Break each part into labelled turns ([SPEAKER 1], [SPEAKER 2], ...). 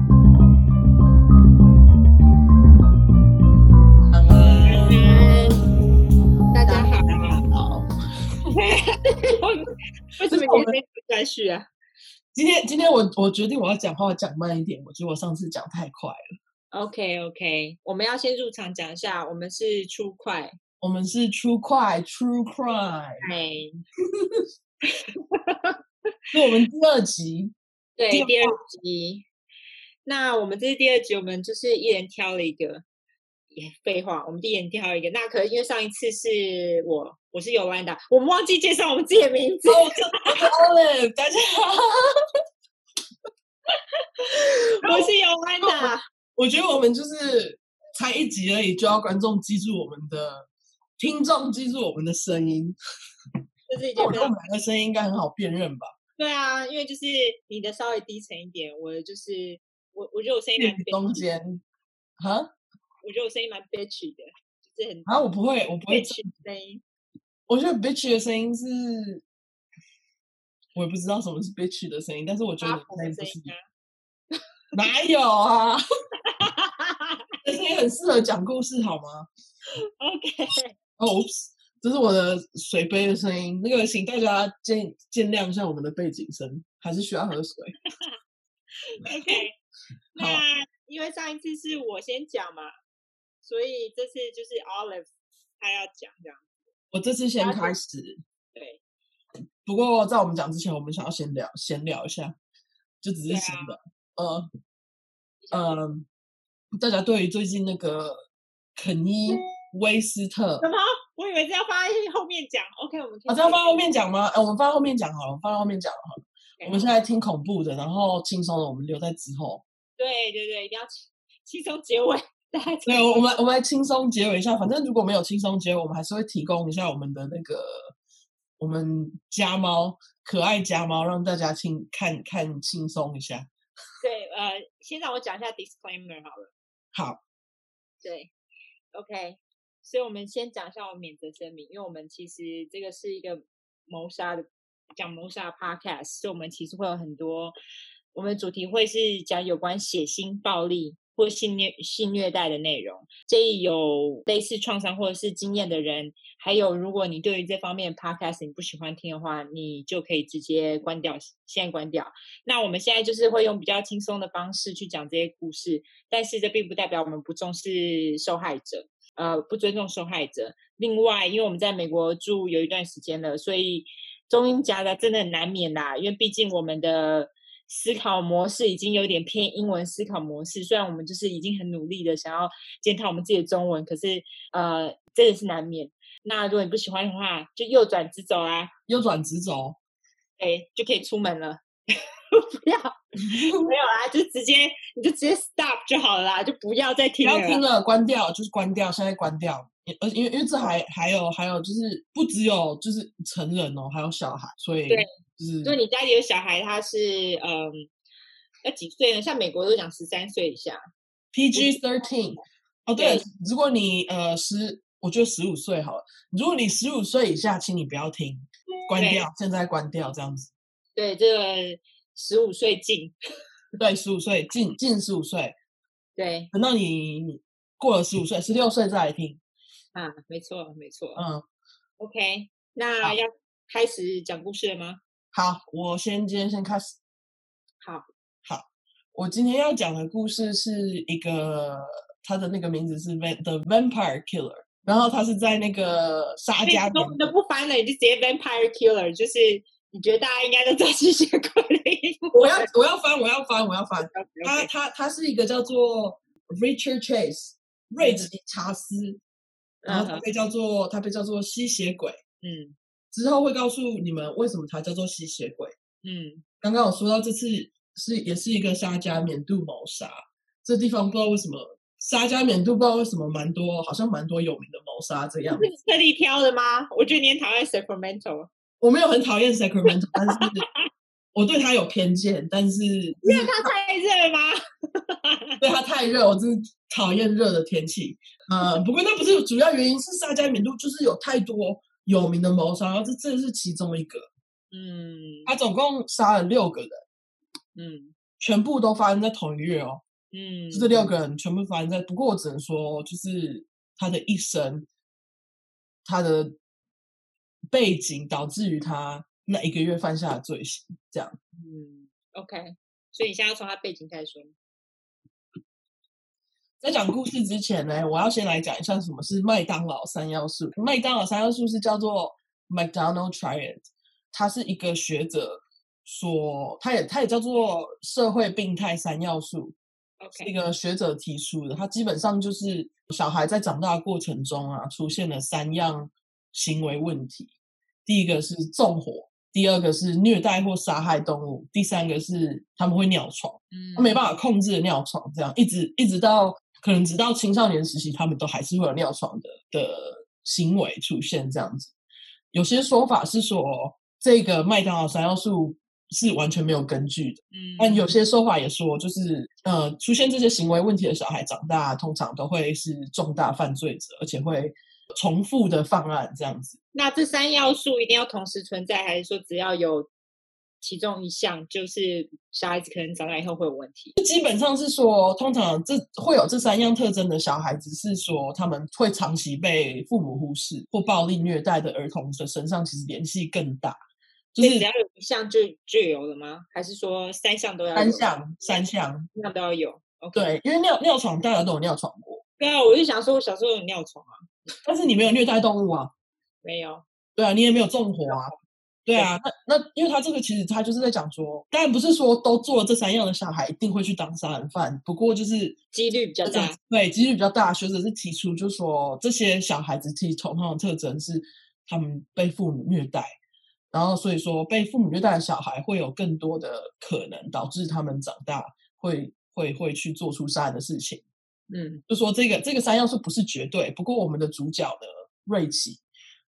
[SPEAKER 1] 嗯今天再续啊。
[SPEAKER 2] 今天今天我我决定我要讲话讲慢一点，我觉得我上次讲太快了。
[SPEAKER 1] OK OK，我们要先入场讲一下，我们是出快
[SPEAKER 2] 我们是 True Crime True Crime，
[SPEAKER 1] 美，
[SPEAKER 2] 是我们第二集，第
[SPEAKER 1] 对
[SPEAKER 2] 二
[SPEAKER 1] 第二集。那我们这是第二集，我们就是一人挑了一个，也废话，我们一人挑了一个。那可能因为上一次是我，我是尤兰达，我们忘记介绍我们自己的名
[SPEAKER 2] 哦
[SPEAKER 1] 字。
[SPEAKER 2] 我是 Olive，大家好。
[SPEAKER 1] 我是尤兰 达，
[SPEAKER 2] 我觉得我们就是才一集而已，就要观众记住我们的，听众记住我们的声音。
[SPEAKER 1] 这是已
[SPEAKER 2] 那
[SPEAKER 1] 经
[SPEAKER 2] 我
[SPEAKER 1] 非
[SPEAKER 2] 觉得我
[SPEAKER 1] 常
[SPEAKER 2] 们两个声音应该很好辨认吧？
[SPEAKER 1] 对啊，因为就是你的稍微低沉一点，我的就是我，我觉得我声音蛮 bitch-
[SPEAKER 2] 中间，啊
[SPEAKER 1] 我觉得我声音蛮 bitchy 的，就是很
[SPEAKER 2] 啊，我不会，我不会
[SPEAKER 1] bitchy 的声音。
[SPEAKER 2] 我觉得 bitch 的声音是，我也不知道什么是 bitch 的声音，但是我觉得
[SPEAKER 1] 发
[SPEAKER 2] 你
[SPEAKER 1] 福
[SPEAKER 2] 声
[SPEAKER 1] 的
[SPEAKER 2] 音不
[SPEAKER 1] 声
[SPEAKER 2] 是
[SPEAKER 1] 音，
[SPEAKER 2] 哪有啊？
[SPEAKER 1] 啊。
[SPEAKER 2] 但是也很适合讲故事，好吗
[SPEAKER 1] OK，
[SPEAKER 2] 哦，oops，这是我的水杯的声音，那个请大家见见谅一下我们的背景声，还是需要喝水。
[SPEAKER 1] OK，
[SPEAKER 2] 好
[SPEAKER 1] 那因为上一次是我先讲嘛，所以这次就是 Olive 他要讲这样。
[SPEAKER 2] 我这次先
[SPEAKER 1] 大家
[SPEAKER 2] 开始，
[SPEAKER 1] 对，
[SPEAKER 2] 不过在我们讲之前，我们想要先聊闲聊一下，就只是
[SPEAKER 1] 对啊
[SPEAKER 2] 闲聊。呃，嗯，大家对于最近那个肯尼威斯特，
[SPEAKER 1] 什么？我以为是要放在后面讲。OK，我们可
[SPEAKER 2] 啊，
[SPEAKER 1] 以
[SPEAKER 2] 这要放在后面讲吗？哎、我们放在后面讲好了，我们放在后面讲好了。我们现
[SPEAKER 1] 在
[SPEAKER 2] 在听恐怖的，然后轻松的我们留在之后。
[SPEAKER 1] 对对对，一定要轻轻松结尾。 大家
[SPEAKER 2] 对，我们我们来轻松结尾一下。反正如果没有轻松结尾，我们还是会提供一下我们的那个我们家猫可爱家猫，让大家轻看看轻松一下。
[SPEAKER 1] 对呃，先让我讲一下 disclaimer 好了。
[SPEAKER 2] 好，
[SPEAKER 1] 对，OK，所以我们先讲一下我们免责声明，因为我们其实这个是一个谋杀的讲谋杀的 podcast，所以我们其实会有很多，我们的主题会是讲有关血腥暴力。或性虐性虐待的内容，建议有类似创伤或者是经验的人，还有如果你对于这方面的 podcast 你不喜欢听的话，你就可以直接关掉，现在关掉。那我们现在就是会用比较轻松的方式去讲这些故事，但是这并不代表我们不重视受害者，呃，不尊重受害者。另外，因为我们在美国住有一段时间了，所以中英夹杂真的很难免啦，因为毕竟我们的思考模式已经有点偏英文思考模式，虽然我们就是已经很努力的想要检讨我们自己的中文，可是呃，这个是难免。那如果你不喜欢的话，就右转直走啊，
[SPEAKER 2] 右转直走。
[SPEAKER 1] 哎，就可以出门了。 不要，没有啦，就直接你就直接 stop 就好了啦，就不要再
[SPEAKER 2] 不
[SPEAKER 1] 听了
[SPEAKER 2] 要
[SPEAKER 1] 啦。
[SPEAKER 2] 听了，关掉，就是关掉，现在关掉。因而因为因为这还还有还有就是不只有就是成人哦，还有小孩，所以
[SPEAKER 1] 对
[SPEAKER 2] 就是
[SPEAKER 1] 就你家里有小孩，他是嗯，要几岁呢？像美国都讲十三岁以下，
[SPEAKER 2] PG thirteen。哦，对
[SPEAKER 1] 对，
[SPEAKER 2] 如果你呃十，我觉得十五岁好了。如果你十五岁以下，请你不要听，关
[SPEAKER 1] 对
[SPEAKER 2] 掉，现在关掉这样子。
[SPEAKER 1] 对，这个十五岁进，
[SPEAKER 2] 对，十五岁近近十五岁，
[SPEAKER 1] 对
[SPEAKER 2] 等到你过了十五岁，十六岁再来听。
[SPEAKER 1] 啊，没错没错。
[SPEAKER 2] 嗯，
[SPEAKER 1] OK，
[SPEAKER 2] 好
[SPEAKER 1] 那要开始讲故事了吗？
[SPEAKER 2] 好，我先今天先开始。
[SPEAKER 1] 好，
[SPEAKER 2] 我今天要讲的故事是一个，他的那个名字是 Van The Vampire Killer，然后他是在那个沙
[SPEAKER 1] 所以
[SPEAKER 2] 加
[SPEAKER 1] 都
[SPEAKER 2] 缅
[SPEAKER 1] 都不翻了，你就直接 vampire killer，就是你觉得大家应该都知道吸血鬼的英文。
[SPEAKER 2] 我要我要翻我要翻我要翻，他
[SPEAKER 1] OK，OK，
[SPEAKER 2] 他他是一个叫做 Richard Chase 瑞奇查斯，然后
[SPEAKER 1] 嗯
[SPEAKER 2] 他
[SPEAKER 1] 哼
[SPEAKER 2] 被叫做他被叫做吸血鬼，
[SPEAKER 1] 嗯
[SPEAKER 2] 之后会告诉你们为什么他叫做吸血鬼。
[SPEAKER 1] 嗯，
[SPEAKER 2] 刚刚我说到这次是也是一个沙加缅度谋杀，这地方不知道为什么沙加缅度不知道为什么蛮多好像蛮多有名的谋杀这 样
[SPEAKER 1] 是。你特地挑的吗？我觉得你很讨厌 Sacramento，
[SPEAKER 2] 我没有很讨厌 Sacramento，但是我对他有偏见，但是
[SPEAKER 1] 因为它太热吗？
[SPEAKER 2] 对它太热，我真是讨厌热的天气。呃，不过那不是主要原因，是沙加缅度就是有太多有名的谋杀，然后这这是其中一个。
[SPEAKER 1] 嗯
[SPEAKER 2] 他总共杀了六个人，
[SPEAKER 1] 嗯
[SPEAKER 2] 全部都发生在同一月哦。
[SPEAKER 1] 嗯，
[SPEAKER 2] 就这六个人全部发生在，不过我只能说，就是他的一生，他的背景导致于他那一个月犯下的罪行。这样，
[SPEAKER 1] 嗯，OK。所以你现在要从他背景开始说吗，
[SPEAKER 2] 在讲故事之前呢，我要先来讲一下什么是麦当劳三要素。麦当劳三要素是叫做 McDonald Triad，它是一个学者所，它也它也叫做社会病态三要素。是一
[SPEAKER 1] OK，
[SPEAKER 2] 个学者提出的，他基本上就是小孩在长大的过程中啊，出现了三样行为问题。第一个是纵火，第二个是虐待或杀害动物，第三个是他们会尿床，他
[SPEAKER 1] 嗯，
[SPEAKER 2] 没办法控制的尿床，这样一直一直到可能直到青少年时期，他们都还是会有尿床的的行为出现这样子。有些说法是说，这个麦当劳三要素是完全没有根据的。
[SPEAKER 1] 嗯，
[SPEAKER 2] 但有些说法也说，就是呃，出现这些行为问题的小孩长大，通常都会是重大犯罪者，而且会重复的犯案这样子。
[SPEAKER 1] 那这三要素一定要同时存在，还是说只要有其中一项，就是小孩子可能长大以后会有问题？
[SPEAKER 2] 基本上是说，通常这会有这三样特征的小孩子，是说他们会长期被父母忽视或暴力虐待的儿童的身上，其实联系更大，就
[SPEAKER 1] 所以
[SPEAKER 2] 是
[SPEAKER 1] 只要有一项就就有了吗？还是说三项都要有
[SPEAKER 2] 三项三项。
[SPEAKER 1] 三项都要有？OK，
[SPEAKER 2] 对，因为尿尿床大家都有尿床过，
[SPEAKER 1] 对啊，我就想说，我小时候有尿床啊，
[SPEAKER 2] 但是你没有虐待动物啊。
[SPEAKER 1] 没有，
[SPEAKER 2] 对啊，你也没有纵火啊。对啊，那那因为他这个其实他就是在讲说，当然不是说都做了这三样的小孩一定会去当杀人犯，不过就是
[SPEAKER 1] 几率比较大。
[SPEAKER 2] 对几率比较大。学者是提出，就是说这些小孩子其实同样的特征是他们被父母虐待，然后所以说被父母虐待的小孩会有更多的可能导致他们长大会会会去做出杀人的事情。
[SPEAKER 1] 嗯
[SPEAKER 2] 就说这个这个三要素不是绝对，不过我们的主角呢，瑞奇，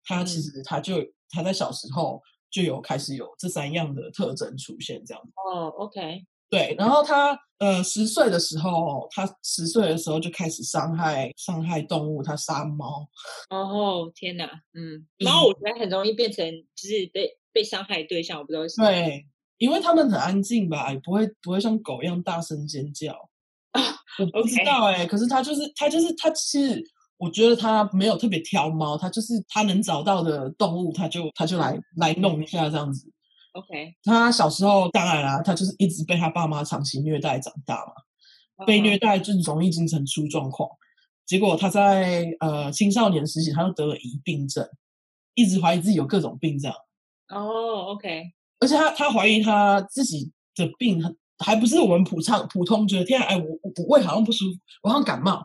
[SPEAKER 2] 他其
[SPEAKER 1] 嗯
[SPEAKER 2] 实他就他在小时候就有开始有这三样的特征出现，这样子
[SPEAKER 1] 哦，OK，
[SPEAKER 2] 对。然后他呃十岁的时候，他十岁的时候就开始伤害伤害动物，他杀猫，
[SPEAKER 1] 哦天哪，嗯，
[SPEAKER 2] 就
[SPEAKER 1] 猫
[SPEAKER 2] 是
[SPEAKER 1] 我觉得很容易变成就是被被伤害对象，我不知道为什么。
[SPEAKER 2] 对，因为他们很安静吧，也不会不会像狗一样大声尖叫。我不知
[SPEAKER 1] 啊 OK
[SPEAKER 2] 道哎、可是他就是他就是他是，我觉得他没有特别挑猫，他就是他能找到的动物，他就他就来来弄一下这样子。
[SPEAKER 1] ，OK，
[SPEAKER 2] 他小时候当然啦、他就是一直被他爸妈长期虐待长大嘛，被虐
[SPEAKER 1] 嗯
[SPEAKER 2] 待就是容易精神出状况。结果他在呃青少年时期，他就得了疑病症，一直怀疑自己有各种病这样。
[SPEAKER 1] 哦，OK，
[SPEAKER 2] 而且他他怀疑他自己的病很，还不是我们普常普通觉得天啊，哎，我我我胃好像不舒服，我好像感冒。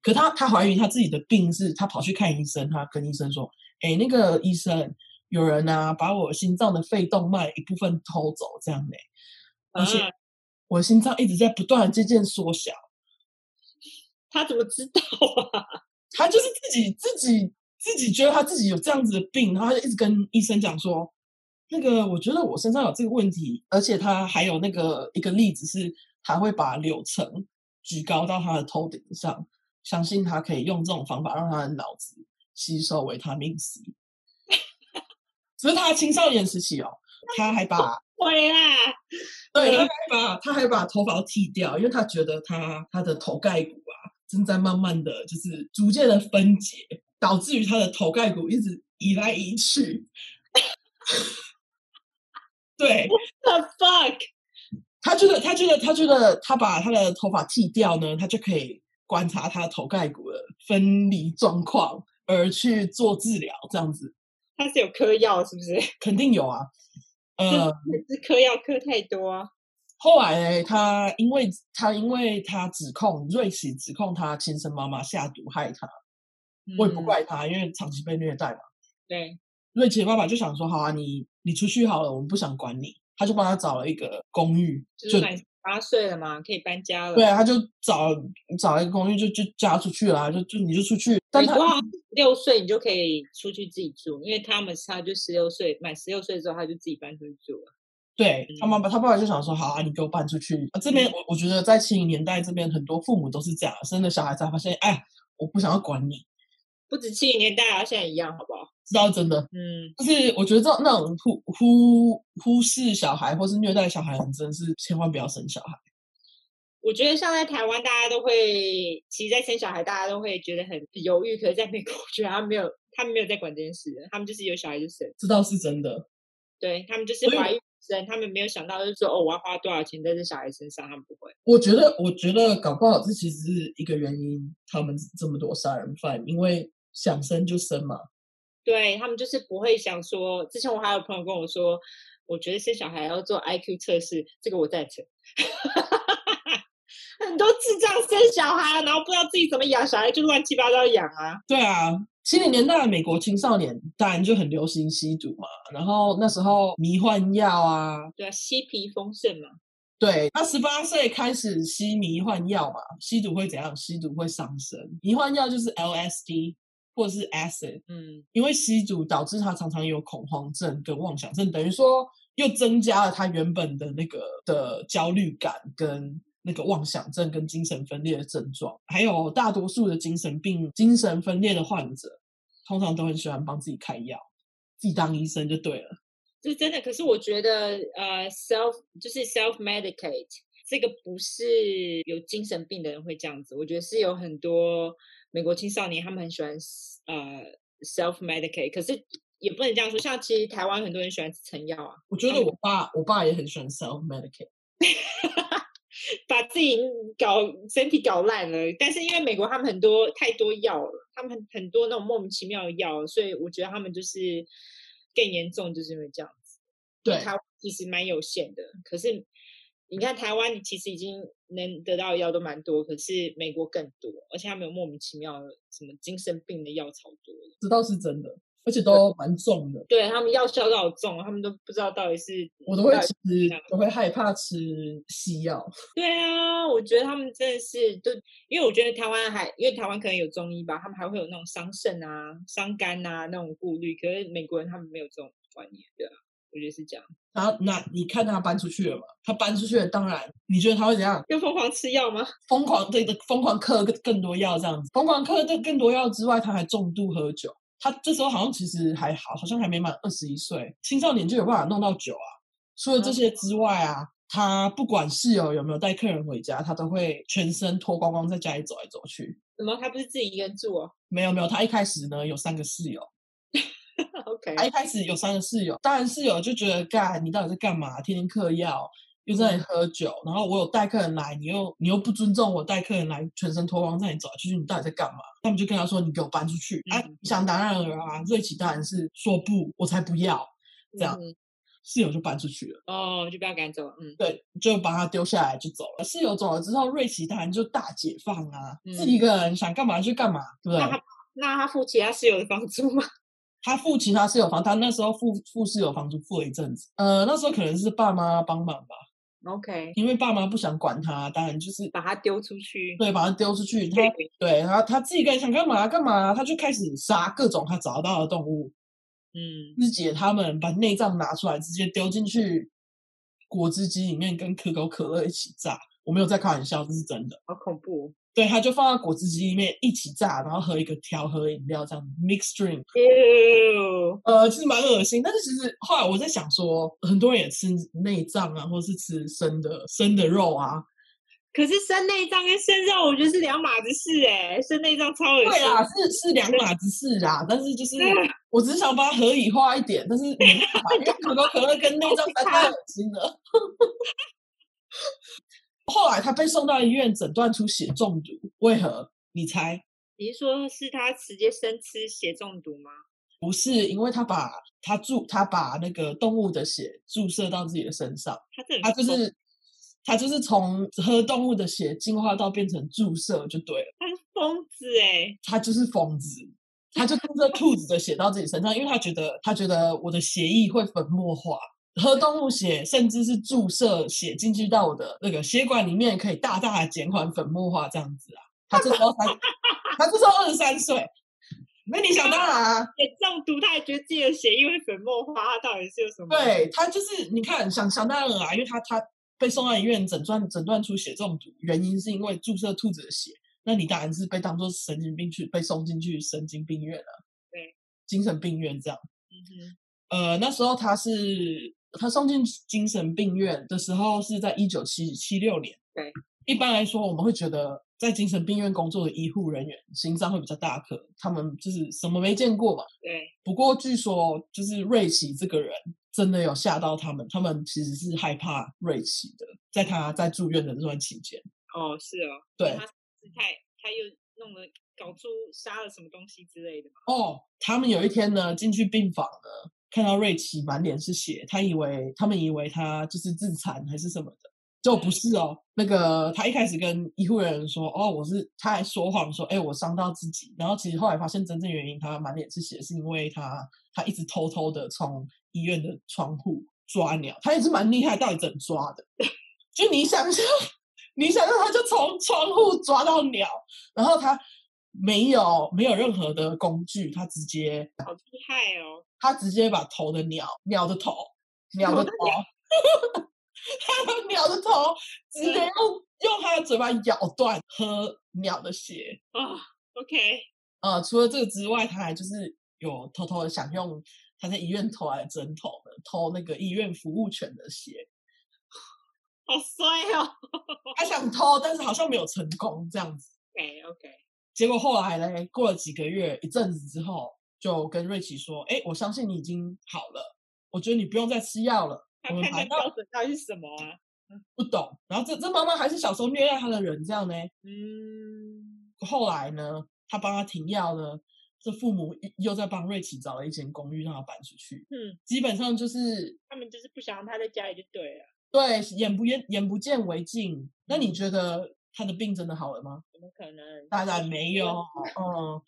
[SPEAKER 2] 可他他怀疑他自己的病是，他跑去看医生，他跟医生说，哎，那个医生，有人啊把我心脏的肺动脉一部分偷走，这样呢、而且
[SPEAKER 1] 啊
[SPEAKER 2] 我心脏一直在不断的渐渐缩小。
[SPEAKER 1] 他怎么知道啊？
[SPEAKER 2] 他就是自己自己自己觉得他自己有这样子的病，然后他就一直跟医生讲说，那个我觉得我身上有这个问题，而且他还有那个一个例子是，他会把柳橙举高到他的头顶上，相信他可以用这种方法让他的脑子吸收维他命 C。只是他青少年时期哦，他还把
[SPEAKER 1] 会啦，
[SPEAKER 2] 对，他
[SPEAKER 1] 对
[SPEAKER 2] 还把他还把头发剃掉，因为他觉得他他的头盖骨啊正在慢慢的就是逐渐的分解，导致于他的头盖骨一直移来移去。对
[SPEAKER 1] the fuck？
[SPEAKER 2] 他觉得，他觉得，他觉得，他把他的头发剃掉呢，他就可以观察他的头盖骨的分离状况，而去做治疗，这样子
[SPEAKER 1] 他是有嗑药是不是？
[SPEAKER 2] 肯定有啊。呃，
[SPEAKER 1] 是嗑药嗑太多啊？
[SPEAKER 2] 后来呢，他因为他因为他指控瑞奇指控他亲生妈妈下毒害他，我也不
[SPEAKER 1] 嗯。
[SPEAKER 2] 怪他，因为长期被虐待嘛。
[SPEAKER 1] 对，
[SPEAKER 2] 瑞奇的爸爸就想说，好啊，你你出去好了，我们不想管你。他就帮他找了一个公寓，
[SPEAKER 1] 就是
[SPEAKER 2] 就
[SPEAKER 1] 满八岁了嘛，可以搬家了。
[SPEAKER 2] 对啊，他就找找了一个公寓，就就嫁出去了啊、就就你就出去。但
[SPEAKER 1] 美
[SPEAKER 2] 他
[SPEAKER 1] 国好像六岁你就可以出去自己住，因为他们他就十六岁，满十六岁之后他就自己搬出去住了。
[SPEAKER 2] 对他
[SPEAKER 1] 嗯
[SPEAKER 2] 妈妈，他爸爸就想说，好啊，你给我搬出去。啊、这边我我觉得在七零年代这边很多父母都是这样，生了小孩才发现，哎，我不想要管你，
[SPEAKER 1] 不止七零年代啊，现在一样，好不好？
[SPEAKER 2] 知道真的。
[SPEAKER 1] 嗯，
[SPEAKER 2] 就是我觉得这种那种忽忽忽视小孩或是虐待小孩的人，真的是千万不要生小孩。
[SPEAKER 1] 我觉得像在台湾，大家都会，其实，在生小孩，大家都会觉得很犹豫。 可是，在美国，我觉得他没有，他们没有在管这件事的，他们就是有小孩就生。
[SPEAKER 2] 这倒是真的。
[SPEAKER 1] 对他们就是
[SPEAKER 2] 所以
[SPEAKER 1] 怀
[SPEAKER 2] 我
[SPEAKER 1] 孕生，他们没有想到就是说哦，我要花多少钱在这小孩身上，他们不会。
[SPEAKER 2] 我觉得，我觉得搞不好这其实是一个原因，他们这么多杀人犯，因为想生就生嘛。
[SPEAKER 1] 对他们就是不会想说，之前我还有朋友跟我说，我觉得生小孩要做 IQ 测试，这个我赞成。 很多智障生小孩，啊然后不知道自己怎么养小孩，就乱七八糟养啊。
[SPEAKER 2] 对啊，七零年代的美国青少年当然就很流行吸毒嘛，然后那时候迷幻药啊，
[SPEAKER 1] 对啊，嬉皮风盛嘛。
[SPEAKER 2] 对他十八岁开始吸迷幻药嘛，吸毒会怎样？吸毒会上身，迷幻药就是 LSD 或者是 acid，
[SPEAKER 1] 嗯，
[SPEAKER 2] 因为吸毒导致他常常有恐慌症跟妄想症，等于说又增加了他原本的那个的焦虑感跟那个妄想症跟精神分裂的症状，还有大多数的精神病、精神分裂的患者，通常都很喜欢帮自己开药，自己当医生就对了。
[SPEAKER 1] 这真的。可是我觉得，呃，self 就是 self medicate 这个不是有精神病的人会这样子，我觉得是有很多美国青少年他们很喜欢呃 self medicate，可是也不能这样说。像其实台湾很多人喜欢吃成药啊，
[SPEAKER 2] 我觉得我爸，我爸也很喜欢 self medicate。
[SPEAKER 1] 把自己搞身体搞烂了。但是因为美国他们很多太多药了，他们很很多那种莫名其妙的药，所以我觉得他们就是更严重，就是因为这样子。因为
[SPEAKER 2] 对
[SPEAKER 1] 台湾其实蛮有限的，可是你看台湾其实已经能得到的药都蛮多，可是美国更多，而且他们有莫名其妙的什么精神病的药超多的，
[SPEAKER 2] 这倒是真的，而且都蛮重的。
[SPEAKER 1] 对他们药效都好重，他们都不知道到底是
[SPEAKER 2] 我都会
[SPEAKER 1] 到底
[SPEAKER 2] 其实
[SPEAKER 1] 样
[SPEAKER 2] 都会害怕吃西药，
[SPEAKER 1] 对啊，我觉得他们真的是都，因为我觉得台湾还，因为台湾可能有中医吧，他们还会有那种伤肾啊、伤肝啊那种顾虑，可是美国人他们没有这种观念，对啊，我觉得是这样，
[SPEAKER 2] 然后那你看他搬出去了嘛？他搬出去了，当然你觉得他会怎样？
[SPEAKER 1] 要疯狂吃药吗？
[SPEAKER 2] 疯狂对的，疯狂嗑更更多药这样子，疯狂嗑更更多药之外，他还重度喝酒。他这时候好像其实还好，好像还没满二十一岁，青少年就有办法弄到酒啊。除了这
[SPEAKER 1] 嗯
[SPEAKER 2] 些之外啊，他不管室友有没有带客人回家，他都会全身脱光光在家里走来走去。
[SPEAKER 1] 怎么他不是自己一个人住哦
[SPEAKER 2] 没有没有，他一开始呢有三个室友。
[SPEAKER 1] ？OK，
[SPEAKER 2] 他一开哎始有三个室友，当然室友就觉得干你到底在干嘛？天天嗑药，又在那
[SPEAKER 1] 嗯
[SPEAKER 2] 里喝酒，然后我有带客人来，你又你又不尊重我带客人来，全身脱光在你走来出去，你到底在干嘛？他们就跟他说你给我搬出去、啊
[SPEAKER 1] 嗯！
[SPEAKER 2] 想当然了啊，瑞奇当然是说不，我才不要，这样
[SPEAKER 1] 嗯
[SPEAKER 2] 室友就搬出去了。
[SPEAKER 1] 哦，就不要赶走，嗯，
[SPEAKER 2] 对，就把他丢下来就走了。室友走了之后，瑞奇当然就大解放啊，自
[SPEAKER 1] 嗯
[SPEAKER 2] 己一个人想干嘛就干嘛，对不
[SPEAKER 1] 那
[SPEAKER 2] 对？
[SPEAKER 1] 他那他付其他室友的房租吗？
[SPEAKER 2] 他付其他室友房，他那时候付付室友房租付了一阵子，呃，那时候可能是爸妈帮忙吧，
[SPEAKER 1] ？OK，
[SPEAKER 2] 因为爸妈不想管他，当然就是
[SPEAKER 1] 把他丢出去，
[SPEAKER 2] 对把他丢出去，他
[SPEAKER 1] 对，
[SPEAKER 2] 对，然后他自己该想干嘛干嘛，他就开始杀各种他找到的动物，
[SPEAKER 1] 嗯，
[SPEAKER 2] 肢解他们，把内脏拿出来直接丢进去果汁机里面，跟可口可乐一起榨。我没有在开玩笑，这是真的。
[SPEAKER 1] 好恐怖，哦
[SPEAKER 2] 对，他就放到果汁机里面一起榨，然后喝一个调和饮料这样 mix drink。
[SPEAKER 1] 哟，
[SPEAKER 2] 呃，其实蛮恶心，但是其实后来我在想说，很多人也吃内脏啊，或是吃生的生的肉啊，
[SPEAKER 1] 可是生内脏跟生肉，我觉得是两码子事哎、生内脏超恶
[SPEAKER 2] 对
[SPEAKER 1] 心。
[SPEAKER 2] 啦，是是两码子事啦，但是就是
[SPEAKER 1] 对
[SPEAKER 2] 我只是想把它合理化一点，但是没办法因为可口可乐跟内脏实在太恶心了。后来他被送到医院，诊断出血中毒，为何？你猜？
[SPEAKER 1] 你是说是他直接生吃血中毒吗？
[SPEAKER 2] 不是因为他把他注他把那个动物的血注射到自己的身上。
[SPEAKER 1] 他这
[SPEAKER 2] 啊他就
[SPEAKER 1] 疯
[SPEAKER 2] 是他就是从喝动物的血进化到变成注射就对了，
[SPEAKER 1] 他是疯子哎、
[SPEAKER 2] 他就是疯子，他就注射兔子的血到自己身上，因为他觉得他觉得我的血液会粉末化。喝动物血，甚至是注射血进去到我的那个血管里面，可以大大的减缓粉末化这样子啊。他这时候才，他这时候二十三岁，那你想当然啊，
[SPEAKER 1] 血中毒，他也觉得自己的血液会粉末化，他到底是有什么？
[SPEAKER 2] 对他就是你看想想当然了啊，因为他他被送到医院诊断诊断出血中毒，原因是因为注射兔子的血，那你当然是被当做神经病去被送进去神经病院了，
[SPEAKER 1] 对，
[SPEAKER 2] 精神病院这样。
[SPEAKER 1] 嗯哼，
[SPEAKER 2] 呃，那时候他是他送进精神病院的时候是在一九七七六年，
[SPEAKER 1] 对，
[SPEAKER 2] 一般来说我们会觉得。在精神病院工作的医护人员心脏会比较大颗，他们就是什么没见过嘛，
[SPEAKER 1] 对，
[SPEAKER 2] 不过据说，就是瑞奇这个人真的有吓到他们，他们其实是害怕瑞奇的，在他在住院的这段期间，
[SPEAKER 1] 哦，是哦，
[SPEAKER 2] 对
[SPEAKER 1] 他是太他又弄了搞出杀了什么东西之类的嘛，
[SPEAKER 2] 哦，他们有一天呢进去病房呢，看到瑞奇满脸是血，他以为他们以为他就是自残还是什么的，就不是哦。那个他一开始跟医护人员说，哦，我是，他还说谎说，哎，我伤到自己。然后其实后来发现真正原因，他满脸是血，是因为他他一直偷偷的从医院的窗户抓鸟，他也是蛮厉害，到底怎么抓的？ 就你想象，你想象他就从窗户抓到鸟，然后他没有没有任何的工具，他直接
[SPEAKER 1] 好厉害哦，
[SPEAKER 2] 他直接把头的鸟鸟的头鸟的头，他把鸟的头直接用用他的嘴巴咬断喝鸟的血。
[SPEAKER 1] 哦，OK，
[SPEAKER 2] 呃，除了这个之外，他还就是有偷偷的想用他在医院偷来的针头呢，偷那个医院服务犬的血。
[SPEAKER 1] 好衰哦
[SPEAKER 2] 他想偷，但是好像没有成功这样子。
[SPEAKER 1] ，OK OK，
[SPEAKER 2] 结果后来呢，过了几个月一阵子之后，就跟瑞奇说：“哎，我相信你已经好了，我觉得你不用再吃药了。”
[SPEAKER 1] 他
[SPEAKER 2] 我们
[SPEAKER 1] 判
[SPEAKER 2] 把
[SPEAKER 1] 断
[SPEAKER 2] 药
[SPEAKER 1] 标准到底是什么啊？
[SPEAKER 2] 不懂，然后这这妈妈还是小时候虐待她的人，这样呢。
[SPEAKER 1] 嗯，
[SPEAKER 2] 后来呢，他帮他停药呢，这父母又又在帮瑞奇找了一间公寓让他搬出去。
[SPEAKER 1] 嗯，
[SPEAKER 2] 基本上就是
[SPEAKER 1] 他们就是不想让他在家里就对了，
[SPEAKER 2] 对眼不眼眼不见为净。那你觉得他的病真的好了吗？
[SPEAKER 1] 怎么可能？
[SPEAKER 2] 当然没有，嗯，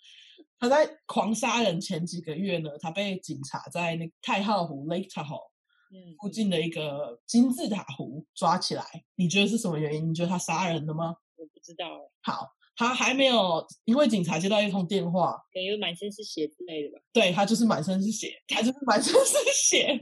[SPEAKER 2] 他在狂杀人前几个月呢，他被警察在那个太浩湖 Lake Tahoe
[SPEAKER 1] 嗯，
[SPEAKER 2] 附近的一个金字塔湖抓起来。你觉得是什么原因？你觉得他杀人的吗？
[SPEAKER 1] 我不知道哎，
[SPEAKER 2] 好，他还没有，因为警察接到一通电话，
[SPEAKER 1] 可能有满身是血之类的吧。
[SPEAKER 2] 对他就是满身是血，他就是满身是血，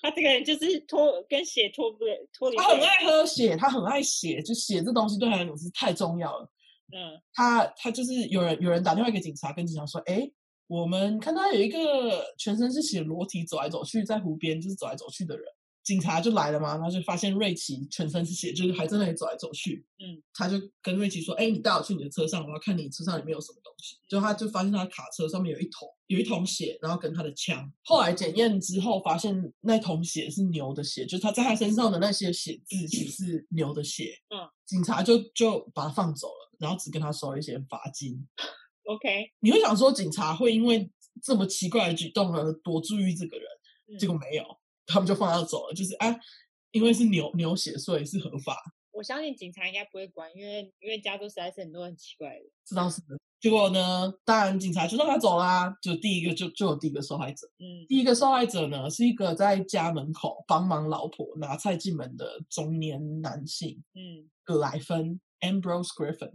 [SPEAKER 1] 他这个人就是脱跟血脱不了脱离
[SPEAKER 2] 他
[SPEAKER 1] 不
[SPEAKER 2] 很
[SPEAKER 1] 了，
[SPEAKER 2] 爱喝血，他很爱血，就血这东西对他来讲是太重要了。
[SPEAKER 1] 嗯，
[SPEAKER 2] 他他就是有人有人打电话给警察，跟警察说，哎，我们看到有一个全身是血、裸体走来走去在湖边，就是走来走去的人。警察就来了嘛，然后就发现瑞奇全身是血，就是还在那里走来走去。
[SPEAKER 1] 嗯，
[SPEAKER 2] 他就跟瑞奇说：“哎、你带我去你的车上，我要看你车上里面有什么东西。”就他就发现他的卡车上面有一桶有一桶血，然后跟他的枪。后来检验之后发现那桶血是牛的血，就是他在他身上的那些血渍其实是牛的血。
[SPEAKER 1] 嗯，
[SPEAKER 2] 警察就就把他放走了，然后只跟他收了一些罚金。
[SPEAKER 1] OK，
[SPEAKER 2] 你会想说警察会因为这么奇怪的举动而多注意这个人，结
[SPEAKER 1] 嗯
[SPEAKER 2] 果没有，他们就放他走了。就是啊，因为是牛牛血，所以是合法，
[SPEAKER 1] 我相信警察应该不会管，因为因为加州实在是很多很奇怪的人。
[SPEAKER 2] 这倒是。结果呢，当然警察就让他走啦、就第一个就就有第一个受害者，
[SPEAKER 1] 嗯
[SPEAKER 2] 第一个受害者呢是一个在家门口帮忙老婆拿菜进门的中年男性
[SPEAKER 1] 嗯
[SPEAKER 2] 格莱芬 （Ambrose Griffin）。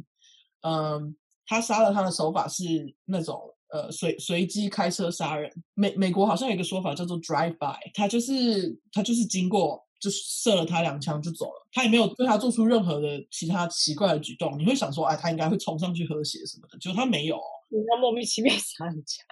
[SPEAKER 2] 嗯，他杀了他的手法是那种呃随随机开车杀人。美美国好像有一个说法叫做 drive by，他就是他就是经过就射了他两枪就走了，他也没有对他做出任何的其他奇怪的举动。你会想说，哎，他应该会冲上去喝血什么的，结果他没有哦。
[SPEAKER 1] 你要莫名其妙杀人家，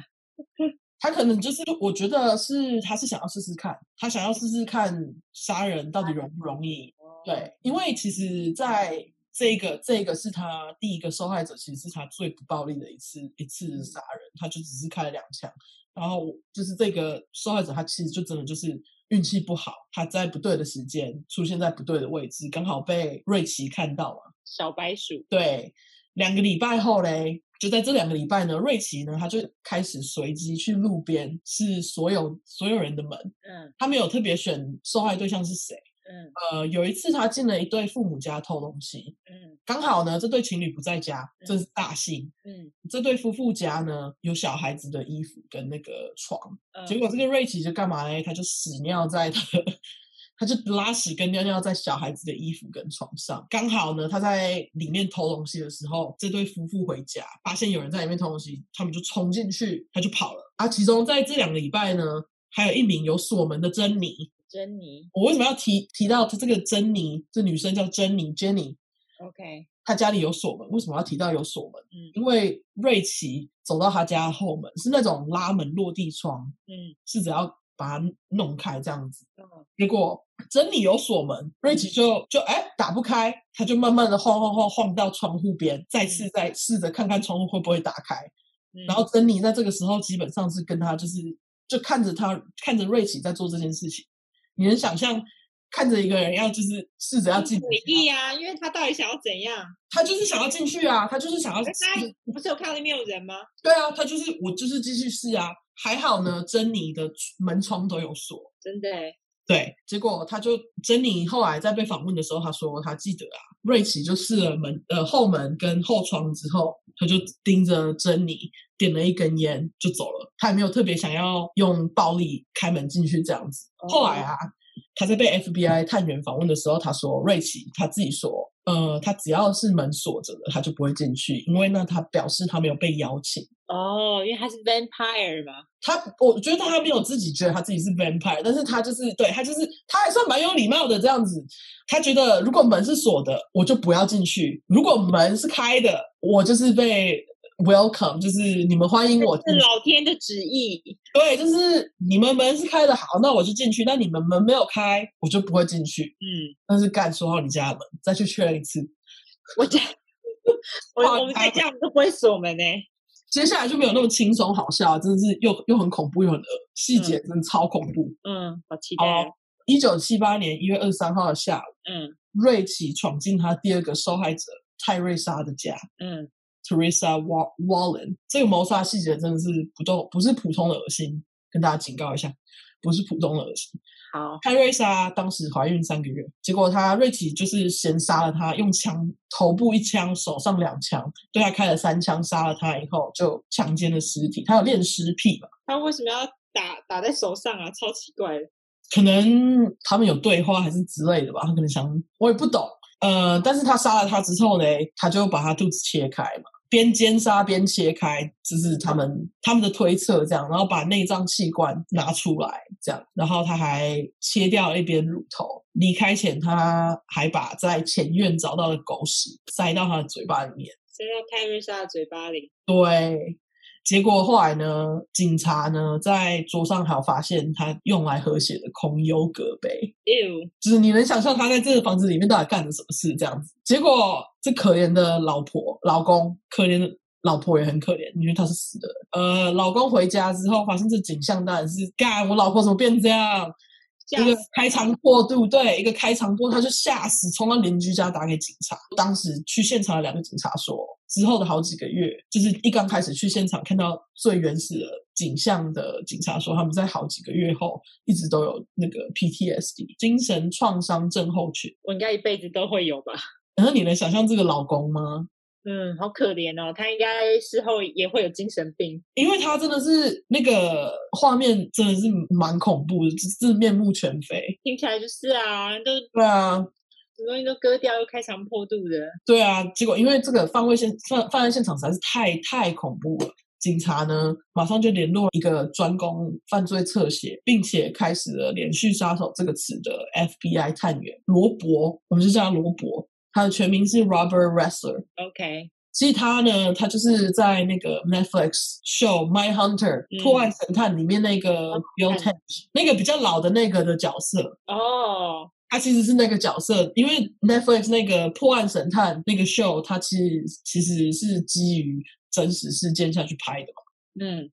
[SPEAKER 2] 他可能就是，我觉得是他是想要试试看，他想要试试看杀人到底容不容易，
[SPEAKER 1] 哦
[SPEAKER 2] 对，因为其实在这个这个是他第一个受害者，其实是他最不暴力的一次一次杀人，他就只是开了两枪，然后我就是这个受害者他其实就真的就是运气不好，他在不对的时间出现在不对的位置，刚好被瑞奇看到嘛，
[SPEAKER 1] 小白鼠，
[SPEAKER 2] 对，两个礼拜后嘞，就在这两个礼拜呢，瑞奇呢他就开始随机去路边是所有所有人的门，
[SPEAKER 1] 嗯
[SPEAKER 2] 他没有特别选受害对象是谁。
[SPEAKER 1] 嗯
[SPEAKER 2] 呃，有一次他进了一对父母家偷东西，
[SPEAKER 1] 嗯
[SPEAKER 2] 刚好呢这对情侣不在家，这是大幸。
[SPEAKER 1] 嗯
[SPEAKER 2] 这对夫妇家呢有小孩子的衣服跟那个床，
[SPEAKER 1] 嗯，
[SPEAKER 2] 结果这个瑞奇就干嘛嘞？他就屎尿在他的，他就拉屎跟尿尿在小孩子的衣服跟床上。刚好呢，他在里面偷东西的时候，这对夫妇回家发现有人在里面偷东西，他们就冲进去，他就跑了。啊，其中在这两个礼拜呢，还有一名有锁门的珍妮。
[SPEAKER 1] 珍妮
[SPEAKER 2] 我为什么要提提到她这个珍妮？这女生叫珍妮 Jenny，
[SPEAKER 1] ，OK，
[SPEAKER 2] 她家里有锁门。为什么要提到有锁门？
[SPEAKER 1] 嗯
[SPEAKER 2] 因为瑞奇走到她家的后门是那种拉门落地窗，
[SPEAKER 1] 嗯
[SPEAKER 2] 是只要把它弄开这样子。
[SPEAKER 1] 嗯
[SPEAKER 2] 结果珍妮有锁门，瑞奇就就哎打不开，他就慢慢的晃晃晃晃到窗户边，再次再试着看看窗户会不会打开。
[SPEAKER 1] 嗯，
[SPEAKER 2] 然后珍妮在这个时候基本上是跟他就是就看着他看着瑞奇在做这件事情，你能想象看着一个人要就是试着要进去
[SPEAKER 1] 诡异啊，因为他到底想要怎样？
[SPEAKER 2] 他就是想要进去啊，他就是想要
[SPEAKER 1] 可是他 不是有看到那边有人吗？
[SPEAKER 2] 对啊，他就是我就是继续试啊。还好呢，珍妮的门窗都有锁，
[SPEAKER 1] 真的欸，
[SPEAKER 2] 对，结果他就珍妮后来在被访问的时候，他说他记得啊，瑞奇就试了门呃后门跟后窗之后，他就盯着珍妮点了一根烟就走了，他也没有特别想要用暴力开门进去这样子。后来啊，他在被 FBI 探员访问的时候，他说瑞奇他自己说，呃，他只要是门锁着的，他就不会进去，因为呢，他表示他没有被邀请。
[SPEAKER 1] 哦，因为他是 vampire 嘛，
[SPEAKER 2] 他，我觉得他没有自己觉得他自己是 vampire，但是他就是对他就是他还算蛮有礼貌的这样子。他觉得如果门是锁的，我就不要进去；如果门是开的，我就是被 welcome，就是你们欢迎我进
[SPEAKER 1] 是
[SPEAKER 2] 去。
[SPEAKER 1] 啊老天的旨意。
[SPEAKER 2] 对，就是你们门是开的，好，那我就进去；那你们门没有开，我就不会进去。
[SPEAKER 1] 嗯，
[SPEAKER 2] 但是干锁好你家的门，再去确认一次。
[SPEAKER 1] 我这 我
[SPEAKER 2] 哇
[SPEAKER 1] 我们
[SPEAKER 2] 他
[SPEAKER 1] 再这样我们都不会锁门呢、
[SPEAKER 2] 接下来就没有那么轻松好笑，啊真的是又又很恐怖又很恶，细节真的超恐怖。
[SPEAKER 1] 嗯，好期待
[SPEAKER 2] 好
[SPEAKER 1] 哦。，
[SPEAKER 2] 一九七八年一月二十三号的下午，
[SPEAKER 1] 嗯
[SPEAKER 2] 瑞奇闯进他第二个受害者泰瑞莎的家
[SPEAKER 1] 嗯，
[SPEAKER 2] ，Teresa Wa- Wallen。这个谋杀细节真的是不都不是普通的恶心，跟大家警告一下，不是普通的恶心。
[SPEAKER 1] 好，
[SPEAKER 2] 泰瑞莎当时怀孕三个月，结果他瑞奇就是先杀了她，用枪头部一枪，手上两枪，对她开了三枪，杀了她以后就强奸了尸体，他有恋尸癖嘛？
[SPEAKER 1] 他为什么要打打在手上啊？超奇怪的。
[SPEAKER 2] 可能他们有对话还是之类的吧，他可能想，我也不懂。呃，但是他杀了他之后呢，他就把他肚子切开嘛，边奸杀边切开，这是他们他们的推测这样，然后把内脏器官拿出来这样，然后他还切掉了一边乳头，离开前他还把在前院找到的狗屎塞到他的嘴巴里面。
[SPEAKER 1] 塞到泰瑞莎的嘴巴里，
[SPEAKER 2] 对，结果后来呢，警察呢在桌上还有发现他用来喝血的空优格杯。
[SPEAKER 1] ew，
[SPEAKER 2] 就是你能想象他在这个房子里面到底干了什么事这样子。结果这可怜的老婆、老公，可怜的老婆也很可怜，因为她是死的人。呃，老公回家之后发现这景象，当然是干我老婆怎么变这样？
[SPEAKER 1] 吓
[SPEAKER 2] 一个
[SPEAKER 1] 死
[SPEAKER 2] 开肠破肚，对，一个开肠破，肚，他就吓死，冲到邻居家打给警察。当时去现场的两个警察说，之后的好几个月，就是一刚开始去现场看到最原始的景象的警察说，他们在好几个月后一直都有那个 PTSD 精神创伤症候群。
[SPEAKER 1] 我应该一辈子都会有吧？
[SPEAKER 2] 然后你能想象这个老公吗？
[SPEAKER 1] 嗯，好可怜哦，他应该事后也会有精神病。
[SPEAKER 2] 因为他真的是那个画面，真的是蛮恐怖的，就是面目全非。
[SPEAKER 1] 听起来就是啊，都
[SPEAKER 2] 对啊，
[SPEAKER 1] 什么东西都割掉，又开肠破肚的。
[SPEAKER 2] 对啊，结果因为这个犯罪现犯犯案现场实在是太太恐怖了，警察呢马上就联络一个专攻犯罪侧写，并且开始了“连续杀手”这个词的 FBI 探员罗伯，我们就叫他罗伯，他的全名是 Robert Ressler。
[SPEAKER 1] OK，
[SPEAKER 2] 其实他呢，他就是在那个 Netflix show《My Hunter
[SPEAKER 1] 嗯》
[SPEAKER 2] 破案神探里面那个 Bill
[SPEAKER 1] 嗯
[SPEAKER 2] t e n 那个比较老的那个的角色，
[SPEAKER 1] 哦，
[SPEAKER 2] 他其实是那个角色，因为 Netflix 那个破案神探那个 show，它其实其实是基于真实事件下去拍的嘛。
[SPEAKER 1] 嗯，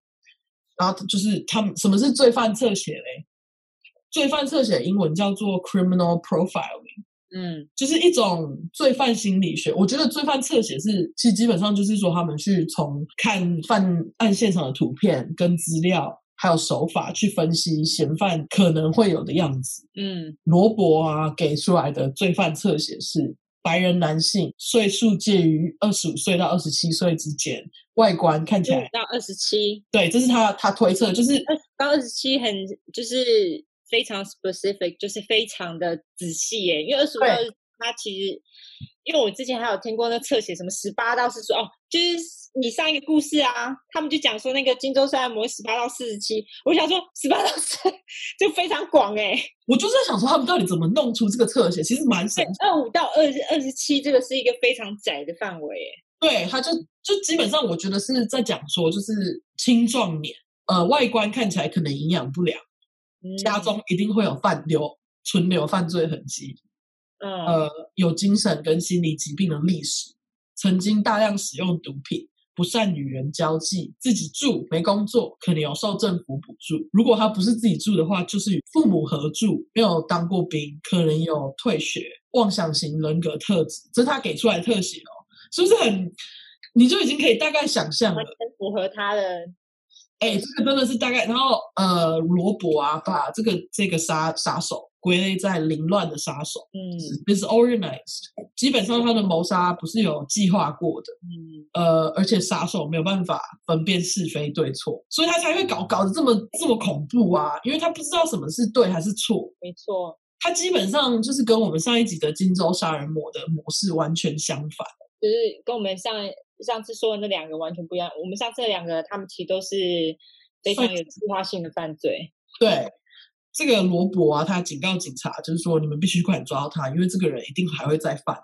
[SPEAKER 2] 然后就是他们什么是罪犯侧写嘞？罪犯侧写英文叫做 criminal profiling，
[SPEAKER 1] 嗯，
[SPEAKER 2] 就是一种罪犯心理学。我觉得罪犯侧写是，其实基本上就是说他们去从看犯案现场的图片跟资料，还有手法去分析嫌犯可能会有的样子。
[SPEAKER 1] 嗯，
[SPEAKER 2] 罗伯啊给出来的罪犯侧写是白人男性，岁数介于二十五岁到二十七岁之间，外观看起
[SPEAKER 1] 就
[SPEAKER 2] 来
[SPEAKER 1] 到二十七，
[SPEAKER 2] 对，这是他他推测，就是
[SPEAKER 1] 到二十七很就是非常 specific，就是非常的仔细耶。因为二十五
[SPEAKER 2] 对
[SPEAKER 1] 到20它其实，因为我之前还有听过那侧写什么十八到四十哦，就是你上一个故事啊，他们就讲说那个荆州杀人魔十八到四十七，我想说十八到四就非常广哎。
[SPEAKER 2] 我就是在想说他们到底怎么弄出这个侧写，其实蛮神
[SPEAKER 1] 对
[SPEAKER 2] 奇，
[SPEAKER 1] 二五到二二十七这个是一个非常窄的范围耶。
[SPEAKER 2] 对，他就就基本上我觉得是在讲说，就是青壮年，呃，外观看起来可能营养不良，家
[SPEAKER 1] 嗯
[SPEAKER 2] 中一定会有犯留存留犯罪痕迹，
[SPEAKER 1] 嗯
[SPEAKER 2] 呃呃有精神跟心理疾病的历史，曾经大量使用毒品，不善与人交际，自己住没工作，可能有受政府补助。如果他不是自己住的话，就是与父母合住，没有当过兵，可能有退学，妄想型人格特质，这是他给出来的特写哦，是不是很？你就已经可以大概想象了
[SPEAKER 1] 完。全符合他的嗯
[SPEAKER 2] 哎、这个真的是大概，然后呃，罗伯啊，把这个这个杀杀手归类在凌乱的杀手
[SPEAKER 1] 嗯
[SPEAKER 2] ，is organized。基本上他的谋杀不是有计划过的，
[SPEAKER 1] 嗯
[SPEAKER 2] 呃，而且杀手没有办法分辨是非对错，所以他才会搞搞得这么这么恐怖啊，因为他不知道什么是对还是错。
[SPEAKER 1] 没错，
[SPEAKER 2] 他基本上就是跟我们上一集的荆州杀人魔的模式完全相反。
[SPEAKER 1] 就是跟我们上上次说的那两个完全不一样。我们上次那两个他们其实都是非常有计划性的犯罪，
[SPEAKER 2] 对，这个罗伯啊，他警告警察，就是说你们必须快点抓到他，因为这个人一定还会再犯，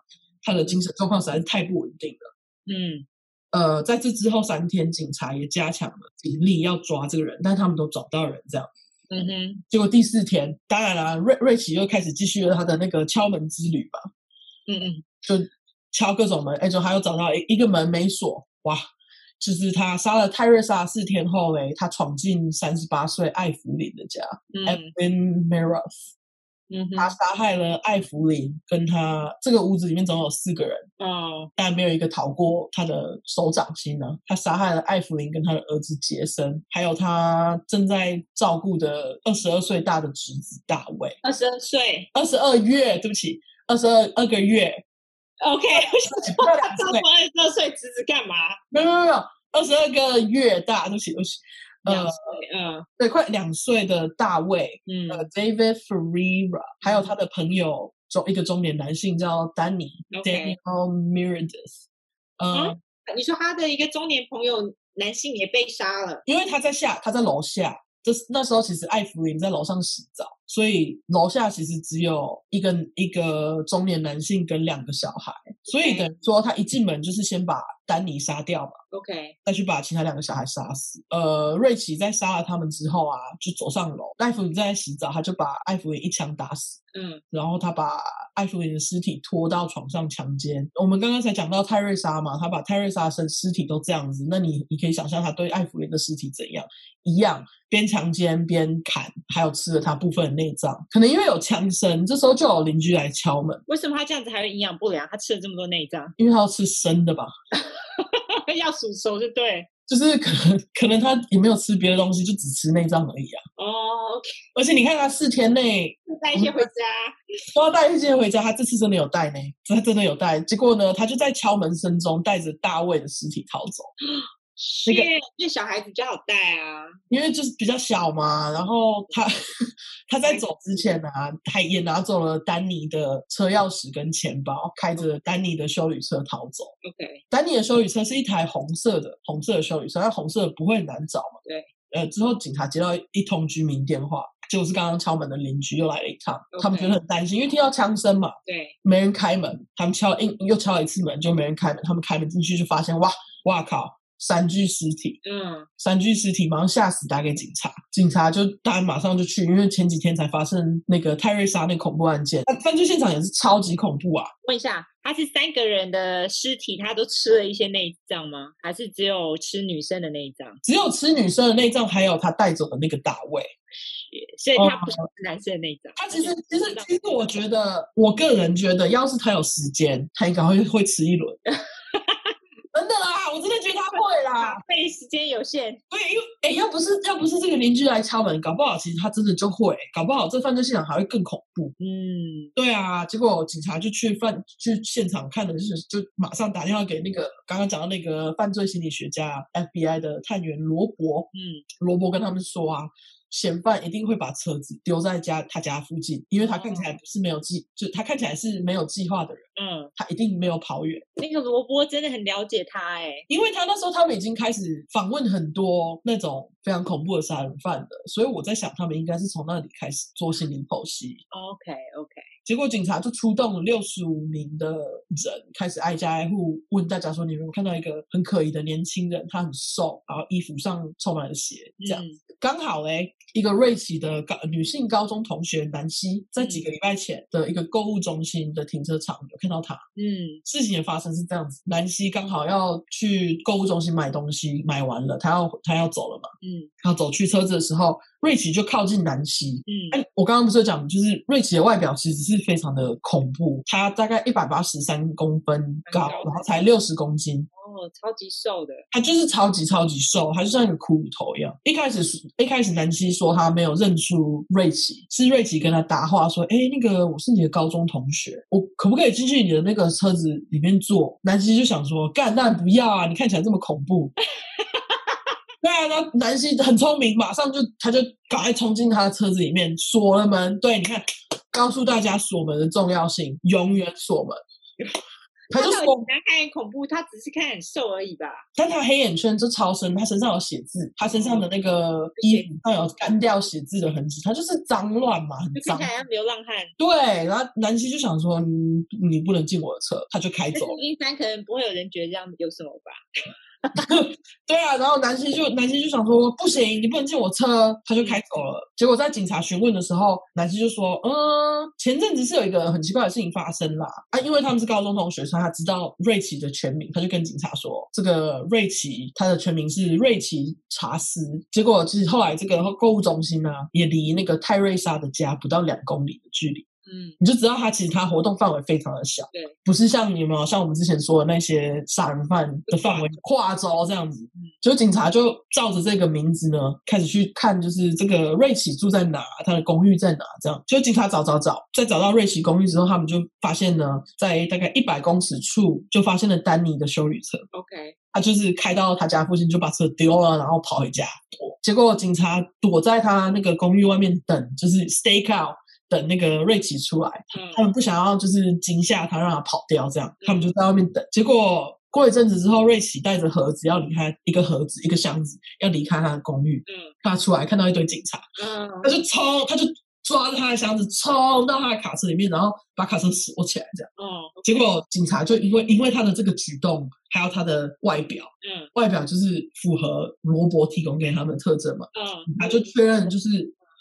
[SPEAKER 2] 他的精神状况实在是太不稳定了。
[SPEAKER 1] 嗯
[SPEAKER 2] 呃，在这之后三天，警察也加强了警力要抓这个人，但他们都找不到人，这样。
[SPEAKER 1] 嗯哼
[SPEAKER 2] 结果第四天，当然啦、瑞瑞奇又开始继续了他的那个敲门之旅吧，
[SPEAKER 1] 嗯嗯，
[SPEAKER 2] 就敲各种门，哎，就还有找到一一个门没锁，哇！就是他杀了泰瑞莎四天后嘞，他闯进三十八岁艾弗林的家、e v
[SPEAKER 1] 嗯
[SPEAKER 2] a n Mara
[SPEAKER 1] 嗯
[SPEAKER 2] 他
[SPEAKER 1] 哼，
[SPEAKER 2] 杀害了艾芙琳，跟他这个屋子里面总有四个人，
[SPEAKER 1] 哦，
[SPEAKER 2] 但没有一个逃过他的手掌心呢、他杀害了艾芙琳跟他的儿子杰森，还有他正在照顾的二十二岁大的侄子大卫。
[SPEAKER 1] 二十二岁
[SPEAKER 2] 二十二月，对不起，二十二二个月，
[SPEAKER 1] ，OK，我想说
[SPEAKER 2] 二十
[SPEAKER 1] 他照
[SPEAKER 2] 二
[SPEAKER 1] 顾
[SPEAKER 2] 岁
[SPEAKER 1] 二十二岁侄子干嘛？
[SPEAKER 2] 没有没有没有，二十二个月大，对不起，对不起，
[SPEAKER 1] 两
[SPEAKER 2] 呃，
[SPEAKER 1] 岁，嗯
[SPEAKER 2] 对，快两岁的大卫，呃
[SPEAKER 1] 嗯
[SPEAKER 2] ，David Ferreira，还有他的朋友中一个中年男性叫丹尼
[SPEAKER 1] OK
[SPEAKER 2] Daniel Miradis，呃，
[SPEAKER 1] 嗯你说他的一个中年朋友男性也被杀了，
[SPEAKER 2] 因为他在下，他在楼下，就是那时候其实艾芙琳在楼上洗澡，所以楼下其实只有一个一个中年男性跟两个小孩，所以
[SPEAKER 1] OK
[SPEAKER 2] 等于说他一进门就是先把丹尼杀掉嘛。
[SPEAKER 1] ，OK，
[SPEAKER 2] 再去把其他两个小孩杀死。呃，瑞奇在杀了他们之后啊，就走上楼。艾芙琳正在洗澡，他就把艾芙琳一枪打死。
[SPEAKER 1] 嗯
[SPEAKER 2] 然后他把艾芙琳的尸体拖到床上强奸。我们刚刚才讲到泰瑞莎嘛，他把泰瑞莎身尸体都这样子，那你你可以想象他对艾芙琳的尸体怎样？一样，边强奸边砍，还有吃了他部分的内脏。可能因为有枪声，这时候就有邻居来敲门，
[SPEAKER 1] 为什么他这样子还会营养不良？他吃了这么多内脏，
[SPEAKER 2] 因为他要吃生的吧。
[SPEAKER 1] 要煮熟就对。
[SPEAKER 2] 就是可能可能他也没有吃别的东西，就只吃内脏而已啊。
[SPEAKER 1] 哦，OK，
[SPEAKER 2] 而且你看他四天内
[SPEAKER 1] 带一些回家。
[SPEAKER 2] 都要带一些回家，他这次真的有带呢，他真的有带。结果呢，他就在敲门声中带着大卫的尸体逃走，
[SPEAKER 1] 因
[SPEAKER 2] 那个
[SPEAKER 1] 为因为小孩子比较好带啊。
[SPEAKER 2] 因为就是比较小嘛。然后他他在走之前呢、啊，他也拿走了丹尼的车钥匙跟钱包，开着丹尼的修理车逃走。
[SPEAKER 1] OK，
[SPEAKER 2] 丹尼的修理车是一台红色的，红色的修理车，那红色的不会很难找嘛。
[SPEAKER 1] 对。
[SPEAKER 2] 呃，之后警察接到一通居民电话，结果是刚刚敲门的邻居又来了一趟
[SPEAKER 1] OK
[SPEAKER 2] 他们觉得很担心，因为听到枪声嘛，
[SPEAKER 1] 对，
[SPEAKER 2] 没人开门，他们敲硬又敲了一次门，就没人开门，他们开门进去就发现哇哇靠，三具尸体，
[SPEAKER 1] 嗯
[SPEAKER 2] 三具尸体马上吓死，打给警察，警察就当然马上就去，因为前几天才发生那个泰瑞莎那恐怖案件，那犯罪现场也是超级恐怖啊，
[SPEAKER 1] 问一下，他是三个人的尸体，他都吃了一些内脏吗？还是只有吃女生的内脏？
[SPEAKER 2] 只有吃女生的内脏，还有他带走的那个大卫。
[SPEAKER 1] 所以他
[SPEAKER 2] 哦
[SPEAKER 1] 不是吃男生的内脏。
[SPEAKER 2] 他其实
[SPEAKER 1] 而且
[SPEAKER 2] 其实
[SPEAKER 1] 知道
[SPEAKER 2] 其实，我觉得我个人觉得，要是他有时间，他应该会会吃一轮。真的啦，我真的觉得他会啦。
[SPEAKER 1] 费时间有限，
[SPEAKER 2] 所以，因为哎，要不是要不是这个邻居来敲门，搞不好其实他真的就会，搞不好这犯罪现场还会更恐怖。
[SPEAKER 1] 嗯，
[SPEAKER 2] 对啊，结果警察就去犯去现场看的就是，就马上打电话给那个刚刚讲到那个犯罪心理学家 FBI 的探员罗伯，
[SPEAKER 1] 嗯，
[SPEAKER 2] 罗伯跟他们说啊，嫌犯一定会把车子丢在家他家附近，因为他看起来不是没有计，就他看起来是没有计划的人，
[SPEAKER 1] 嗯，
[SPEAKER 2] 他一定没有跑远，
[SPEAKER 1] 那个萝卜真的很了解他哎、
[SPEAKER 2] 因为他那时候他们已经开始访问很多那种非常恐怖的杀人犯的，所以我在想他们应该是从那里开始做心理剖析。
[SPEAKER 1] OK OK，
[SPEAKER 2] 结果警察就出动了六十五名的人，开始挨家挨户问大家说：“你有没有看到一个很可疑的年轻人？他很瘦，然后衣服上充满了血，这样。
[SPEAKER 1] 嗯
[SPEAKER 2] 刚好嘞，一个瑞奇的高女性高中同学南希，在几个礼拜前的一个购物中心的停车场有看到她。
[SPEAKER 1] 嗯
[SPEAKER 2] 事情的发生是这样子，南希刚好要去购物中心买东西，买完了，她要她要走了嘛，
[SPEAKER 1] 嗯
[SPEAKER 2] 她走去车子的时候，瑞奇就靠近南希。
[SPEAKER 1] 嗯
[SPEAKER 2] 哎，我刚刚不是有讲，就是瑞奇的外表其实是非常的恐怖，她大概一百八十三公分
[SPEAKER 1] 高
[SPEAKER 2] 高，
[SPEAKER 1] 的
[SPEAKER 2] 然后才六十公斤，
[SPEAKER 1] 哦，超级瘦的，
[SPEAKER 2] 他就是超级超级瘦，他就像一个骷髅头一样。一开始是一开始南希说他没有认出瑞奇，是瑞奇跟他搭话说：“哎，那个我是你的高中同学，我可不可以进去你的那个车子里面坐？”南希就想说：“干，那不要啊，你看起来这么恐怖。” 对啊，然后南希很聪明，马上就他就赶快冲进他的车子里面，锁了门。对，你看，告诉大家锁门的重要性，永远锁门。他就
[SPEAKER 1] 到
[SPEAKER 2] 锁
[SPEAKER 1] 底难看很恐怖，他只是看很瘦而已吧？
[SPEAKER 2] 但他黑眼圈就超深，他身上有血渍，他身上的那个
[SPEAKER 1] 嗯
[SPEAKER 2] 衣服上有干掉血渍的痕迹，他就是脏乱嘛，很
[SPEAKER 1] 就
[SPEAKER 2] 脏
[SPEAKER 1] 看起。来像流浪汉。
[SPEAKER 2] 对，然后南希就想说，嗯你不能进我的车，他就开
[SPEAKER 1] 但
[SPEAKER 2] 走
[SPEAKER 1] 是
[SPEAKER 2] 了。
[SPEAKER 1] 冰山可能不会有人觉得这样有什么吧？
[SPEAKER 2] 对啊，然后南希就南希就想说，不行，你不能进我车，他就开走了。结果在警察询问的时候，南希就说，嗯，前阵子是有一个很奇怪的事情发生啦，啊，因为他们是高中同学，所以他知道瑞奇的全名，他就跟警察说，这个瑞奇他的全名是瑞奇查斯。结果其实后来这个购物中心呢、啊也离那个泰瑞莎的家不到两公里的距离。
[SPEAKER 1] 嗯，
[SPEAKER 2] 你就知道他其实他活动范围非常的小，
[SPEAKER 1] 对，
[SPEAKER 2] 不是像你们像我们之前说的那些杀人犯的范围跨州这样子，就警察就照着这个名字呢开始去看，就是这个瑞奇住在哪，他的公寓在哪，这样，就警察找找找，在找到瑞奇公寓之后，他们就发现呢，在大概一百公尺处就发现了丹尼的修理车，
[SPEAKER 1] OK，
[SPEAKER 2] 他就是开到他家附近就把车丢了，然后跑回家。结果警察躲在他那个公寓外面等，就是 stake out 等那个瑞奇出来。他
[SPEAKER 1] 嗯，
[SPEAKER 2] 们不想要就是惊吓他，让他跑掉，这样他们就在外面等。结果过一阵子之后，瑞奇带着盒子要离开，一个盒子一个箱子要离开他的公寓，
[SPEAKER 1] 嗯
[SPEAKER 2] 他出来看到一堆警察，
[SPEAKER 1] 嗯，
[SPEAKER 2] 他就冲，他就抓着他的箱子冲到他的卡车里面，然后把卡车锁起来，这样。
[SPEAKER 1] 哦，
[SPEAKER 2] 结果警察就因为因为他的这个举动，还有他的外表，
[SPEAKER 1] 嗯
[SPEAKER 2] 外表就是符合罗伯提供给他们的特征嘛，
[SPEAKER 1] 嗯，
[SPEAKER 2] 他就确认就是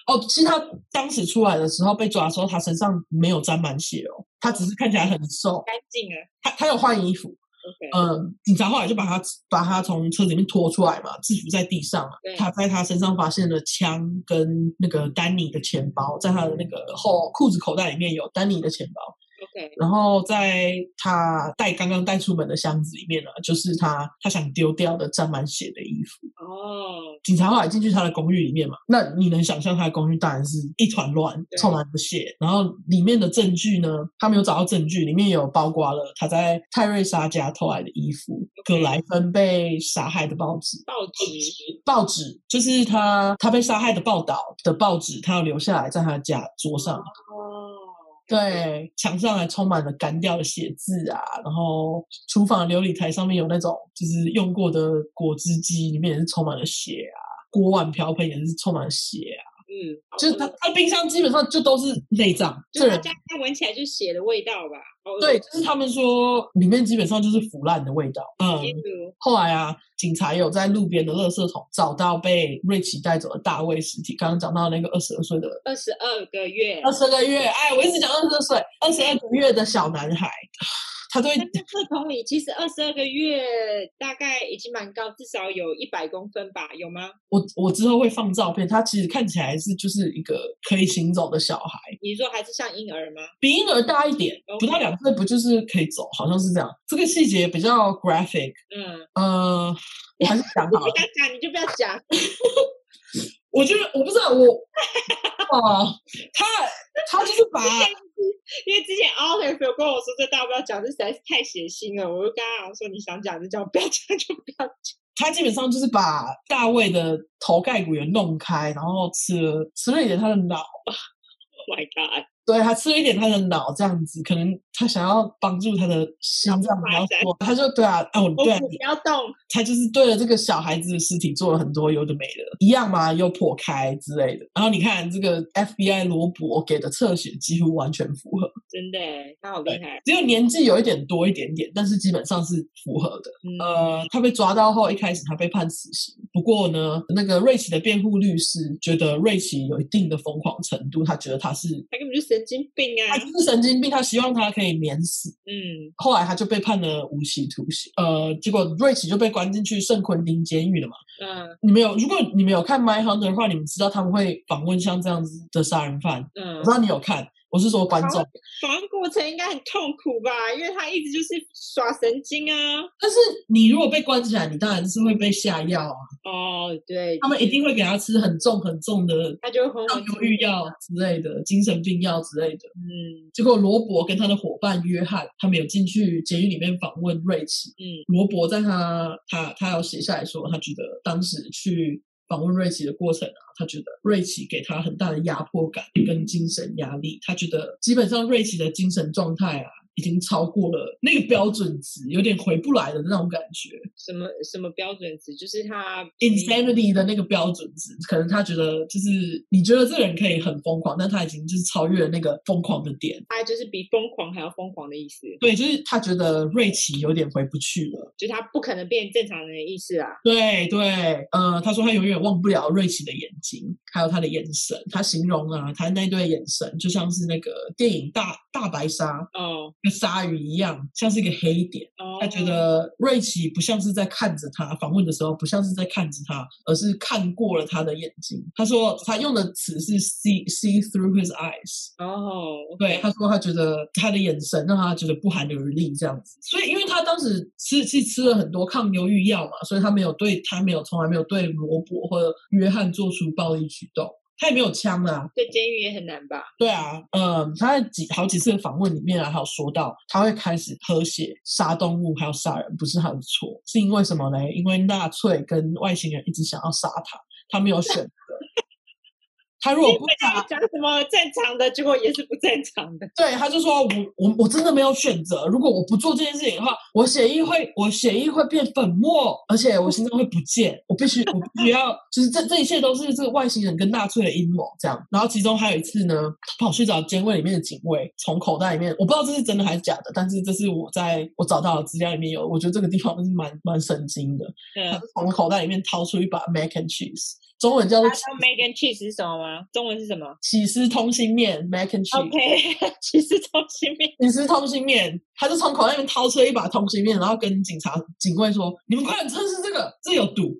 [SPEAKER 2] 哦，其实他当时出来的时候被抓的时候，他身上没有沾满血哦，他只是看起来很瘦，
[SPEAKER 1] 干净了
[SPEAKER 2] 他他有换衣服。
[SPEAKER 1] ，OK，
[SPEAKER 2] 嗯，警察后来就把他把他从车子里面拖出来嘛，制服在地上嘛
[SPEAKER 1] 对。
[SPEAKER 2] 他在他身上发现了枪跟那个丹尼的钱包，在他的那个后裤子口袋里面有丹尼的钱包。
[SPEAKER 1] OK，
[SPEAKER 2] 然后在他带刚刚带出门的箱子里面呢，啊就是他他想丢掉的沾满血的衣服。
[SPEAKER 1] 哦，
[SPEAKER 2] 警察后来进去他的公寓里面嘛，那你能想象他的公寓当然是一团乱，
[SPEAKER 1] 对
[SPEAKER 2] 充满了血。然后里面的证据呢，他们有找到证据，里面有包括了他在泰瑞莎家偷来的衣服、葛莱芬被杀害的报纸、
[SPEAKER 1] 报纸，
[SPEAKER 2] 报纸就是他他被杀害的报道的报纸，他要留下来在他的家桌上。
[SPEAKER 1] 哦，
[SPEAKER 2] 对，墙上还充满了干掉的血渍啊，然后厨房的琉璃台上面有那种就是用过的果汁机，里面也是充满了血啊，锅碗瓢盆也是充满了血啊，
[SPEAKER 1] 嗯，
[SPEAKER 2] 就是他他冰箱基本上就都是内脏，
[SPEAKER 1] 就
[SPEAKER 2] 这
[SPEAKER 1] 大
[SPEAKER 2] 人
[SPEAKER 1] 家闻起来就是血的味道吧？哦好恶
[SPEAKER 2] 对，就是他们说里面基本上就是腐烂的味道，嗯。
[SPEAKER 1] 耶鲁
[SPEAKER 2] 后来啊，警察有在路边的垃圾桶找到被瑞奇带走的大卫尸体。刚刚讲到那个二十二岁的
[SPEAKER 1] 二十二个月，
[SPEAKER 2] 二十个月，哎，我一直讲二十二岁，二十二个月的小男孩， 他对
[SPEAKER 1] 但是课桶里其实二十二个月大概已经蛮高，至少有一百公分吧？有吗？
[SPEAKER 2] 我我之后会放照片，他其实看起来是就是一个可以行走的小孩，
[SPEAKER 1] 你说还是像婴儿吗？
[SPEAKER 2] 比婴儿大一点
[SPEAKER 1] OK，
[SPEAKER 2] 不到两岁不就是可以走，好像是这样。这个细节比较 graphic，
[SPEAKER 1] 嗯，
[SPEAKER 2] 呃，我还是讲好
[SPEAKER 1] 不
[SPEAKER 2] 了。
[SPEAKER 1] 要讲你就不要讲，
[SPEAKER 2] 我觉得我不知道我，哦、他他就是把
[SPEAKER 1] 因为之前 author 有跟我说这大不要讲，这实在是太血腥了。我就跟他讲说你想讲就讲，不要讲就不要讲。
[SPEAKER 2] 他基本上就是把大卫的头盖骨也弄开，然后吃了吃了一点他的脑，
[SPEAKER 1] Oh my god！
[SPEAKER 2] 对他吃了一点他的脑，这样子，可能他想要帮助他的心脏不要
[SPEAKER 1] 发展
[SPEAKER 2] 做，他就对啊，哦，
[SPEAKER 1] 我
[SPEAKER 2] 对啊，
[SPEAKER 1] 不要动，
[SPEAKER 2] 他就是对了这个小孩子的尸体做了很多有的没的，一样嘛，又破开之类的。然后你看这个 FBI 罗伯给的侧写几乎完全符合，
[SPEAKER 1] 真的耶，他好厉害。
[SPEAKER 2] 只有年纪有一点多一点点，但是基本上是符合的。
[SPEAKER 1] 嗯，
[SPEAKER 2] 呃，他被抓到后，一开始他被判死刑。不过呢，那个瑞奇的辩护律师觉得瑞奇有一定的疯狂程度，他觉得他是
[SPEAKER 1] 他根本就神经病啊
[SPEAKER 2] 他。就是神经病，他希望他可以免死。
[SPEAKER 1] 嗯，
[SPEAKER 2] 后来他就被判了无期徒刑。呃，结果瑞奇就被关进去圣昆汀监狱了嘛。
[SPEAKER 1] 嗯
[SPEAKER 2] 你们有，如果你们有看《My Hunter》的话，你们知道他们会访问像这样子的杀人犯。我
[SPEAKER 1] 嗯
[SPEAKER 2] 知，道你有看，我是说观众。
[SPEAKER 1] 访问过程应该很痛苦吧？因为他一直就是耍神经啊。
[SPEAKER 2] 但是你如果被关起来，你当然是会被下药啊，
[SPEAKER 1] 哦，对，
[SPEAKER 2] 他们一定会给他吃很重很重的
[SPEAKER 1] 他就会昏
[SPEAKER 2] 像
[SPEAKER 1] 昏
[SPEAKER 2] 忧郁药之类的、精神病药之类的。
[SPEAKER 1] 嗯
[SPEAKER 2] 结果罗伯跟他的伙伴约翰，他们有进去监狱里面访问瑞奇。
[SPEAKER 1] 嗯
[SPEAKER 2] 罗伯在他他他有写下来说，他觉得当时去访问瑞奇的过程啊，他觉得瑞奇给他很大的压迫感跟精神压力。他觉得基本上瑞奇的精神状态啊，已经超过了那个标准值，有点回不来的那种感觉。
[SPEAKER 1] 什么什么标准值，就是他
[SPEAKER 2] insanity 的那个标准值，可能他觉得就是你觉得这个人可以很疯狂，但他已经就是超越了那个疯狂的点。
[SPEAKER 1] 他就是比疯狂还要疯狂的意思，
[SPEAKER 2] 对，就是他觉得瑞奇有点回不去了。
[SPEAKER 1] 就是他不可能变正常人的意思啊。
[SPEAKER 2] 对对，呃，他说他永远忘不了瑞奇的眼睛，还有他的眼神。他形容啊，他那对眼神就像是那个电影大《大白鲨》
[SPEAKER 1] 哦
[SPEAKER 2] 跟鲨鱼一样，像是一个黑点。
[SPEAKER 1] 哦，
[SPEAKER 2] 他觉得瑞奇不像是在看着他访问的时候，不像是在看着他，而是看过了他的眼睛。他说他用的词是 see see through his eyes。
[SPEAKER 1] 哦，
[SPEAKER 2] 对，他说他觉得他的眼神让他觉得不寒而栗这样子。所以，因为他当时吃是吃了很多抗忧郁药嘛，所以他没有对他没有从来没有对罗伯或者约翰做出暴力举动。他也没有枪啊，
[SPEAKER 1] 在监狱也很难吧？
[SPEAKER 2] 对啊，嗯，他在几好几次的访问里面啊，还有说到他会开始喝血、杀动物，还有杀人，不是他的错，是因为什么嘞？因为纳粹跟外星人一直想要杀他，他没有选择。 他如果不杀，
[SPEAKER 1] 讲什么正常的，结果也是不正常 的。
[SPEAKER 2] 对，他就说我我我真的没有选择。如果我不做这件事情的话，我血液会我血液会变粉末，而且我心脏会不见。我必须我必须要，就是这这一切都是这个外星人跟纳粹的阴谋这样。然后其中还有一次呢，他跑去找监卫里面的警卫，从口袋里面我不知道这是真的还是假的，但是这是我在我找到的资料里面有，我觉得这个地方是蛮蛮神经的。他
[SPEAKER 1] 嗯
[SPEAKER 2] 就从口袋里面掏出一把 mac and cheese，中文叫做
[SPEAKER 1] 大家知道 mac and cheese 是什么吗？中文是什么
[SPEAKER 2] 起司通心面 mac and cheese。
[SPEAKER 1] ？OK，其实中心面
[SPEAKER 2] 你吃通心面，他就从口袋里面掏出一把通心面，然后跟警察警卫说：“你们快点测试这个，这有毒。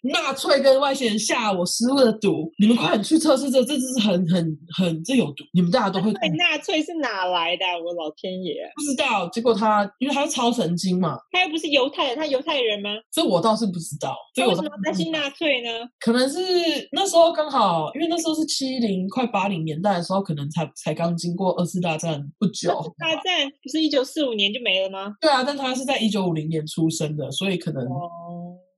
[SPEAKER 2] 纳粹跟外星人下我食物的毒，你们快点去测试这，这这是很很很这有毒，你们大家都会
[SPEAKER 1] 对纳粹是哪来的啊？我老天爷，
[SPEAKER 2] 不知道。”结果他因为他是超神经嘛，
[SPEAKER 1] 他又不是犹太人，他犹太人吗？
[SPEAKER 2] 这我倒是不知道，这
[SPEAKER 1] 他
[SPEAKER 2] 个
[SPEAKER 1] 为
[SPEAKER 2] 我
[SPEAKER 1] 什
[SPEAKER 2] 倒是
[SPEAKER 1] 么要
[SPEAKER 2] 不
[SPEAKER 1] 担
[SPEAKER 2] 知
[SPEAKER 1] 心
[SPEAKER 2] 道
[SPEAKER 1] 纳粹呢？
[SPEAKER 2] 可能是那时候刚好，因为那时候是七零快八零年代的时候，可能才才刚经过二次大战不久，
[SPEAKER 1] 大战不是一九四五年就没了吗？
[SPEAKER 2] 对啊，但他是在一九五零年出生的，所以可能
[SPEAKER 1] 哦，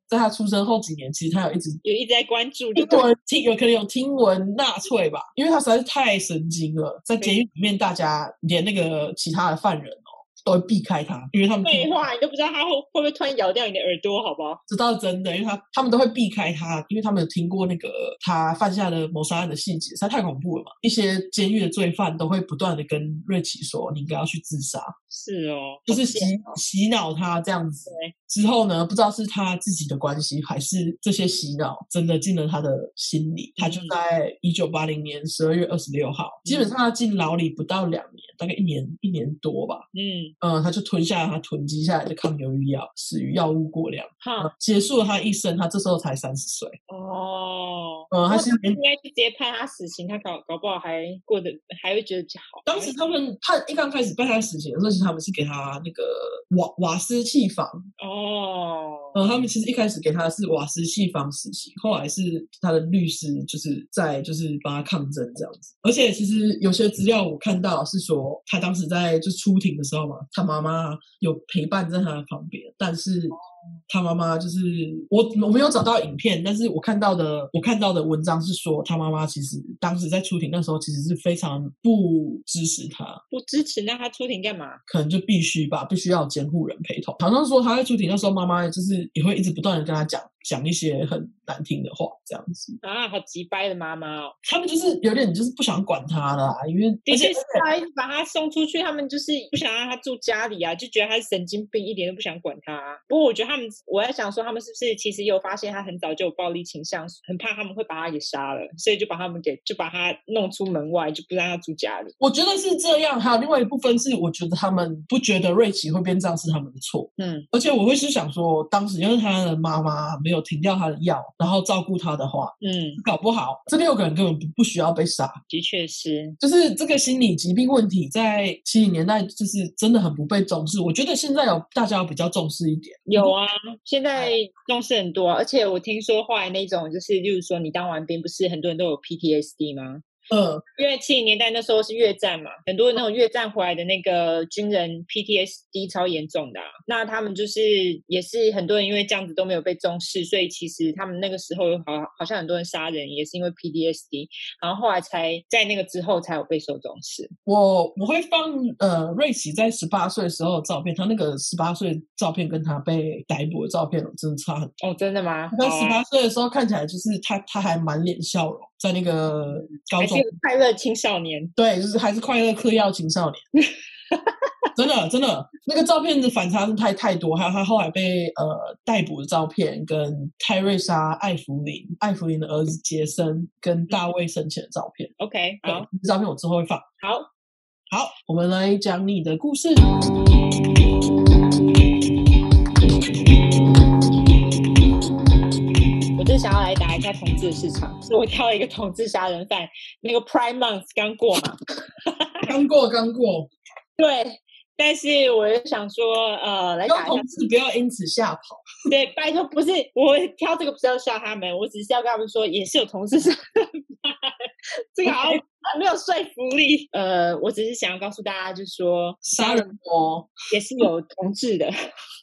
[SPEAKER 2] 在他出生后几年，其实他有一直
[SPEAKER 1] 有一直在关注就
[SPEAKER 2] 听
[SPEAKER 1] 对了，
[SPEAKER 2] 闻听有可能有听闻纳粹吧，因为他实在是太神经了，在监狱里面，大家连那个其他的犯人哦都会避开他，因为他们
[SPEAKER 1] 废
[SPEAKER 2] 听
[SPEAKER 1] 话，你都不知道他会会不会突然咬掉你的耳朵，好不好？
[SPEAKER 2] 知道真的，因为他他们都会避开他，因为他们有听过那个他犯下的谋杀案的细节，实在太恐怖了嘛。一些监狱的罪犯都会不断的跟瑞奇说，你应该要去自杀，
[SPEAKER 1] 是哦，
[SPEAKER 2] 就是
[SPEAKER 1] 好
[SPEAKER 2] 洗
[SPEAKER 1] 贱哦
[SPEAKER 2] 洗脑他这样子
[SPEAKER 1] 对。
[SPEAKER 2] 之后呢，不知道是他自己的关系，还是这些洗脑真的进了他的心里。他就
[SPEAKER 1] 嗯
[SPEAKER 2] 在一九八零年十二月二十六号，基本
[SPEAKER 1] 嗯
[SPEAKER 2] 上他进牢里不到两年，大概一年一年多吧。
[SPEAKER 1] 嗯，
[SPEAKER 2] 嗯，他就吞下了他囤积下来的抗忧郁药，死于药物过量，
[SPEAKER 1] 哈
[SPEAKER 2] 嗯结束了他一生。他这时候才三十岁。
[SPEAKER 1] 哦，
[SPEAKER 2] 嗯，他
[SPEAKER 1] 那
[SPEAKER 2] 是有点
[SPEAKER 1] 应该就直接判他死刑，他搞搞不好还过得还会觉得好。哎
[SPEAKER 2] 当时他们他一刚开始办他死刑的时候，其实他们是给他那个瓦瓦斯气房，
[SPEAKER 1] 哦，
[SPEAKER 2] 呃，他们其实一开始给他是瓦斯系方实习，后来是他的律师就是在就是帮他抗争这样子。而且其实有些资料我看到是说，他当时在就出庭的时候嘛，他妈妈有陪伴在他的旁边，但是他妈妈就是我我没有找到影片，但是我看到的我看到的文章是说，他妈妈其实当时在出庭那时候其实是非常不支持他，
[SPEAKER 1] 不支持，那他出庭干嘛？
[SPEAKER 2] 可能就必须吧，必须要有监护人陪同。好像说他在出庭那时候，妈妈就是也会一直不断的跟他讲讲一些很难听的话，这样子。
[SPEAKER 1] 啊，好急掰的妈妈哦！
[SPEAKER 2] 他们就是有点就是不想管他了、因为
[SPEAKER 1] 的
[SPEAKER 2] 而且
[SPEAKER 1] 确是他一直把他送出去，他们就是不想让他住家里啊，就觉得他是神经病，一点都不想管他、啊不过我觉得他们，我在想说，他们是不是其实有发现他很早就有暴力倾向，很怕他们会把他给杀了，所以就把他们给就把他弄出门外，就不让他住家里。
[SPEAKER 2] 我觉得是这样。还有另外一部分是，我觉得他们不觉得瑞奇会变这样是他们的错，
[SPEAKER 1] 嗯，
[SPEAKER 2] 而且我会是想说，当时因为他的妈妈没有停掉他的药，然后照顾他的话，
[SPEAKER 1] 嗯，
[SPEAKER 2] 搞不好这六个人根本不不需要被杀。
[SPEAKER 1] 的确是，
[SPEAKER 2] 就是这个心理疾病问题，在七零年代就是真的很不被重视。我觉得现在有大家有比较重视一点。
[SPEAKER 1] 有啊，现
[SPEAKER 2] 哎
[SPEAKER 1] 在重视很多啊、而且我听说后来那种就是，例如说你当完兵，不是很多人都有 PTSD 吗？
[SPEAKER 2] 嗯，
[SPEAKER 1] 因为七零年代那时候是越战嘛，很多那种越战回来的那个军人 PTSD 超严重的啊、那他们就是也是很多人因为这样子都没有被重视，所以其实他们那个时候好好像很多人杀人也是因为 PTSD，然后后来才在那个之后才有备受重视。
[SPEAKER 2] 我我会放呃瑞奇在十八岁的时候的照片，他那个十八岁的照片跟他被逮捕的照片真的差很多。
[SPEAKER 1] 哦，真的吗？
[SPEAKER 2] 他
[SPEAKER 1] 好啊
[SPEAKER 2] 十八岁的时候看起来就是他他还满脸笑容，在那个高
[SPEAKER 1] 还是
[SPEAKER 2] 中
[SPEAKER 1] 一个快乐青少年，
[SPEAKER 2] 对，就是还是快乐嗑药青少年。真的，真的，那个照片的反差是太太多，还有他后来被呃逮捕的照片，跟泰瑞莎·艾弗林、艾弗林的儿子杰森跟大卫生前的照片。
[SPEAKER 1] OK，
[SPEAKER 2] 对
[SPEAKER 1] 嗯好，，
[SPEAKER 2] 这照片我之后会放。
[SPEAKER 1] 好，
[SPEAKER 2] 好，我们来讲你的故事。
[SPEAKER 1] 我就想要来打一下同志市场， 所以我挑了一个同志杀人犯，那个 Prime Month 刚过 嘛，
[SPEAKER 2] 刚过，刚过，
[SPEAKER 1] 对，但是我就想说，呃，来
[SPEAKER 2] 要
[SPEAKER 1] 打一下
[SPEAKER 2] 同，志不要因此吓跑。
[SPEAKER 1] 对，拜托，不是我挑这个不是要笑他们，我只是要跟他们说，也是有同事是这个好像没有说服力。呃，我只是想要告诉大家，就是说
[SPEAKER 2] 杀人魔，
[SPEAKER 1] 也是有同志的。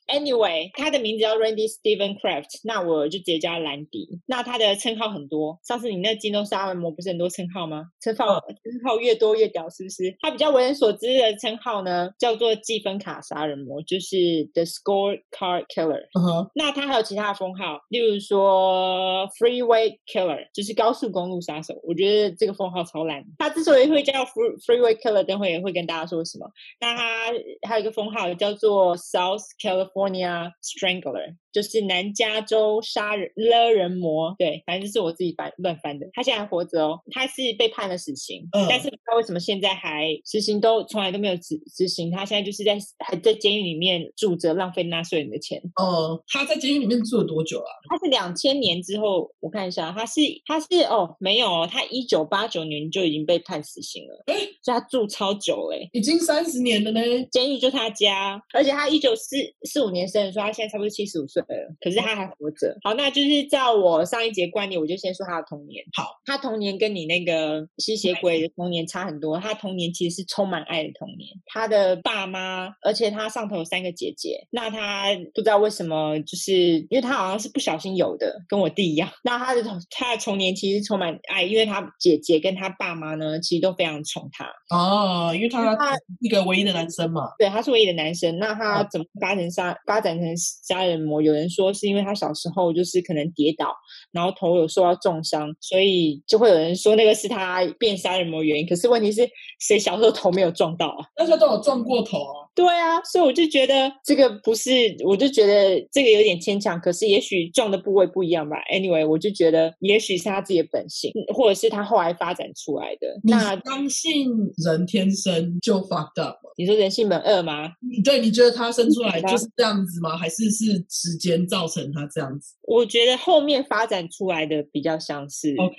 [SPEAKER 1] Anyway，他的名字叫 Randy Steven Craft，那我就直接叫他兰迪。那他的称号很多，上次你那金钟杀人魔不是很多称号吗？称号、称号越多越屌，是不是？他比较为人所知的称号呢，叫做计分卡杀人魔，就是 The Scorecard Killer。
[SPEAKER 2] 嗯哼，
[SPEAKER 1] 那他还有其他的封号，例如说 Freeway Killer，就是高速公路杀手。我觉得这个封号超烂。他之所以会叫 Free Freeway Killer，等会也会跟大家说为什么。那他还有一个封号叫做 South California Strangler，就是南加州杀人勒人魔。对，反正就是我自己翻乱翻的。他现在还活着哦，他是被判了死刑，
[SPEAKER 2] 嗯
[SPEAKER 1] 但是不知道为什么现在还执行都从来都没有执执行。他现在就是在还在监狱里面住着，浪费纳税人的钱。
[SPEAKER 2] 呃，他在监狱里面住了多久啊？
[SPEAKER 1] 他是两千年之后，我看一下，他是他是哦，没有哦，他一九八九年就已经被判死刑了，所以他住超久欸嘞、
[SPEAKER 2] 已经三十年了呢。
[SPEAKER 1] 监狱就他家，而且他一九四四五年生的，所以他现在差不多七十五岁了，可是他还活着。好，那就是照我上一节观念，我就先说他的童年。
[SPEAKER 2] 好，
[SPEAKER 1] 他童年跟你那个吸血鬼的童年差很多，他童年其实是充满爱的童年。他的爸妈，而且他上头有三个姐姐，那他不知道为什么，就是因为他好像是不小心有的，跟我弟一 样。那他的童他的童年其实充满爱，因为他姐姐跟他爸妈呢，其实都非常宠他。
[SPEAKER 2] 哦，因为他
[SPEAKER 1] 他
[SPEAKER 2] 一个唯一的男生嘛。
[SPEAKER 1] 对，他是唯一的男生。那他
[SPEAKER 2] 哦
[SPEAKER 1] 怎么发展杀发展成杀人魔？有人说是因为他小时候就是可能跌倒，然后头有受到重伤，所以就会有人说那个是他变杀人魔原因。可是问题是谁小时候头没有撞到啊？
[SPEAKER 2] 大家都有撞过头啊。
[SPEAKER 1] 对啊，所以我就觉得这个不是，我就觉得这个有点牵强。可是也许撞的部位不一样吧。Anyway，我就觉得也许是他自己的本性，或者是他后来发展出来的。
[SPEAKER 2] 你
[SPEAKER 1] 那
[SPEAKER 2] 相信人天生就 fucked up 吗？
[SPEAKER 1] 你说人性本恶吗？
[SPEAKER 2] 你对，你觉得他生出来
[SPEAKER 1] 是的
[SPEAKER 2] 就是这样子吗？还是是时间造成他这样子
[SPEAKER 1] 我觉得后面发展出来的比较像是
[SPEAKER 2] ？OK，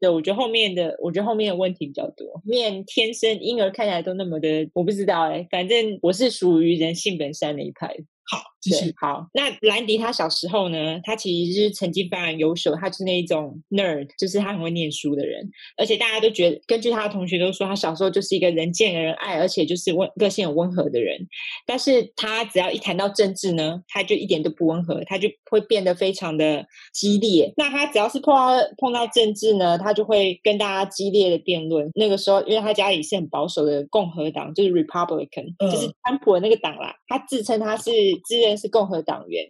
[SPEAKER 1] 对，我觉得后面的，我觉得后面的问题比较多。面天生欸婴儿看起来都那么的，我不知道哎、反正我是属于人性本善的一派。
[SPEAKER 2] 好，继续
[SPEAKER 1] 对，好，那兰迪他小时候呢，他其实是成绩非常优秀，他就是那一种 nerd，就是他很会念书的人，而且大家都觉得，根据他的同学都说，他小时候就是一个人见人爱，而且就是温个性很温和的人。但是他只要一谈到政治呢，他就一点都不温和，他就会变得非常的激烈。那他只要是碰到碰到政治呢，他就会跟大家激烈的辩论。那个时候，因为他家里是很保守的共和党，就是 Republican，、
[SPEAKER 2] 嗯
[SPEAKER 1] 就是川普的那个党啦。他自称他是自认是共和党员，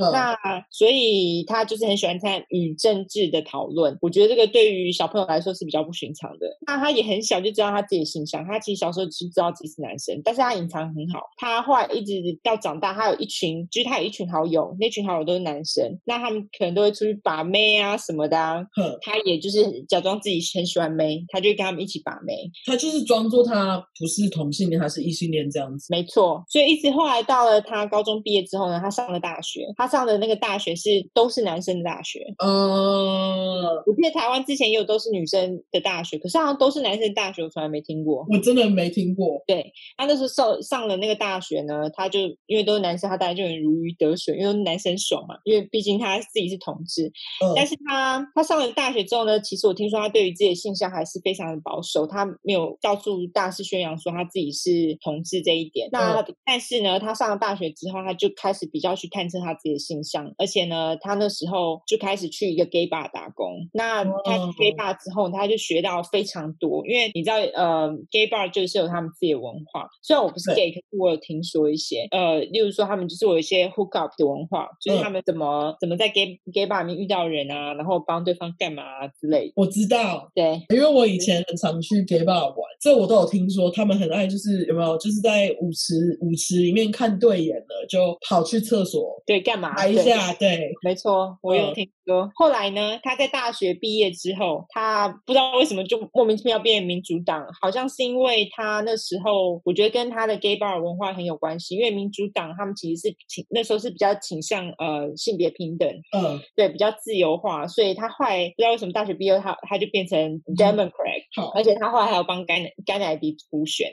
[SPEAKER 2] 嗯
[SPEAKER 1] 那所以他就是很喜欢参与政治的讨论，我觉得这个对于小朋友来说是比较不寻常的。那他也很小就知道他自己的性向，他其实小时候只知道自己是男生，但是他隐藏很好。他后来一直到长大，他有一群，就是他有一群好友，那群好友都是男生，那他们可能都会出去把妹啊什么的、啊。
[SPEAKER 2] 嗯
[SPEAKER 1] 他也就是假装自己很喜欢妹，他就跟他们一起把妹。
[SPEAKER 2] 他就是装作他不是同性恋，他是异性恋这样子。
[SPEAKER 1] 没错，所以一直后来到了他高中毕业之后呢，他上了大学，他上的那个大学是都是男生的大学。
[SPEAKER 2] 呃，
[SPEAKER 1] 我记得台湾之前也有都是女生的大学，可是好像都是男生的大学，我从来没听过。
[SPEAKER 2] 我真的没听过。
[SPEAKER 1] 对，他那时候上上了那个大学呢，他就因为都是男生，他当然就很如鱼得水，因为都是男生爽嘛，因为毕竟他自己是同志。
[SPEAKER 2] 嗯、
[SPEAKER 1] 但是他他上了大学之后呢，其实我听说他对于自己的性向还是非常的保守，他没有到处大肆宣扬说他自己是同志这一点。那、但是呢，他上了大学之后，他就开始比较去探测他自己的性向，而且呢，他那时候就开始去一个 gay bar 打工。那他去 gay
[SPEAKER 2] 哦
[SPEAKER 1] bar 之后，他就学到非常多，因为你知道，呃，gay bar 就是有他们自己的文化。虽然我不是 gay，可是我有听说一些，呃，例如说他们就是有一些 hook up 的文化，就是
[SPEAKER 2] 嗯
[SPEAKER 1] 他们怎么、怎么在 gay gay bar 里面遇到人啊，然后帮对方干嘛啊之类的。
[SPEAKER 2] 我知道，
[SPEAKER 1] 对，
[SPEAKER 2] 因为我以前很常去 gay bar 玩，这我都有听说，他们很爱就是有没有就是在舞池舞池里面看对眼了，就跑去厕所
[SPEAKER 1] 对，干嘛？啊
[SPEAKER 2] 拍一
[SPEAKER 1] 对
[SPEAKER 2] 下，对，
[SPEAKER 1] 没错，我有
[SPEAKER 2] 嗯
[SPEAKER 1] 听说。后来呢，他在大学毕业之后，他不知道为什么就莫名其妙变成民主党，好像是因为他那时候，我觉得跟他的 gay bar 文化很有关系。因为民主党他们其实是倾那时候是比较倾向呃性别平等，
[SPEAKER 2] 嗯，
[SPEAKER 1] 对，比较自由化，所以他后来不知道为什么大学毕业他他就变成 Democrat，、
[SPEAKER 2] 嗯好，
[SPEAKER 1] 而且他后来还有帮甘甘乃迪补选。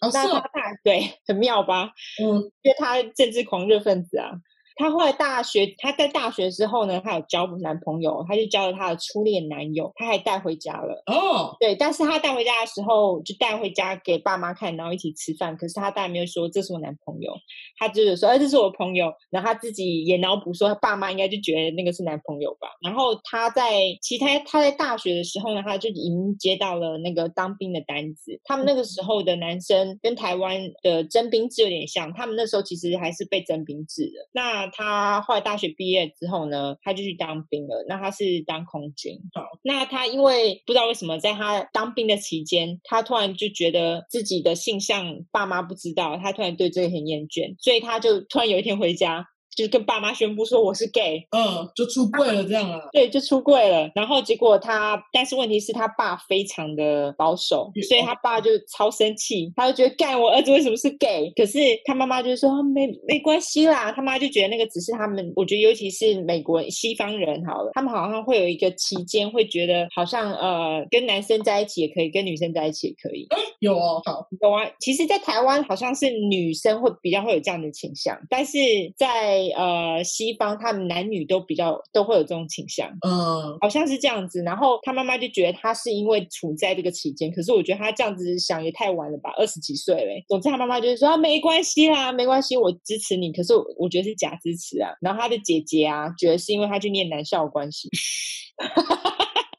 [SPEAKER 2] 啊是
[SPEAKER 1] 那他
[SPEAKER 2] 哦，
[SPEAKER 1] 大对很妙吧？
[SPEAKER 2] 嗯
[SPEAKER 1] 因为他政治狂热分子啊。他后来大学，他在大学之后呢，他有交男朋友，他就交了他的初恋男友，他还带回家了。
[SPEAKER 2] 哦，
[SPEAKER 1] 对，但是他带回家的时候，就带回家给爸妈看，然后一起吃饭。可是他当然没有说这是我男朋友，他只有说，哎，这是我朋友。然后他自己也脑补说，他爸妈应该就觉得那个是男朋友吧。然后他在其实他他在大学的时候呢，他就已经接到了那个当兵的单子。他们那个时候的男生跟台湾的征兵制有点像，他们那时候其实还是被征兵制的。那他后来大学毕业之后呢，他就去当兵了。那他是当空军，那他因为不知道为什么，在他当兵的期间，他突然就觉得自己的性向爸妈不知道，他突然对这个很厌倦，所以他就突然有一天回家，就是跟爸妈宣布说我是 gay，
[SPEAKER 2] 嗯，就出柜了这样啊，
[SPEAKER 1] 对，就出柜了。然后结果他，但是问题是他爸非常的保守
[SPEAKER 2] 嗯，
[SPEAKER 1] 所以他爸就超生气，他就觉得干我儿子为什么是 gay？可是他妈妈就说啊没没关系啦，他妈就觉得那个只是他们，我觉得尤其是美国西方人好了，他们好像会有一个期间会觉得好像呃跟男生在一起也可以，跟女生在一起也可以，
[SPEAKER 2] 有哦，好，
[SPEAKER 1] 你懂啊？其实，在台湾好像是女生会比较会有这样的倾向，但是在呃西方，他们男女都比较都会有这种倾向。
[SPEAKER 2] 嗯，
[SPEAKER 1] 好像是这样子。然后他妈妈就觉得他是因为处在这个期间，可是我觉得他这样子想也太晚了吧，二十几岁嘞。总之他妈妈就是说、啊、没关系啦，没关系，我支持你。可是我我觉得是假支持啊。然后他的姐姐啊，觉得是因为他去念男校的关系，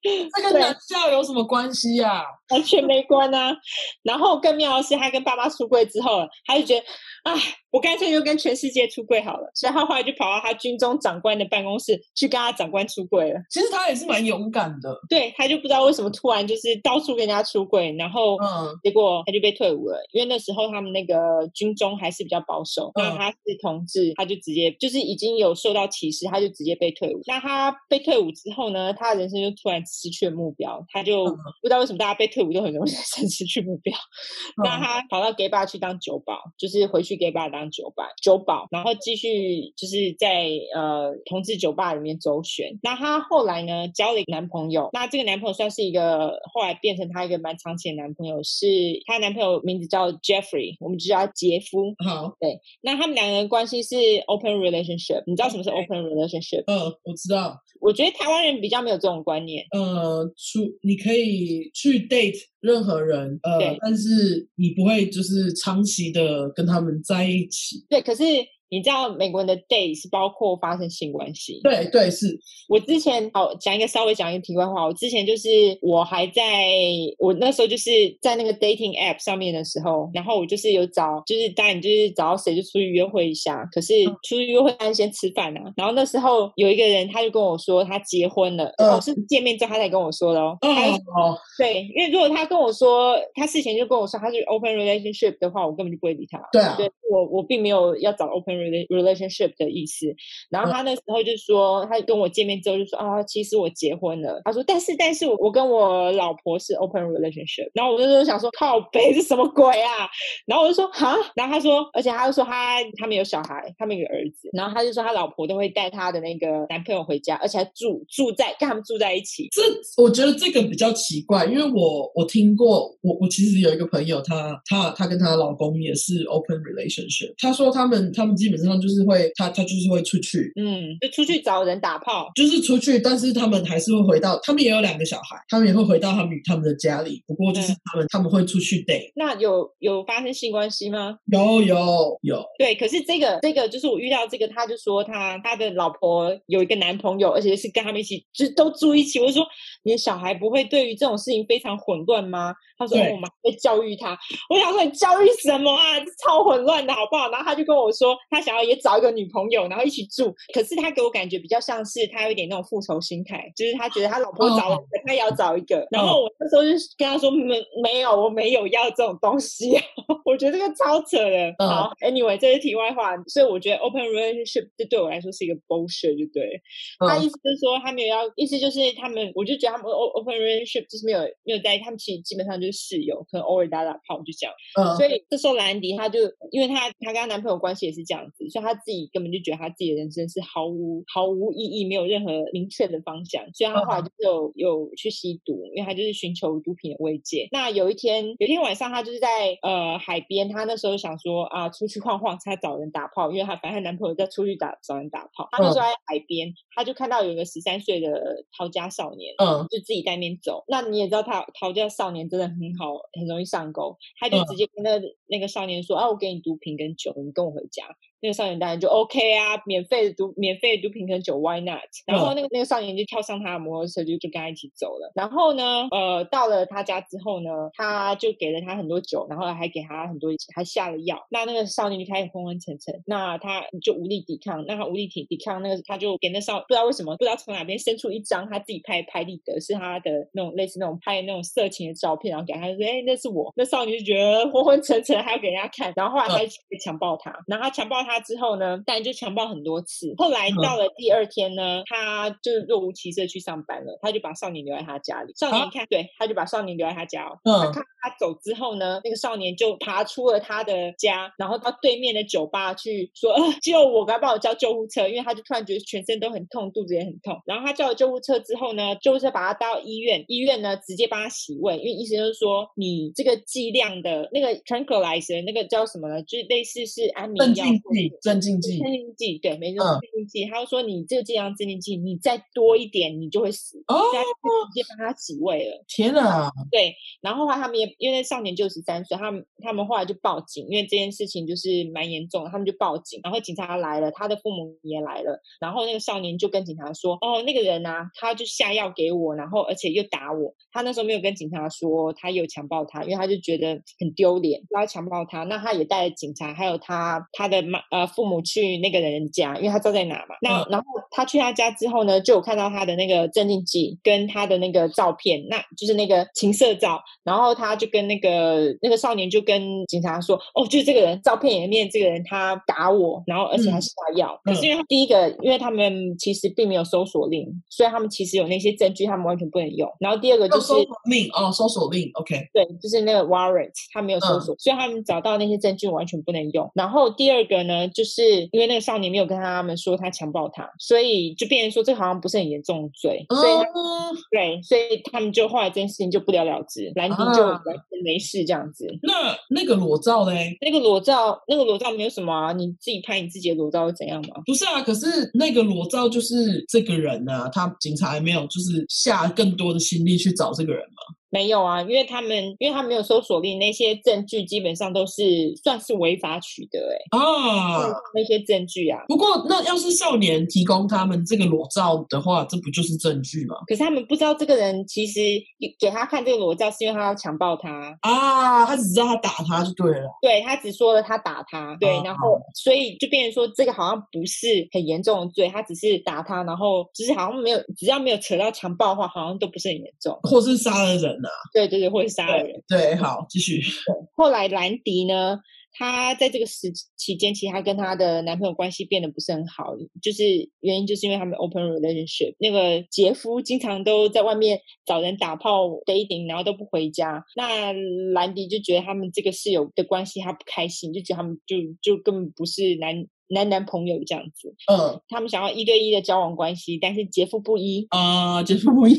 [SPEAKER 2] 这跟
[SPEAKER 1] 对
[SPEAKER 2] 男校有什么关系呀、啊？
[SPEAKER 1] 完全没关啊。然后更妙的是，他跟爸妈出柜之后，他就觉得，啊，我干脆就跟全世界出柜好了。所以他后来就跑到他军中长官的办公室去跟他长官出柜了。
[SPEAKER 2] 其实他也是蛮勇敢的，
[SPEAKER 1] 对他就不知道为什么突然就是到处跟人家出柜，然后
[SPEAKER 2] 嗯
[SPEAKER 1] 结果他就被退伍了，因为那时候他们那个军中还是比较保守，那
[SPEAKER 2] 嗯
[SPEAKER 1] 他是同志，他就直接就是已经有受到歧视，他就直接被退伍。那他被退伍之后呢，他的人生就突然失去了目标，他就
[SPEAKER 2] 嗯
[SPEAKER 1] 不知道为 什么大家被退伍都很容易人生失去目标。那
[SPEAKER 2] 嗯
[SPEAKER 1] 他跑到 gay bar 去当酒保，就是回续给爸当酒吧酒保，然后继续就是在呃同志酒吧里面周旋。那她后来呢交了一个男朋友，那这个男朋友算是一个后来变成她一个蛮长期的男朋友，是她男朋友名字叫 Jeffrey，我们就叫他杰夫。
[SPEAKER 2] 好，
[SPEAKER 1] 那他们两个人关系是 open relationship，你知道什么是 open relationship？
[SPEAKER 2] 呃，我知道，
[SPEAKER 1] 我觉得台湾人比较没有这种观念。
[SPEAKER 2] 呃，出你可以去 date 任何人，呃
[SPEAKER 1] 对，
[SPEAKER 2] 但是你不会就是长期的跟他们在一起。
[SPEAKER 1] 对，可是你知道美国人的 day 是包括发生性关系。
[SPEAKER 2] 对对是，
[SPEAKER 1] 我之前好讲一个稍微讲一个题外话，我之前就是我还在我那时候就是在那个 dating app 上面的时候，然后我就是有找，就是当然就是找到谁就出去约会一下，可是
[SPEAKER 2] 嗯
[SPEAKER 1] 出去约会当然先吃饭啊。然后那时候有一个人他就跟我说他结婚了，
[SPEAKER 2] 嗯
[SPEAKER 1] 哦是见面之后他才跟我说的哦，他就
[SPEAKER 2] 哦，
[SPEAKER 1] 对，因为如果他跟我说他事前就跟我说他是 open relationship 的话，我根本就不会理他。
[SPEAKER 2] 对啊，
[SPEAKER 1] 对我我并没有要找 open rela- relationship 的意思。然后
[SPEAKER 2] 嗯
[SPEAKER 1] 他那时候就说，他跟我见面之后就说啊，其实我结婚了。他说，但是但是我我跟我老婆是 open relationship。然后我那时候想说，靠北是什么鬼啊？然后我就说哈，然后他说，而且他就说他他们有小孩，他们有个儿子。然后他就说他老婆都会带他的那个男朋友回家，而且还住住在跟他们住在一起。
[SPEAKER 2] 这我觉得这个比较奇怪，因为我我听过，我我其实有一个朋友，她她她跟她老公也是 open relationship，她说他们他们基本上就是会，她她就是会出去，
[SPEAKER 1] 嗯，就出去找人打炮。
[SPEAKER 2] 就是出去，但是他们还是会回到，他们也有两个小孩，他们也会回到他们他们的家里，不过就是
[SPEAKER 1] 嗯
[SPEAKER 2] 他们、他们会出去 date，
[SPEAKER 1] 那有有发生性关系吗？
[SPEAKER 2] 有有有，
[SPEAKER 1] 对，可是这个这个就是我遇到这个，他就说他他的老婆有一个男朋友，而且是跟他们一起，就是都住一起。我就说你的小孩不会对于这种事情非常混乱吗？他说、哦
[SPEAKER 2] 对
[SPEAKER 1] 我们还会教育他。我想说你教育什么啊？这超混乱的好不好？然后他就跟我说，他想要也找一个女朋友，然后一起住。可是他给我感觉比较像是他有一点那种复仇心态，就是他觉得他老婆找了一个，他也要找一个。然后我那时候就跟他说没没有，我没有要这种东西。我觉得这个超扯的。
[SPEAKER 2] 嗯
[SPEAKER 1] 好，anyway，这是题外话，所以我觉得 open relationship 这对我来说是一个 bullshit，就对了。他
[SPEAKER 2] 嗯
[SPEAKER 1] 意思就是说他没有要，意思就是他们，我就觉得他们 o- open relationship 就是没有没有在，他们其实基本上就是室友，可能偶尔打打炮就这样。
[SPEAKER 2] 嗯
[SPEAKER 1] 所以这时候兰迪她就，因为她她跟她男朋友关系也是这样子，所以她自己根本就觉得她自己的人生是毫无毫无意义，没有任何明确的方向，所以她后来就是有有去吸毒，因为她就是寻求毒品的慰藉。那有一天有一天晚上，她就是在呃海边，她那时候想说啊出去晃晃，她找人打炮，因为她反正她男朋友在出去打找人打炮，她那时候在海边，她就看到有一个十三岁的逃家少年，
[SPEAKER 2] 嗯
[SPEAKER 1] 就自己在那边走。那你也知道他，逃家少年真的很好，很容易上钩。他就
[SPEAKER 2] 嗯
[SPEAKER 1] 直接跟那、那个少年说：“啊，我给你毒品跟酒，你跟我回家。”那个少年当然就 OK 啊，免费的毒，免费的毒品跟酒，Why not？然后那个那个少年就跳上他的摩托车，就就跟他一起走了。然后呢，呃，到了他家之后呢，他就给了他很多酒，然后还给他很多，还下了药。那那个少年就开始昏昏沉沉，那他就无力抵抗，那他无力抵抵抗，那个他就给那少不知道为什么，不知道从哪边伸出一张他自己拍拍立得，是他的那种类似那种拍那种色情的照片，然后给他就说，哎、那是我。那少女就觉得昏昏沉沉，还要给人家看，然后后来
[SPEAKER 2] 嗯
[SPEAKER 1] 他就强暴他，然后他强暴他之后呢，但就强暴很多次。后来
[SPEAKER 2] 嗯
[SPEAKER 1] 到了第二天呢，他就若无其事地去上班了，他就把少年留在他家里。少年
[SPEAKER 2] 啊
[SPEAKER 1] 看，对，他就把少年留在他家哦。他
[SPEAKER 2] 嗯
[SPEAKER 1] 看他走之后呢，那个少年就爬出了他的家，然后到对面的酒吧去说：“呃、救我，赶快帮我叫救护车！”因为他就突然觉得全身都很痛，肚子也很痛。然后他叫了救护车之后呢，救护车把他带到医院，医院呢直接帮他洗胃，因为医生就说：“你这个剂量的那个 tranquilizer 那个叫什么呢？就是类似是安眠
[SPEAKER 2] 镇
[SPEAKER 1] 药。”
[SPEAKER 2] 静剂，镇静剂，
[SPEAKER 1] 镇静剂，对，没错，
[SPEAKER 2] 嗯
[SPEAKER 1] 镇静剂。他就说你这个剂量镇静剂，你再多一点，你就会死。
[SPEAKER 2] 哦
[SPEAKER 1] 所以他就直接帮他洗胃了。
[SPEAKER 2] 天啊，
[SPEAKER 1] 对，然后后来他们也因为那少年就十三岁，他们他们后来就报警，因为这件事情就是蛮严重的，他们就报警，然后警察来了，他的父母也来了，然后那个少年就跟警察说，哦，那个人啊，他就下药给我，然后而且又打我，他那时候没有跟警察说他有强暴他，因为他就觉得很丢脸，他强暴他，那他也带了警察还有他他的妈呃父母去那个人家，因为他知道在哪嘛。那、
[SPEAKER 2] 嗯
[SPEAKER 1] 然后他去他家之后呢，就有看到他的那个镇定剂跟他的那个照片，那就是那个情色照。然后他就跟那个那个少年就跟警察说：“哦，就是这个人照片里面这个人他打我，然后而且还
[SPEAKER 2] 嗯
[SPEAKER 1] 是他要。可是
[SPEAKER 2] 嗯
[SPEAKER 1] 因为他第一个，因为他们其实并没有搜索令，所以他们其实有那些证据，他们完全不能用。然后第二个
[SPEAKER 2] 要
[SPEAKER 1] 就是
[SPEAKER 2] 搜索令哦，搜索令，OK，
[SPEAKER 1] 对，就是那个 warrant，他没有搜
[SPEAKER 2] 嗯
[SPEAKER 1] 索，所以他们找到那些证据完全不能用。然后第二个呢，就是因为那个少年没有跟他们说他强暴他，所以就变成说这好像不是很严重的罪，所以他
[SPEAKER 2] 嗯，
[SPEAKER 1] 对，所以他们就后来这件事情就不了了之，兰迪就
[SPEAKER 2] 啊
[SPEAKER 1] 完全没事这样子。
[SPEAKER 2] 那那个裸照嘞？
[SPEAKER 1] 那个裸照，那个裸照没有什么啊，你自己拍你自己的裸照是怎样吗？
[SPEAKER 2] 不是啊，可是那个裸照就是这个人啊，他警察还没有就是下更多的心力去找这个人嘛。
[SPEAKER 1] 没有啊，因为他们因为他没有搜索令，那些证据基本上都是算是违法取得、欸，
[SPEAKER 2] 啊，
[SPEAKER 1] 那些证据啊，
[SPEAKER 2] 不过那要是少年提供他们这个裸照的话，这不就是证据吗？
[SPEAKER 1] 可是他们不知道这个人其实给给他看这个裸照是因为他要强暴他，
[SPEAKER 2] 啊，他只知道他打他就对了。
[SPEAKER 1] 对他只说了他打他，对，
[SPEAKER 2] 哦
[SPEAKER 1] 然后所以就变成说这个好像不是很严重的罪，他只是打他，然后就是好像没有只要没有扯到强暴的话，好像都不是很严重，
[SPEAKER 2] 或是杀了人呐、啊
[SPEAKER 1] 对对对，或者杀了人。
[SPEAKER 2] 对，好，继续。
[SPEAKER 1] 后来兰迪呢，她在这个时期间，其实她跟她的男朋友关系变得不是很好，就是原因就是因为他们 open relationship，那个杰夫经常都在外面找人打炮 dating，然后都不回家。那兰迪就觉得他们这个室友的关系，她不开心，就觉得他们就就根本不是男男男朋友这样子，
[SPEAKER 2] 嗯
[SPEAKER 1] 他们想要一对一的交往关系，但是杰夫不依，
[SPEAKER 2] 啊，结束不一。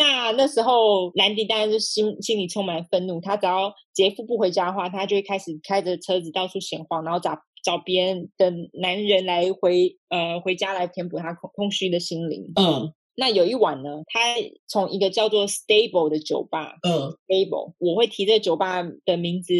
[SPEAKER 1] 那那时候，兰迪当然就心心里充满愤怒。他只要杰夫不回家的话，他就会开始开着车子到处闲晃，然后找找别人的男人来回呃回家来填补他空空虚的心灵。
[SPEAKER 2] 嗯
[SPEAKER 1] 那有一晚呢，他从一个叫做 Stable 的酒吧
[SPEAKER 2] 嗯，
[SPEAKER 1] Stable，我会提这个酒吧的名字，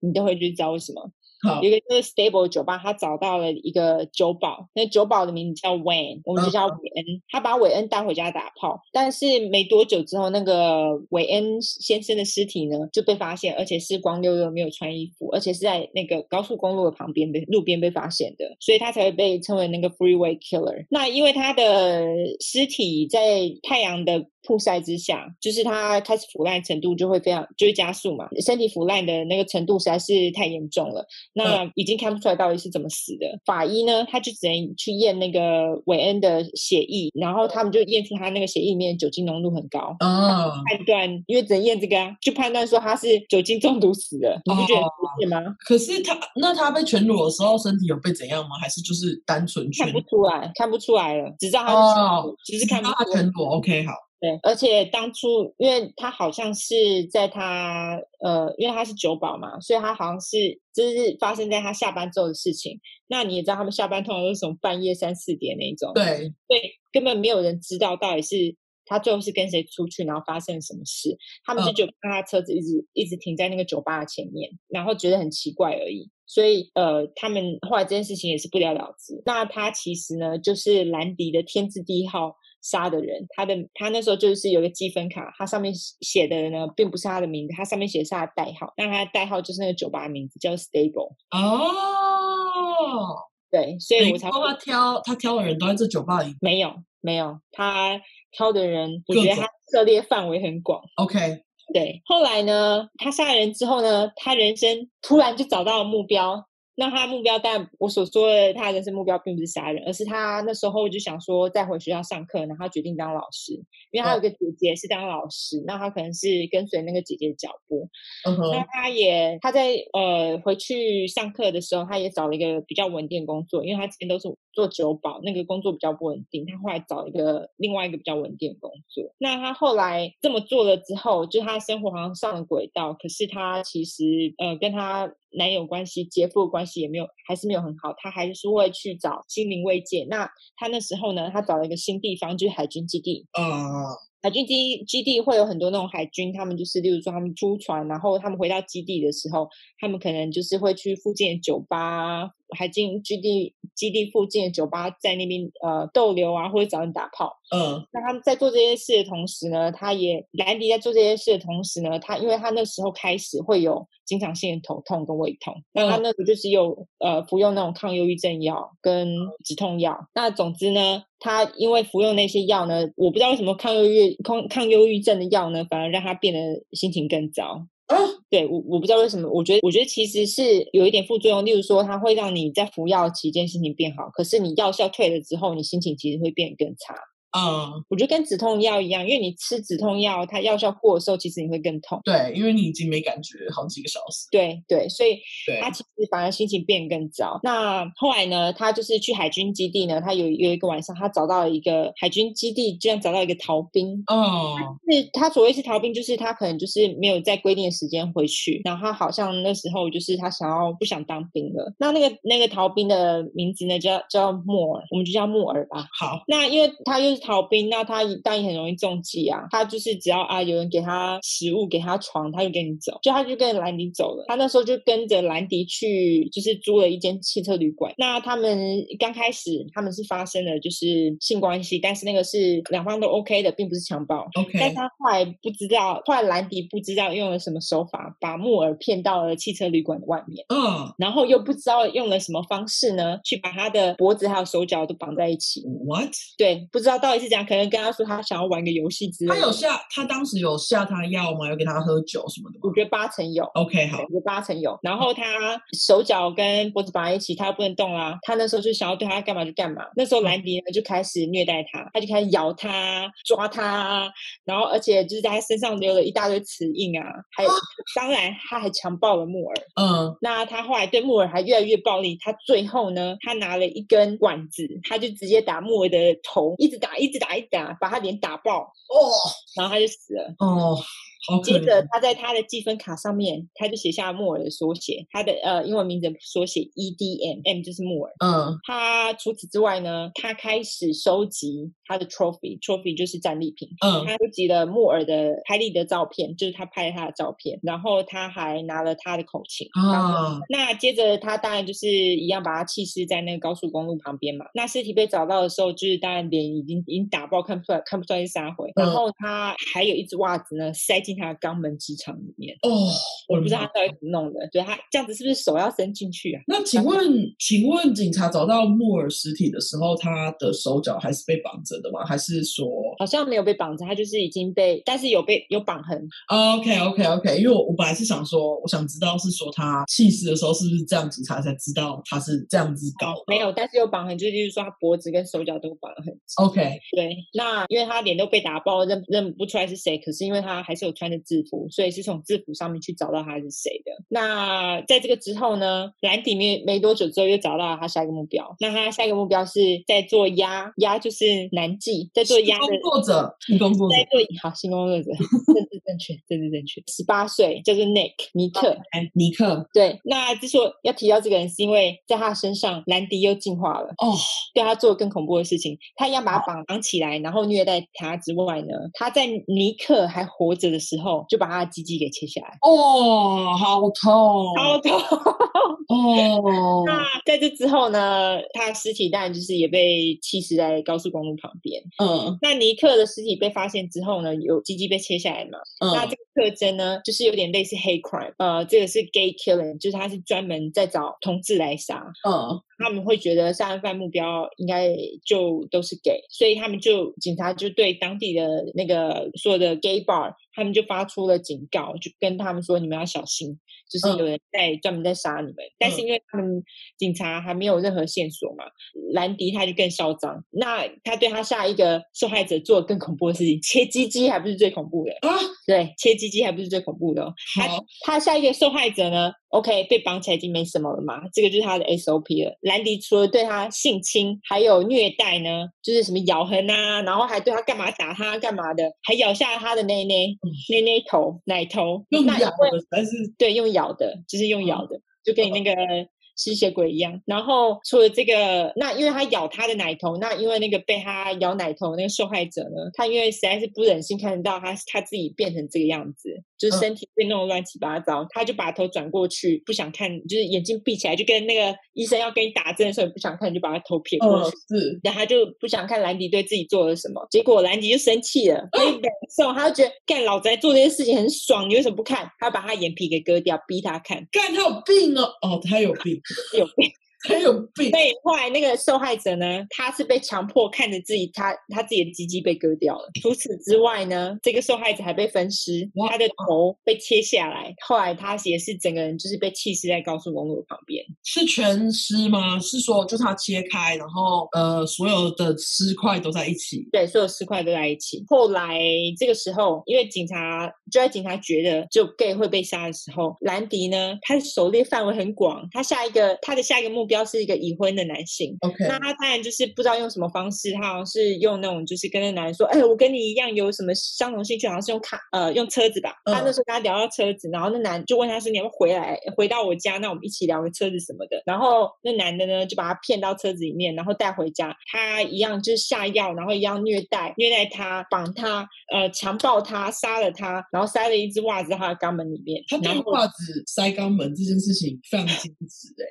[SPEAKER 1] 你都会去知道为什么。
[SPEAKER 2] 好
[SPEAKER 1] 有一个就是 Stable 的酒吧，他找到了一个酒保，那酒保的名字叫 Wayne，我们就叫韦恩。他把韦恩带回家打炮，但是没多久之后，那个韦恩先生的尸体呢就被发现，而且是光溜溜没有穿衣服，而且是在那个高速公路的旁边被路边被发现的，所以他才会被称为那个 Freeway Killer。那因为他的尸体在太阳的曝晒之下，就是它开始腐烂程度就会非常，就会加速嘛，身体腐烂的那个程度实在是太严重了。
[SPEAKER 2] 嗯
[SPEAKER 1] 那已经看不出来到底是怎么死的。法医呢，他就只能去验那个韦恩的血液，然后他们就验出他那个血液里面酒精浓度很高，
[SPEAKER 2] 啊，
[SPEAKER 1] 判断因为只能验这个啊，就判断说他是酒精中毒死的。你不觉得很不是吗？
[SPEAKER 2] 可是他那他被全裸的时候，身体有被怎样吗？还是就是单纯全
[SPEAKER 1] 看不出来，看不出来了，只知道他是酒
[SPEAKER 2] 哦，
[SPEAKER 1] 只是看不
[SPEAKER 2] 到他
[SPEAKER 1] 出来
[SPEAKER 2] 全裸？OK，好，
[SPEAKER 1] 对，而且当初因为他好像是在他呃，因为他是酒保嘛，所以他好像是这是发生在他下班之后的事情。那你也知道，他们下班通常都是从半夜三四点那一种，，
[SPEAKER 2] 对，
[SPEAKER 1] 所以根本没有人知道到底是他最后是跟谁出去，然后发生了什么事。他们就
[SPEAKER 2] 嗯
[SPEAKER 1] 觉得他车子一直一直停在那个酒吧的前面，然后觉得很奇怪而已。所以呃，他们后来这件事情也是不了了之。那他其实呢，就是兰迪的天字第一号。杀的人，他的他那时候就是有一个积分卡，他上面写写的呢，并不是他的名字，他上面写的是他的代号。那他的代号就是那个酒吧的名字，叫 Stable。
[SPEAKER 2] 哦，
[SPEAKER 1] 对，所
[SPEAKER 2] 等
[SPEAKER 1] 以
[SPEAKER 2] 于
[SPEAKER 1] 我才
[SPEAKER 2] 说
[SPEAKER 1] 会
[SPEAKER 2] 他挑他挑的人都在这酒吧里。
[SPEAKER 1] 没有，没有，他挑的人，我
[SPEAKER 2] 各
[SPEAKER 1] 觉得
[SPEAKER 2] 种
[SPEAKER 1] 他涉猎范围很广。
[SPEAKER 2] OK，
[SPEAKER 1] 对，后来呢，他杀人之后呢，他人生突然就找到了目标。那他的目标，但我所说的他的人生目标并不是杀人，而是他那时候就想说再回学校上课，然后他决定当老师，因为他有
[SPEAKER 2] 哦
[SPEAKER 1] 个姐姐是当老师，那他可能是跟随那个姐姐的脚步，
[SPEAKER 2] 嗯
[SPEAKER 1] 那
[SPEAKER 2] 哼，
[SPEAKER 1] 他也他在呃回去上课的时候，他也找了一个比较稳定的工作，因为他之前都是做酒保，那个工作比较不稳定。他后来找一个另外一个比较稳定的工作。那他后来这么做了之后，就他的生活好像上了轨道，可是他其实呃跟他男友关系、姐夫的关系也没有，还是没有很好。他还是会去找心灵慰藉。那他那时候呢，他找了一个新地方，就是海军基地。
[SPEAKER 2] 啊，
[SPEAKER 1] 海军基基地会有很多那种海军，他们就是例如说他们出船，然后他们回到基地的时候，他们可能就是会去附近的酒吧、海军基地基地附近的酒吧在那边呃逗留啊，或者找人打炮。
[SPEAKER 2] 嗯
[SPEAKER 1] 那他们在做这些事的同时呢，他也兰迪在做这些事的同时呢，他因为他那时候开始会有经常性的头痛跟胃痛，那他
[SPEAKER 2] 嗯
[SPEAKER 1] 那时候就是有呃服用那种抗忧郁症药跟止痛药。那总之呢，他因为服用那些药呢，我不知道为什么抗忧郁抗抗忧郁症的药呢，反而让他变得心情更糟。
[SPEAKER 2] 啊，
[SPEAKER 1] 对我我不知道为什么，我觉得我觉得其实是有一点副作用，例如说它会让你在服药期间心情变好，可是你药效退了之后，你心情其实会变得更差。
[SPEAKER 2] 嗯，
[SPEAKER 1] 我觉得跟止痛药一样，因为你吃止痛药，它药效过的时候，其实你会更痛。
[SPEAKER 2] 对，因为你已经没感觉好几个小时，
[SPEAKER 1] 对对，所以
[SPEAKER 2] 对，
[SPEAKER 1] 他其实反而心情变更糟。那后来呢，他就是去海军基地呢，他有有一个晚上，他找到了一个海军基地，居然找到一个逃兵。
[SPEAKER 2] 嗯
[SPEAKER 1] 是他所谓是逃兵，就是他可能就是没有在规定的时间回去，然后他好像那时候就是他想要不想当兵了。那那个那个逃兵的名字呢，叫叫莫尔，我们就叫莫尔吧。
[SPEAKER 2] 好，
[SPEAKER 1] 那因为他又是逃兵，那他一旦也很容易中计啊。他就是只要啊有人给他食物、给他床，他就跟你走，就他就跟兰迪走了。他那时候就跟着兰迪去，就是租了一间汽车旅馆。那他们刚开始他们是发生了就是性关系，但是那个是两方都 OK 的，并不是强暴。但
[SPEAKER 2] OK，
[SPEAKER 1] 他后来不知道，后来兰迪不知道用了什么手法，把木耳骗到了汽车旅馆的外面。
[SPEAKER 2] 嗯，
[SPEAKER 1] 然后又不知道用了什么方式呢，去把他的脖子还有手脚都绑在一起。
[SPEAKER 2] What？
[SPEAKER 1] 对，不知道到底是怎样，可能跟他说他想要玩个游戏之类
[SPEAKER 2] 他
[SPEAKER 1] 的。
[SPEAKER 2] 有下，他当时有下他药吗？有给他喝酒什么的
[SPEAKER 1] 我
[SPEAKER 2] 吗
[SPEAKER 1] 觉得八成有，
[SPEAKER 2] ？OK，好哦
[SPEAKER 1] 我，觉得八成有。然后他手脚跟脖子绑在一起，他又不能动啦。他那时候就想要对他干嘛就干嘛。那时候兰迪呢就开始虐待他，他就开始咬他、抓他，然后而且就是在他身上留了一大堆齿印啊，还有、 当然他还强暴了木耳。
[SPEAKER 2] 嗯，
[SPEAKER 1] 那他后来对木耳还越来越暴力，他最后呢，他拿了一根管子，他就直接打木耳的头，一直打，一直打，一直打，把他脸打爆，
[SPEAKER 2] 哦
[SPEAKER 1] 然后他就死了。
[SPEAKER 2] 哦，好可
[SPEAKER 1] 接着
[SPEAKER 2] 怜，，
[SPEAKER 1] 他在他的积分卡上面，他就写下木耳的缩写，他的呃英文名字缩写 E EDM，M 就是木耳。
[SPEAKER 2] 嗯
[SPEAKER 1] 他除此之外呢，他开始收集他的 trophy，trophy 就是战利品。
[SPEAKER 2] 嗯
[SPEAKER 1] 他收集了木耳的拍立得照片，就是他拍了他的照片，然后他还拿了他的口琴。
[SPEAKER 2] 啊，
[SPEAKER 1] 那接着他当然就是一样把他弃尸在那个高速公路旁边嘛。那尸体被找到的时候，就是当然脸已经已经打爆，看不出来看不出来是啥回。然
[SPEAKER 2] 嗯
[SPEAKER 1] 后他还有一只袜子呢，塞进他的肛门直肠里面，
[SPEAKER 2] 哦，我
[SPEAKER 1] 不
[SPEAKER 2] 的
[SPEAKER 1] 知道
[SPEAKER 2] 妈
[SPEAKER 1] 他到底怎么弄的。对他这样子是不是手要伸进去啊？
[SPEAKER 2] 那请问，请问警察找到木耳尸体的时候，他的手脚还是被绑着的吗？还是说
[SPEAKER 1] 好像没有被绑着，他就是已经被，但是有被有绑痕。
[SPEAKER 2] ，OK OK 啊 OK？因为我我本来是想说，我想知道是说他气死的时候是不是这样，警察才知道他是这样子搞的。
[SPEAKER 1] 没有，但是有绑痕，就是就是说他脖子跟手脚都有绑痕。
[SPEAKER 2] OK，
[SPEAKER 1] 对，那因为他脸都被打爆，认认不出来是谁，可是因为他还是有穿着制服，所以是从制服上面去找到他是谁的。那在这个之后呢，兰迪没没多久之后又找到了他下一个目标，那他下一个目标是在做鸭，鸭就是男妓，在做鸭的
[SPEAKER 2] 工。作者，性工作者
[SPEAKER 1] 在做好性工作者， 政治正确，政治正确。十八岁叫做 Nick 尼克，
[SPEAKER 2] 哎尼克
[SPEAKER 1] 对。那之所以要提到这个人，是因为在他身上，兰迪又进化了。
[SPEAKER 2] 哦，
[SPEAKER 1] 对他做更恐怖的事情，他一样把他绑绑起来，然后虐待他之外呢，他在尼克还活着的时候，就把他的鸡鸡给切下来，
[SPEAKER 2] 哦，好痛，
[SPEAKER 1] 超痛。
[SPEAKER 2] 哦，
[SPEAKER 1] 那在这之后呢，他的尸体当然就是也被弃尸在高速公路旁边。
[SPEAKER 2] 嗯
[SPEAKER 1] 那尼克的尸体被发现之后呢，有鸡鸡被切下来嘛？那
[SPEAKER 2] 嗯
[SPEAKER 1] 这个特征呢，就是有点类似 hate crime，呃，这个是 gay killing，就是他是专门在找同志来杀。
[SPEAKER 2] 嗯，
[SPEAKER 1] 他们会觉得杀人犯目标应该就都是 gay，所以他们就警察就对当地的那个所有的 gay bar，他们就发出了警告，就跟他们说你们要小心，就是
[SPEAKER 2] 嗯
[SPEAKER 1] 有人在专门在杀你们。但是
[SPEAKER 2] 嗯
[SPEAKER 1] 因为他们警察还没有任何线索嘛，兰迪他就更嚣张，那他对他下一个受害者做得更恐怖的事情，切鸡鸡还不是最恐怖的，
[SPEAKER 2] 啊，
[SPEAKER 1] 对，切鸡鸡还不是最恐怖的、哦，
[SPEAKER 2] 好，
[SPEAKER 1] 他下一个受害者呢？OK，被绑起来已经没什么了嘛，这个就是他的 SOP 了。兰迪除了对他性侵，还有虐待呢，就是什么咬痕啊，然后还对他干嘛打他干嘛的，还咬下他的内内
[SPEAKER 2] 嗯
[SPEAKER 1] 内内头奶头，
[SPEAKER 2] 用
[SPEAKER 1] 那因
[SPEAKER 2] 咬
[SPEAKER 1] 为
[SPEAKER 2] 的，但是嗯
[SPEAKER 1] 对用咬的，就是用咬的，就跟你那个吸血鬼一样。然后除了这个，那因为他咬他的奶头，那因为那个被他咬奶头那个受害者呢，他因为实在是不忍心看得到他他自己变成这个样子，就是
[SPEAKER 2] 嗯
[SPEAKER 1] 身体被弄得乱七八糟，他就把头转过去，不想看，就是眼睛闭起来，就跟那个医生要跟你打针的时候，你不想看，你就把他头撇过
[SPEAKER 2] 嗯
[SPEAKER 1] 去。
[SPEAKER 2] 是，
[SPEAKER 1] 然后他就不想看兰迪对自己做了什么，结果兰迪就生气了，他就忍受，他就觉得干老子在做这些事情很爽，你为什么不看？他把他眼皮给割掉，逼他看，
[SPEAKER 2] 干他有病哦，哦他有病，
[SPEAKER 1] 是有 病。
[SPEAKER 2] 他有病，
[SPEAKER 1] 所以后来那个受害者呢，他是被强迫看着自己他他自己的鸡鸡被割掉了。除此之外呢，这个受害者还被分尸，
[SPEAKER 2] 哇
[SPEAKER 1] 他的头被切下来，后来他也是整个人就是被弃尸在高速公路旁边。
[SPEAKER 2] 是全尸吗？是说就他切开，然后呃所有的尸块都在一起，
[SPEAKER 1] 对，所有尸块都在一起。后来这个时候，因为警察就在警察觉得就 gay 会被杀的时候，兰迪呢，他的狩猎范围很广，他下一个他的下一个目标是一个已婚的男性。
[SPEAKER 2] OK，
[SPEAKER 1] 那他当然就是不知道用什么方式，他好像是用那种就是跟那男人说，哎、我跟你一样有什么相同兴趣，好像是用卡呃用车子吧。他那时候跟他聊到车子，然后那男就问他说，你要不要回来回到我家，那我们一起聊个车子什么的。然后那男的呢就把他骗到车子里面，然后带回家，他一样就是下药，然后一样虐待虐待他，绑他，呃强暴他，杀了他，然后塞了一只袜子在他的肛门里面，
[SPEAKER 2] 他
[SPEAKER 1] 然
[SPEAKER 2] 变
[SPEAKER 1] 后
[SPEAKER 2] 袜子塞肛门这件事情非常坚持哎、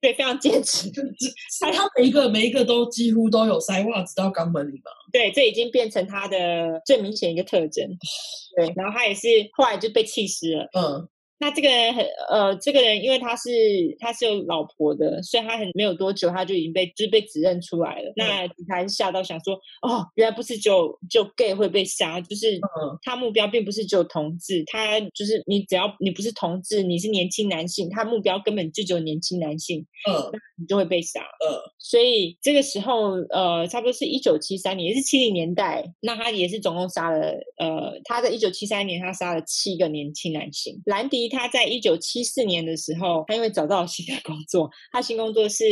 [SPEAKER 1] 对非常坚持。
[SPEAKER 2] 欸，他每一个每一个都几乎都有塞袜子到肛门里嘛。
[SPEAKER 1] 对，这已经变成他的最明显一个特征。对，然后他也是后来就被气死了。
[SPEAKER 2] 嗯，
[SPEAKER 1] 那这个人很呃，这个人因为他是他是有老婆的，所以他很没有多久他就已经被就是被指认出来了。那警察是吓到想说，哦，原来不是只有就 gay 会被杀，就是
[SPEAKER 2] 嗯
[SPEAKER 1] 他目标并不是只有同志，他就是你只要你不是同志，你是年轻男性，他目标根本就只有年轻男性，
[SPEAKER 2] 嗯
[SPEAKER 1] 你就会被杀。
[SPEAKER 2] 嗯，
[SPEAKER 1] 所以这个时候，呃，差不多是一九七三年，也是七零年代，那他也是总共杀了，呃，他在一九七三年他杀了七个年轻男性。兰迪他在一九七四年的时候，他因为找到了新的工作，他新工作是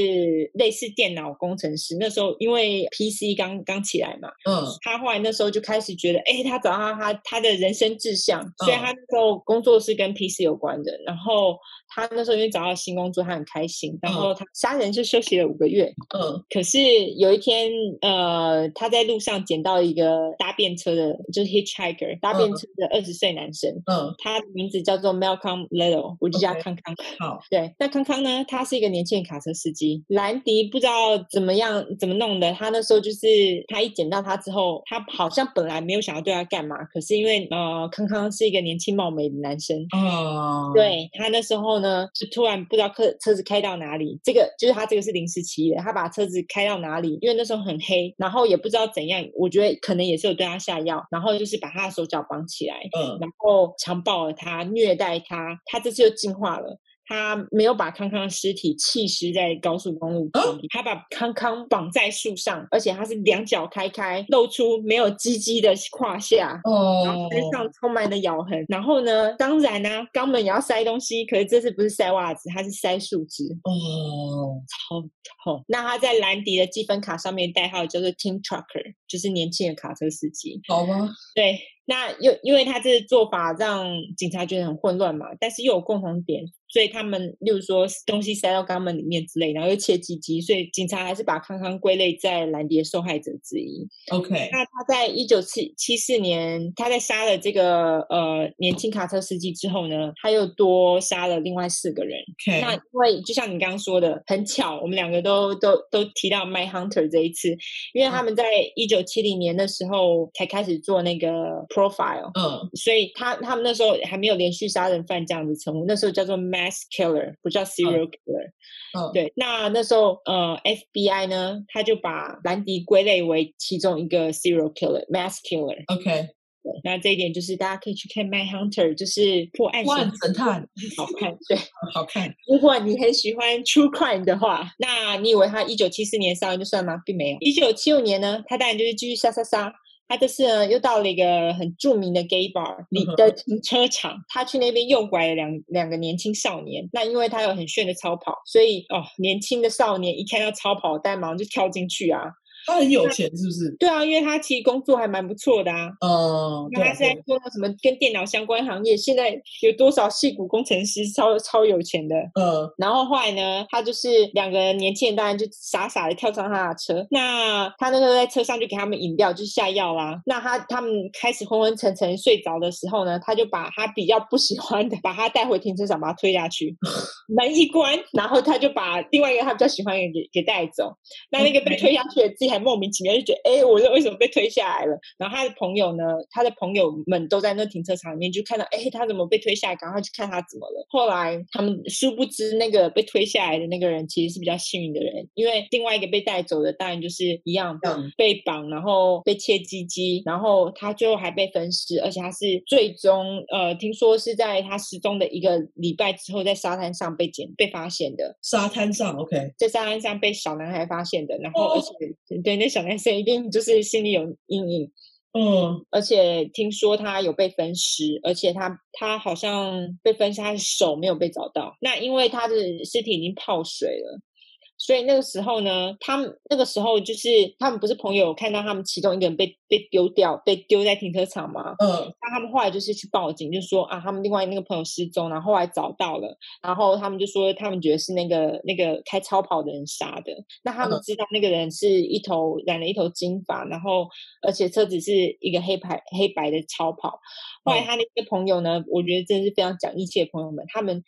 [SPEAKER 1] 类似电脑工程师。那时候因为 PC 刚刚起来嘛，
[SPEAKER 2] 嗯
[SPEAKER 1] 他后来那时候就开始觉得，哎，他找到他他他的人生志向，所以
[SPEAKER 2] 嗯
[SPEAKER 1] 他那时候工作是跟 PC 有关的。然后他那时候因为找到新工作，他很开心，然
[SPEAKER 2] 嗯
[SPEAKER 1] 后他杀人就休息了五个月。
[SPEAKER 2] 嗯
[SPEAKER 1] 可是有一天，呃，他在路上捡到一个搭便车的，就是 hitchhiker 搭便
[SPEAKER 2] 嗯
[SPEAKER 1] 车的二十岁男生，
[SPEAKER 2] 嗯，
[SPEAKER 1] 他的名字叫做 Malcolm Little，我就叫他
[SPEAKER 2] OK
[SPEAKER 1] 康康。
[SPEAKER 2] 好，
[SPEAKER 1] 对，那康康呢？他是一个年轻的卡车司机。兰迪不知道怎么样怎么弄的，他那时候就是他一捡到他之后，他好像本来没有想要对他干嘛，可是因为呃，康康是一个年轻貌美的男生，
[SPEAKER 2] 啊、嗯，，
[SPEAKER 1] 对他那时候呢，就突然不知道车车子开到哪里，这个就是他这个是临时起意的，他把车子开到哪里，因为那时候很黑，然后也不知道怎样，我觉得可能也是有对他下药，然后就是把他的手脚绑起来，
[SPEAKER 2] 嗯
[SPEAKER 1] 然后强暴了他，虐待他，他这次又进化了。他没有把康康的尸体弃尸在高速公路旁边，他把康康绑在树上，而且他是两脚开开，露出没有鸡鸡的胯下，然
[SPEAKER 2] 哦
[SPEAKER 1] 后，身上充满了咬痕。然后呢，当然呢、肛门也要塞东西，可是这次不是塞袜子，它是塞树枝，
[SPEAKER 2] 哦，
[SPEAKER 1] 超痛。那他在兰迪的积分卡上面代号叫做 Team Trucker，就是年轻的卡车司机。
[SPEAKER 2] 好吧，
[SPEAKER 1] 对，那又因为他这个做法让警察觉得很混乱嘛，但是又有共同点。所以他们，例如说东西塞到肛门里面之类，然后又切鸡鸡，所以警察还是把康康归类在兰迪的受害者之一。
[SPEAKER 2] OK，
[SPEAKER 1] 那他在一九七七四年，他在杀了这个呃年轻卡车司机之后呢，他又多杀了另外四个人。
[SPEAKER 2] OK，
[SPEAKER 1] 那因为就像你刚刚说的，很巧，我们两个都都都提到 My Hunter 这一次，因为他们在一九七零年的时候才开始做那个 profile，
[SPEAKER 2] 嗯
[SPEAKER 1] 所以他他们那时候还没有连续杀人犯这样子称呼，那时候叫做 mass killer，不叫 serial killer。
[SPEAKER 2] 嗯
[SPEAKER 1] 对，那那时候呃，FBI 呢，他就把兰迪归类为其中一个 serial killer，mass killer。
[SPEAKER 2] ，OK，
[SPEAKER 1] 对那这一点就是大家可以去看《My Hunter》，就是破案
[SPEAKER 2] 万
[SPEAKER 1] 型
[SPEAKER 2] 神探嗯
[SPEAKER 1] 好看。对，
[SPEAKER 2] 好看，
[SPEAKER 1] 如果你很喜欢 True Crime 的话，那你以为他一九七四年杀人就算吗？并没有。一九七五年呢，他当然就是继续杀杀杀。他这次呢，又到了一个很著名的 gay
[SPEAKER 2] 嗯
[SPEAKER 1] bar 里的停车场，他去那边诱拐了两两个年轻少年。那因为他有很炫的超跑，所以哦，年轻的少年一看到超跑，但马上就跳进去啊。
[SPEAKER 2] 他很有钱是不是？
[SPEAKER 1] 对啊，因为他其实工作还蛮不错的啊。
[SPEAKER 2] 呃，
[SPEAKER 1] 那
[SPEAKER 2] 对
[SPEAKER 1] 他
[SPEAKER 2] 啊，
[SPEAKER 1] 现在
[SPEAKER 2] 对
[SPEAKER 1] 做到什么跟电脑相关行业？现在有多少戏骨工程师超超有钱的？
[SPEAKER 2] 呃，
[SPEAKER 1] 然后后来呢，他就是两个年轻人，当然就傻傻的跳上他的车。那他那个在车上就给他们饮料，就是下药啦。那他他们开始昏昏沉沉睡着的时候呢，他就把他比较不喜欢的，把他带回停车场，把他推下去， 门一关，然后他就把另外一个他比较喜欢的人给给带走。那那个被
[SPEAKER 2] OK
[SPEAKER 1] 推下去的自己还莫名其妙就觉得，哎，我这为什么被推下来了？然后他的朋友呢，他的朋友们都在那停车场里面，就看到，哎，他怎么被推下来？赶快去看他怎么了。后来他们殊不知，那个被推下来的那个人其实是比较幸运的人，因为另外一个被带走的当然就是一样
[SPEAKER 2] 这样
[SPEAKER 1] 被绑，然后被切鸡鸡，然后他最后还被分尸，而且他是最终呃，听说是在他失踪的一个礼拜之后，在沙滩上被捡被发现的。
[SPEAKER 2] 沙滩上，OK，
[SPEAKER 1] 在沙滩上被小男孩发现的，然后而
[SPEAKER 2] 哦
[SPEAKER 1] 且、对那小男生一定就是心里有阴影，
[SPEAKER 2] 嗯，
[SPEAKER 1] 而且听说他有被分尸，而且他他好像被分尸，他的手没有被找到。那因为他的尸体已经泡水了，所以那个时候呢，他们那个时候就是他们不是朋友看到他们其中一个人被被丢掉，被丢在停车场吗？
[SPEAKER 2] 嗯，
[SPEAKER 1] 那他们后来就是去报警，就说啊，他们另外那个朋友失踪，然后后来找到了，然后他们就说他们觉得是那个那个开超跑的人杀的。那他们
[SPEAKER 2] 嗯
[SPEAKER 1] 知道那个人是一头染了一头金发，然后而且车子是一个黑白黑白的超跑。后来
[SPEAKER 2] 嗯
[SPEAKER 1] 他那些朋友呢，我觉得真的是非常讲义气的朋友们，他们。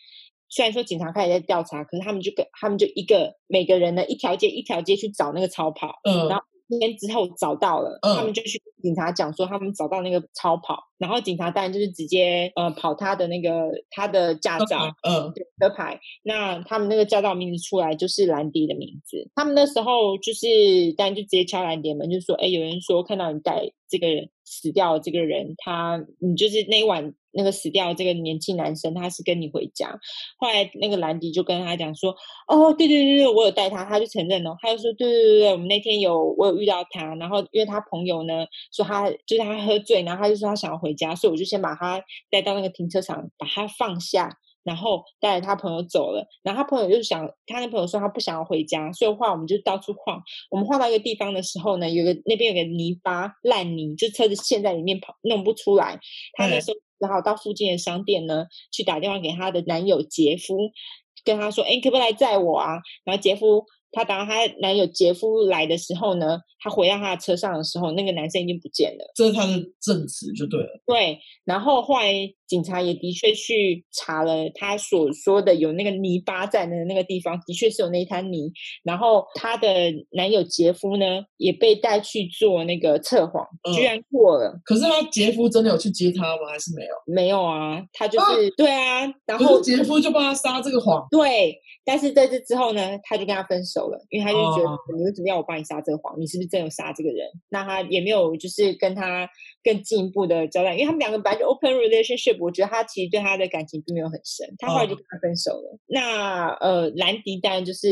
[SPEAKER 1] 虽然说警察开始在调查，可是他们就跟他们就一个每个人呢一条街一条街去找那个超跑，
[SPEAKER 2] 嗯，
[SPEAKER 1] 然后今天之后找到了，他
[SPEAKER 2] 嗯
[SPEAKER 1] 们就去跟警察讲说他们找到那个超跑，然后警察当然就是直接呃跑他的那个他的驾
[SPEAKER 2] 嗯
[SPEAKER 1] 照。
[SPEAKER 2] 嗯，
[SPEAKER 1] 对车牌，那他们那个驾照名字出来就是兰迪的名字。他们那时候就是，当然就直接敲兰迪的门，就说：“哎，有人说看到你带这个人死掉的这个人，他你就是那一晚那个死掉的这个年轻男生，他是跟你回家。”后来那个兰迪就跟他讲说：“哦，对对对对，我有带他，他就承认了。他就说，对对对对，我们那天有我有遇到他，然后因为他朋友呢说他就是他喝醉，然后他就说他想要回家，所以我就先把他带到那个停车场，把他放下。”然后带着他朋友走了，然后他朋友就想，他那朋友说他不想要回家，所以话我们就到处晃。我们晃到一个地方的时候呢，有个那边有个泥巴烂泥，就车子陷在里面跑弄不出来。他那
[SPEAKER 2] 对
[SPEAKER 1] 时候只好到附近的商店呢，去打电话给她的男友杰夫，跟他说：“哎，你可不可以来载我啊？”然后杰夫，他当她男友杰夫来的时候呢，他回到他的车上的时候，那个男生已经不见了。
[SPEAKER 2] 这是他的证词就对了，
[SPEAKER 1] 对，然后后来警察也的确去查了，他所说的有那个泥巴在的那个地方，的确是有那一滩泥。然后她的男友杰夫呢，也被带去做那个测谎，居
[SPEAKER 2] 嗯
[SPEAKER 1] 然过了。
[SPEAKER 2] 可是他杰夫真的有去接他吗？还是没有？
[SPEAKER 1] 没有啊，他就
[SPEAKER 2] 啊
[SPEAKER 1] 是、对啊，然
[SPEAKER 2] 可
[SPEAKER 1] 后
[SPEAKER 2] 是杰夫就帮他撒这个谎，
[SPEAKER 1] 对，但是在这之后呢，他就跟他分手了，因为他就觉得、
[SPEAKER 2] 哦
[SPEAKER 1] 你为什么要我帮你撒这个谎？你是不是真有杀这个人？那他也没有就是跟他更进一步的交代，因为他们两个本来就 open relationship，我觉得他其实对他的感情并没有很深，他后来就
[SPEAKER 2] 哦
[SPEAKER 1] 跟他分手了。那呃，兰迪当然就是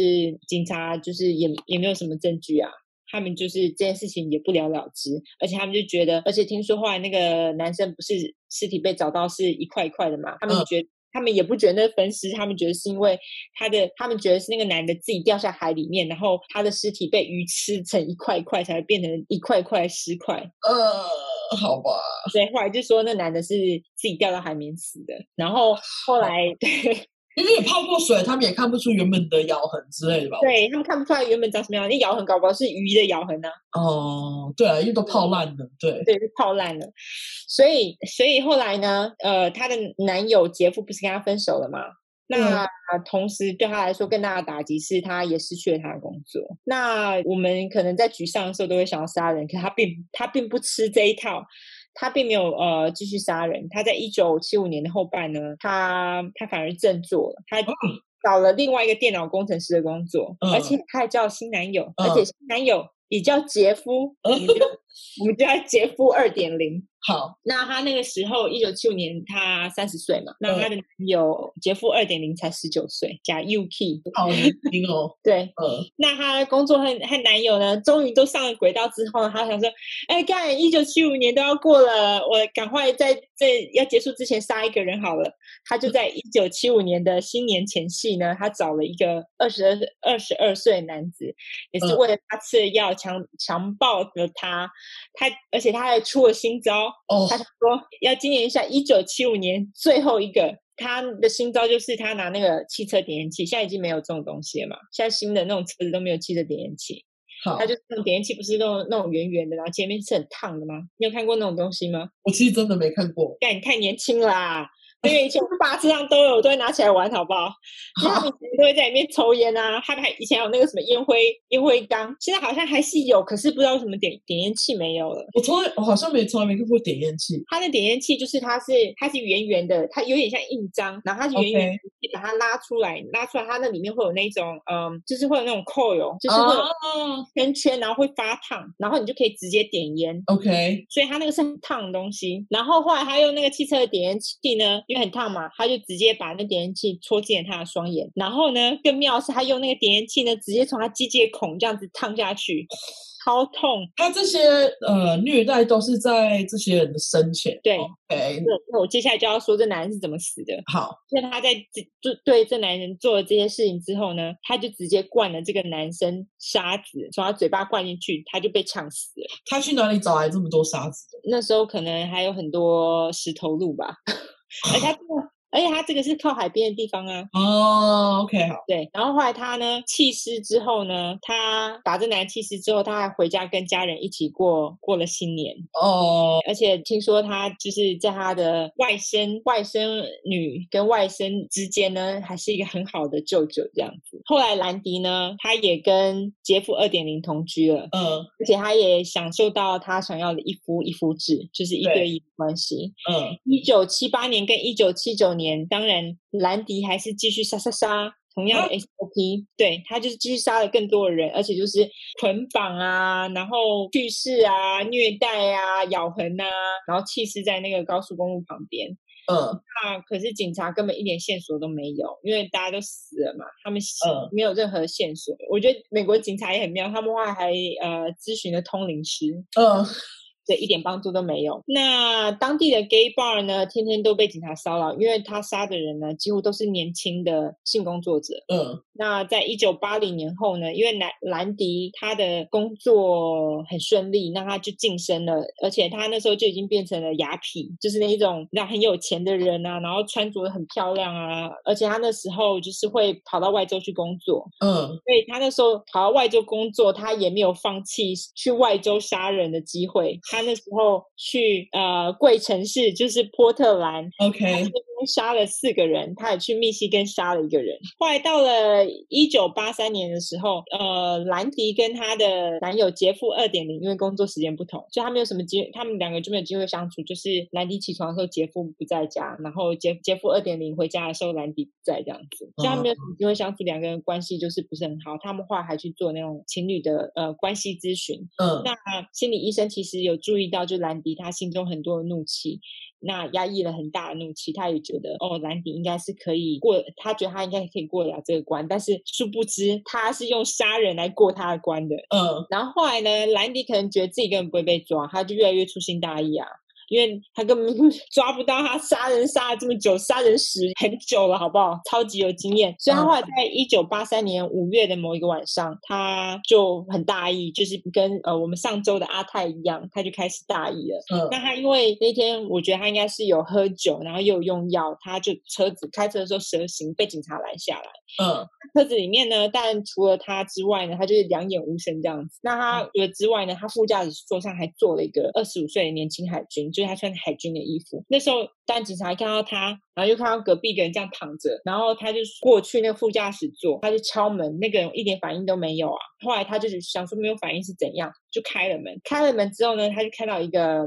[SPEAKER 1] 警察，就是也也没有什么证据啊。他们就是这件事情也不了了之，而且他们就觉得，而且听说后来那个男生不是尸体被找到是一块一块的嘛，他们
[SPEAKER 2] 嗯
[SPEAKER 1] 觉他们也不觉得那分尸，他们觉得是因为他的，他们觉得是那个男的自己掉下海里面，然后他的尸体被鱼吃成一块一块，才会变成一块一块的尸块。
[SPEAKER 2] 呃，好吧，
[SPEAKER 1] 所以后来就说那男的是自己掉到海里面死的。然后后来， 对，
[SPEAKER 2] 因为也泡过水，他们也看不出原本的咬痕之类的吧？
[SPEAKER 1] 对他们看不出来原本长什么样，那咬痕搞不好是鱼的咬痕啊。
[SPEAKER 2] 哦，对啊，因为都泡烂了，对，
[SPEAKER 1] 对，就泡烂了。所以，所以后来呢，呃，她的男友杰夫不是跟她分手了吗？那、同时对她来说更大的打击是，她也失去了她的工作。那我们可能在沮丧的时候都会想要杀人，可她并她并不吃这一套，他并没有呃继续杀人，他在一九七五年的后半呢，他他反而振作了，他
[SPEAKER 2] 哦
[SPEAKER 1] 找了另外一个电脑工程师的工作，而
[SPEAKER 2] 嗯
[SPEAKER 1] 且他还交了新男友，而
[SPEAKER 2] 嗯
[SPEAKER 1] 且新男友也叫杰夫，我们就我们叫他杰夫二点零。
[SPEAKER 2] 好，
[SPEAKER 1] 那她那个时候，一九七五年她三十岁嘛，
[SPEAKER 2] 嗯
[SPEAKER 1] 那她的男友杰夫二点零才十九岁，加 UK。
[SPEAKER 2] 好年轻哦，
[SPEAKER 1] 对，
[SPEAKER 2] 呃，
[SPEAKER 1] 那她工作和和男友呢，终于都上了轨道之后，她想说，哎，干，一九七五年都要过了，我赶快在这要结束之前杀一个人好了。她就在一九七五年的新年前夕呢，她找了一个二十二二十二岁男子，也是
[SPEAKER 2] 嗯
[SPEAKER 1] 为了他吃了药强强暴了他，他而且他还出了新招，
[SPEAKER 2] 哦
[SPEAKER 1] 他，想说要纪念一下一九七五年最后一个他的新招，就是他拿那个汽车点烟器，现在已经没有这种东西了嘛，现在新的那种车子都没有汽车点烟器，
[SPEAKER 2] 好
[SPEAKER 1] 他，就是那种点烟器不是那种那种圆圆的，然后前面是很烫的吗？你有看过那种东西吗？
[SPEAKER 2] 我其实真的没看过，
[SPEAKER 1] 但你太年轻啦。那个以前我爸车上都有，我都会拿起来玩，好不好？因为他们以前都会在里面抽烟啊，他们还以前有那个什么烟灰烟灰缸，现在好像还是有，可是不知道为什么点点烟器没有了。
[SPEAKER 2] 我从来我好像没从来没看过点烟器，
[SPEAKER 1] 它的点烟器就是它是它是圆圆的，它有点像印章，然后它是圆圆的把它拉出来，拉出来它那里面会有那种嗯，就是会有那种扣油，就是会有
[SPEAKER 2] 啊
[SPEAKER 1] 圈圈，然后会发烫，然后你就可以直接点烟。
[SPEAKER 2] ，OK，
[SPEAKER 1] 所以它那个是很烫的东西，然后后来他用那个汽车的点烟器呢，因为很烫嘛，他就直接把那点烟器戳进了他的双眼，然后呢，更妙的是他用那个点烟器呢，直接从他机械孔这样子烫下去，超痛。
[SPEAKER 2] 他这些呃虐待都是在这些人的生前，
[SPEAKER 1] 对
[SPEAKER 2] ，OK，
[SPEAKER 1] 那那我接下来就要说这男人是怎么死的。
[SPEAKER 2] 好，
[SPEAKER 1] 在他在这就对这男人做了这些事情之后呢，他就直接灌了这个男生沙子，从他嘴巴灌进去，他就被呛死了。
[SPEAKER 2] 他去哪里找来这么多沙子？
[SPEAKER 1] 那时候可能还有很多石头路吧，而他这个，而且他这个是靠海边的地方啊。
[SPEAKER 2] 哦，OK，好，
[SPEAKER 1] 对，然后后来他呢弃尸之后呢，他把这男人弃尸之后，他还回家跟家人一起过过了新年。
[SPEAKER 2] 哦，
[SPEAKER 1] 而且听说他就是在他的外甥、外甥女跟外甥之间呢，还是一个很好的舅舅这样子。后来兰迪呢，他也跟杰夫二点零同居了，
[SPEAKER 2] 嗯
[SPEAKER 1] 而且他也享受到他想要的一夫一夫制，就是一
[SPEAKER 2] 对
[SPEAKER 1] 对一的关系。
[SPEAKER 2] 嗯，
[SPEAKER 1] 一九七八年跟一九七九年，当然兰迪还是继续杀杀杀。同样的 SOP，、对他就是继续杀了更多的人，而且就是捆绑啊，然后去世啊、虐待啊、咬痕啊，然后弃尸在那个高速公路旁边。
[SPEAKER 2] 嗯
[SPEAKER 1] 那可是警察根本一点线索都没有，因为大家都死了嘛，他们死
[SPEAKER 2] 嗯
[SPEAKER 1] 没有任何线索。我觉得美国警察也很妙，他们后来还呃咨询了通灵师，
[SPEAKER 2] 嗯，
[SPEAKER 1] 对，一点帮助都没有。那当地的 gay bar 呢，天天都被警察骚扰，因为他杀的人呢，几乎都是年轻的性工作者。
[SPEAKER 2] 嗯，
[SPEAKER 1] 那在一九八零年后呢，因为兰兰迪他的工作很顺利，那他就晋升了，而且他那时候就已经变成了雅痞，就是那一种那很有钱的人啊，然后穿着得很漂亮啊，而且他那时候就是会跑到外州去工作，
[SPEAKER 2] 嗯，
[SPEAKER 1] 所以他那时候跑到外州工作，他也没有放弃去外州杀人的机会。他那时候去呃贵城市，就是波特兰，他那
[SPEAKER 2] OK，
[SPEAKER 1] 边杀了四个人，他也去密西根杀了一个人。后来到了一九八三年的时候，呃，兰迪跟她的男友杰夫二点零，因为工作时间不同，所以他们有什么机，他们两个就没有机会相处。就是兰迪起床的时候，杰夫不在家，然后杰杰夫二点零回家的时候，兰迪不在，这样子，所以他们没有什么机会相处，两个人关系就是不是很好。他们后来还去做那种情侣的呃关系咨询，
[SPEAKER 2] 嗯
[SPEAKER 1] 那心理医生其实有注意到，就兰迪她心中很多的怒气，那压抑了很大的怒气，他也觉得哦，兰迪应该是可以过，他觉得他应该可以过得了这个关，但是殊不知他是用杀人来过他的关的。
[SPEAKER 2] 嗯
[SPEAKER 1] 然后后来呢，兰迪可能觉得自己根本不会被抓，他就越来越粗心大意啊。因为他根本 抓不到他杀人杀了这么久，杀人史很久了，好不好？超级有经验。所以他
[SPEAKER 2] 嗯
[SPEAKER 1] 后来在一九八三年五月的某一个晚上，他就很大意，就是跟呃我们上周的阿泰一样，他就开始大意了。
[SPEAKER 2] 嗯
[SPEAKER 1] 那他因为那天我觉得他应该是有喝酒，然后又有用药，他就车子开车的时候蛇行，被警察拦下来。
[SPEAKER 2] 嗯
[SPEAKER 1] 车子里面呢，但除了他之外呢，他就是两眼无神这样子。那他除了之外呢，他副驾驶座上还坐了一个二十五岁的年轻海军，就是他穿着海军的衣服。那时候，但警察看到他，然后又看到隔壁一个人这样躺着，然后他就过去那个副驾驶座，他就敲门，那个人一点反应都没有啊。后来他就是想说没有反应是怎样，就开了门。开了门之后呢，他就看到一个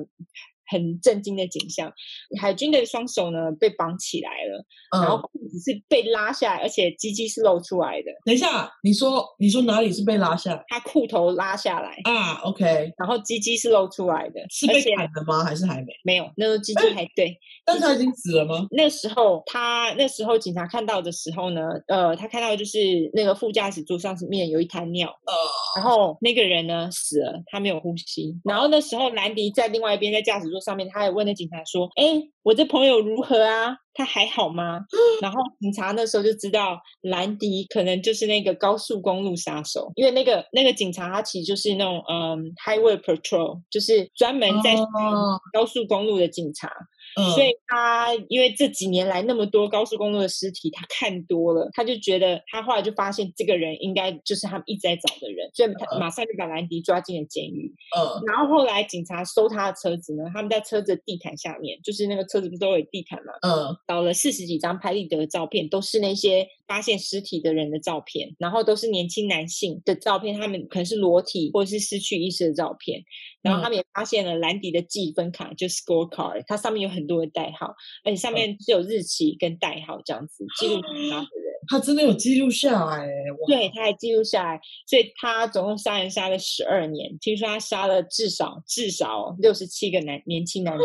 [SPEAKER 1] 很震惊的景象。海军的双手呢被绑起来了，
[SPEAKER 2] 嗯
[SPEAKER 1] 然后裤子是被拉下来，而且鸡鸡是露出来的，
[SPEAKER 2] 等一下，你说你说哪里是被拉下来
[SPEAKER 1] 他裤头拉下来，
[SPEAKER 2] 啊？OK，
[SPEAKER 1] 然后鸡鸡是露出来的，
[SPEAKER 2] 是
[SPEAKER 1] 而
[SPEAKER 2] 被
[SPEAKER 1] 且
[SPEAKER 2] 砍的吗？还是还没？
[SPEAKER 1] 没有，那时候鸡 鸡还对，
[SPEAKER 2] 但是他已经死了吗？
[SPEAKER 1] 那时候他那时候警察看到的时候呢，呃，他看到就是那个副驾驶座上面有一滩尿，
[SPEAKER 2] 呃，
[SPEAKER 1] 然后那个人呢死了，他没有呼吸。然后那时候兰迪在另外一边在驾驶座上面，他也问那警察说：“哎，我这朋友如何啊？他还好吗？”然后警察那时候就知道兰迪可能就是那个高速公路杀手，因为那个那个警察他其实就是那种嗯 highway patrol，就是专门在巡
[SPEAKER 2] 哦
[SPEAKER 1] 高速公路的警察。
[SPEAKER 2] 嗯，
[SPEAKER 1] 所以他因为这几年来那么多高速公路的尸体，他看多了，他就觉得他后来就发现这个人应该就是他们一直在找的人，所以他
[SPEAKER 2] 嗯
[SPEAKER 1] 马上就把兰迪抓进了监狱。
[SPEAKER 2] 嗯
[SPEAKER 1] 然后后来警察搜他的车子呢，他们在车子的地毯下面，就是那个车子不是都有地毯嘛，
[SPEAKER 2] 嗯
[SPEAKER 1] 找了四十几张拍立得的照片，都是那些发现尸体的人的照片，然后都是年轻男性的照片，他们可能是裸体或者是失去意识的照片。然后他们也发现了兰迪的记分卡，就 scorecard，它上面有很多的代号，而且上
[SPEAKER 2] 嗯
[SPEAKER 1] 面是有日期跟代号这样子记录他的人。
[SPEAKER 2] 他真的有记录下来欸，哇
[SPEAKER 1] 对，他还记录下来，所以他总共杀人杀了十二年，听说他杀了至少至少六十七个男年轻男性。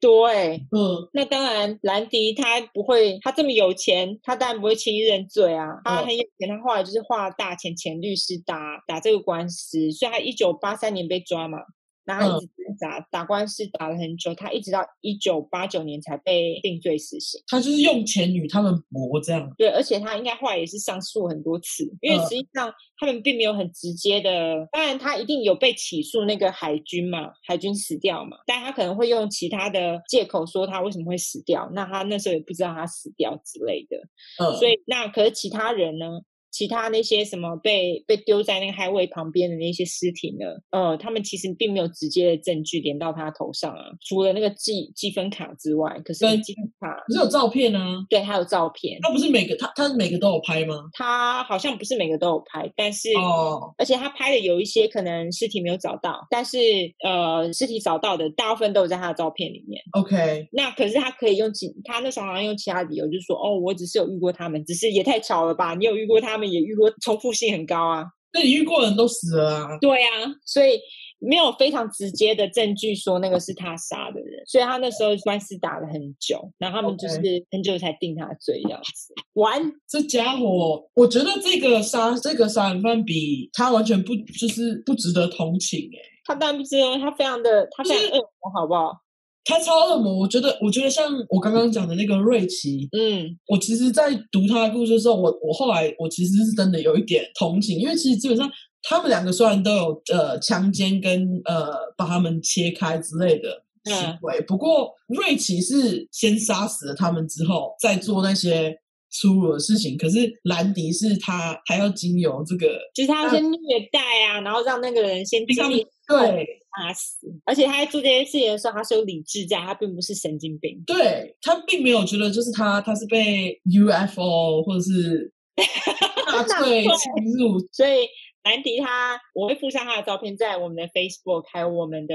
[SPEAKER 1] 对，
[SPEAKER 2] 嗯
[SPEAKER 1] 那当然，兰迪他不会，他这么有钱，他当然不会轻易认罪啊。他
[SPEAKER 2] 嗯
[SPEAKER 1] 很有钱，他后来就是花了大钱请律师打打这个官司，所以他一九八三年被抓嘛，然后他一直挣扎、打官司打了很久，他一直到一九八九年才被定罪死刑。
[SPEAKER 2] 他就是用钱与他们搏这样，
[SPEAKER 1] 对，而且他应该后来也是上诉很多次，因为
[SPEAKER 2] 嗯
[SPEAKER 1] 实际上他们并没有很直接的，当然他一定有被起诉那个海军嘛，海军死掉嘛，但他可能会用其他的借口说他为什么会死掉，那他那时候也不知道他死掉之类的，
[SPEAKER 2] 嗯，
[SPEAKER 1] 所以那可是其他人呢？其他那些什么被被丢在那个 highway 旁边的那些尸体呢？呃，他们其实并没有直接的证据连到他头上啊，除了那个积积分卡之外，可是
[SPEAKER 2] 跟
[SPEAKER 1] 积分卡
[SPEAKER 2] 可是有照片啊，
[SPEAKER 1] 对还有照片，
[SPEAKER 2] 他不是每个他他每个都有拍吗？
[SPEAKER 1] 他好像不是每个都有拍，但是、
[SPEAKER 2] 哦，
[SPEAKER 1] 而且他拍的有一些可能尸体没有找到，但是呃，尸体找到的大部分都有在他的照片里面。
[SPEAKER 2] OK，
[SPEAKER 1] 那可是他可以用其他那时候好像用其他理由，就说哦，我只是有遇过他们，只是也太巧了吧？你有遇过他们，也遇过，重复性很高啊。
[SPEAKER 2] 那你遇过的人都死了啊，
[SPEAKER 1] 对啊，所以没有非常直接的证据说那个是他杀的人，所以他那时候官司打了很久，然后他们就是
[SPEAKER 2] OK
[SPEAKER 1] 很久才定他的罪这样子。完，
[SPEAKER 2] 这家伙，我觉得这个杀这个杀人犯比他完全不就是不值得同情哎、
[SPEAKER 1] 他当然不知道，他非常的他非常
[SPEAKER 2] 就是
[SPEAKER 1] 恶魔，好不好？
[SPEAKER 2] 他超恶魔，我觉得，我觉得像我刚刚讲的那个瑞奇，
[SPEAKER 1] 嗯。
[SPEAKER 2] 我其实，在读他的故事的时候，我我后来我其实是真的有一点同情，因为其实基本上他们两个虽然都有呃强奸跟呃把他们切开之类的行
[SPEAKER 1] 嗯
[SPEAKER 2] 为，不过瑞奇是先杀死了他们之后，再做那些粗鲁的事情，可是兰迪是他还要经由这个
[SPEAKER 1] 就是他要
[SPEAKER 2] 那
[SPEAKER 1] 先虐待啊，然后让那个人先
[SPEAKER 2] 被他
[SPEAKER 1] 经
[SPEAKER 2] 们
[SPEAKER 1] 历
[SPEAKER 2] 对。
[SPEAKER 1] 杀死，而且他在做这些事情的时候，他是有理智在，他并不是神经病。
[SPEAKER 2] 对他并没有觉得就是他他是被 UFO 或者 是纳粹侵入，
[SPEAKER 1] 所以兰迪他，我会附上他的照片在我们的 Facebook 还有我们的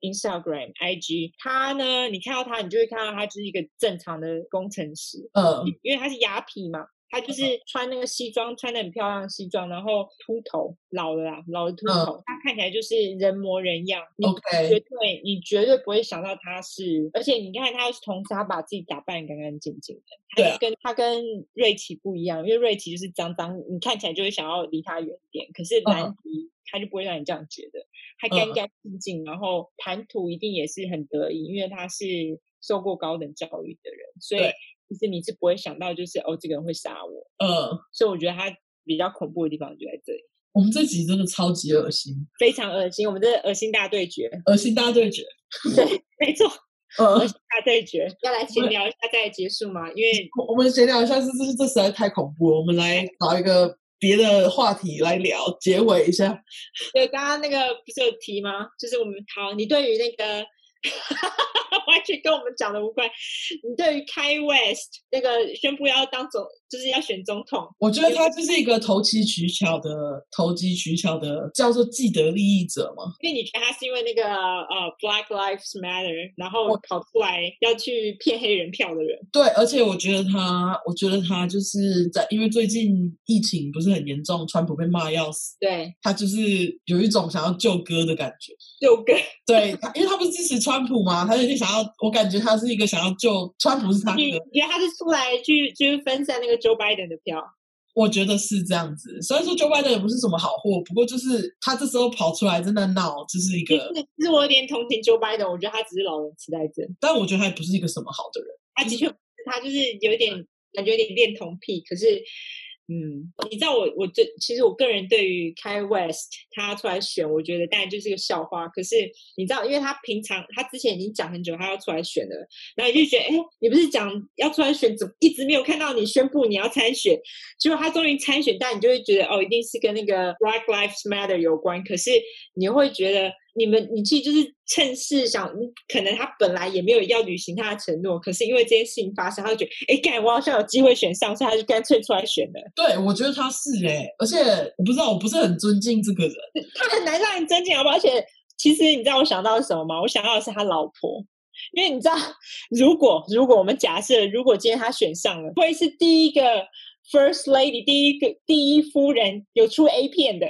[SPEAKER 1] Instagram、IG。他呢，你看到他，你就会看到他就是一个正常的工程师，
[SPEAKER 2] 呃，
[SPEAKER 1] 因为他是雅痞嘛，他
[SPEAKER 2] 嗯
[SPEAKER 1] 就是穿那个西装，穿的很漂亮的西装，然后秃头，老了啦，老了秃
[SPEAKER 2] 嗯
[SPEAKER 1] 头，他看起来就是人模人样。你
[SPEAKER 2] OK
[SPEAKER 1] 绝对你绝对不会想到他是，而且你看他又是同时他把自己打扮得干干净净的，他
[SPEAKER 2] 对
[SPEAKER 1] 就
[SPEAKER 2] 啊
[SPEAKER 1] 跟他跟瑞奇不一样，因为瑞奇就是脏脏，你看起来就会想要离他远一点，可是
[SPEAKER 2] 嗯
[SPEAKER 1] 兰迪。他就不会让你这样觉得，他
[SPEAKER 2] 嗯
[SPEAKER 1] 干干净净，然后谈吐一定也是很得意，因为他是受过高等教育的人，所以
[SPEAKER 2] 对
[SPEAKER 1] 其实你是不会想到，就是哦，这个人会杀我。
[SPEAKER 2] 呃，
[SPEAKER 1] 所以我觉得他比较恐怖的地方就在这里，
[SPEAKER 2] 我们这集真的超级恶心，
[SPEAKER 1] 非常恶心。我们这恶心大对决，
[SPEAKER 2] 恶心大对决，
[SPEAKER 1] 对，没错，
[SPEAKER 2] 呃
[SPEAKER 1] 恶，心大对决。要来闲
[SPEAKER 2] 对
[SPEAKER 1] 聊一下再来结束 吗？因为
[SPEAKER 2] 我我们闲聊一下，这这这实在太恐怖了，我们来找一个别的话题来聊，结尾一下。
[SPEAKER 1] 对刚刚那个不是有提吗？就是我们好，你对于那个 完全跟我们讲的无关，你对于 Kai West 那个宣布要当总就是要选总统，
[SPEAKER 2] 我觉得他就是一个投机取巧的投机取巧的叫做既得利益者嘛。
[SPEAKER 1] 因为你觉得他是因为那个呃 Black Lives Matter，然后跑出来要去骗黑人票的人。
[SPEAKER 2] 对，而且我觉得他，我觉得他就是在因为最近疫情不是很严重，川普被骂要死，
[SPEAKER 1] 对，
[SPEAKER 2] 他就是有一种想要救哥的感觉。
[SPEAKER 1] 六 个
[SPEAKER 2] 对，他因为他不是支持川普嘛，他有点想要，我感觉他是一个想要救川普是他
[SPEAKER 1] 你
[SPEAKER 2] 的
[SPEAKER 1] 觉得他是出来去就是分散那个 Joe Biden 的票？
[SPEAKER 2] 我觉得是这样子。虽然说 Joe Biden 也不是什么好货，不过就是他这时候跑出来真的闹，就是一
[SPEAKER 1] 其
[SPEAKER 2] 个，
[SPEAKER 1] 实其实我有点同情 Joe Biden，我觉得他只是老人痴呆症，
[SPEAKER 2] 但我觉得他也不是一个什么好的人。
[SPEAKER 1] 他的确他就是有一点感觉有点恋童癖，可是。嗯，你知道我我对其实我个人对于 Kai West 他出来选，我觉得当然就是个笑话。可是你知道，因为他平常他之前已经讲很久，他要出来选了，然后你就觉得，哎，你不是讲要出来选，怎么一直没有看到你宣布你要参选？结果他终于参选，但你就会觉得，哦，一定是跟那个 Black Lives Matter 有关。可是你会觉得，你们你其实就是趁势想，你可能他本来也没有要履行他的承诺，可是因为这件事情发生，他就觉得，哎，干，我好像有机会选上，所以他就干脆出来选了。
[SPEAKER 2] 对，我觉得他是哎、而且我不知道，我不是很尊敬这个人。
[SPEAKER 1] 他很难让你尊敬，好不好？而且，其实你知道我想到的是什么吗？我想到的是他老婆，因为你知道，如果如果我们假设，如果今天他选上了，会是第一个 first lady，第一个第一夫人有出 A 片的。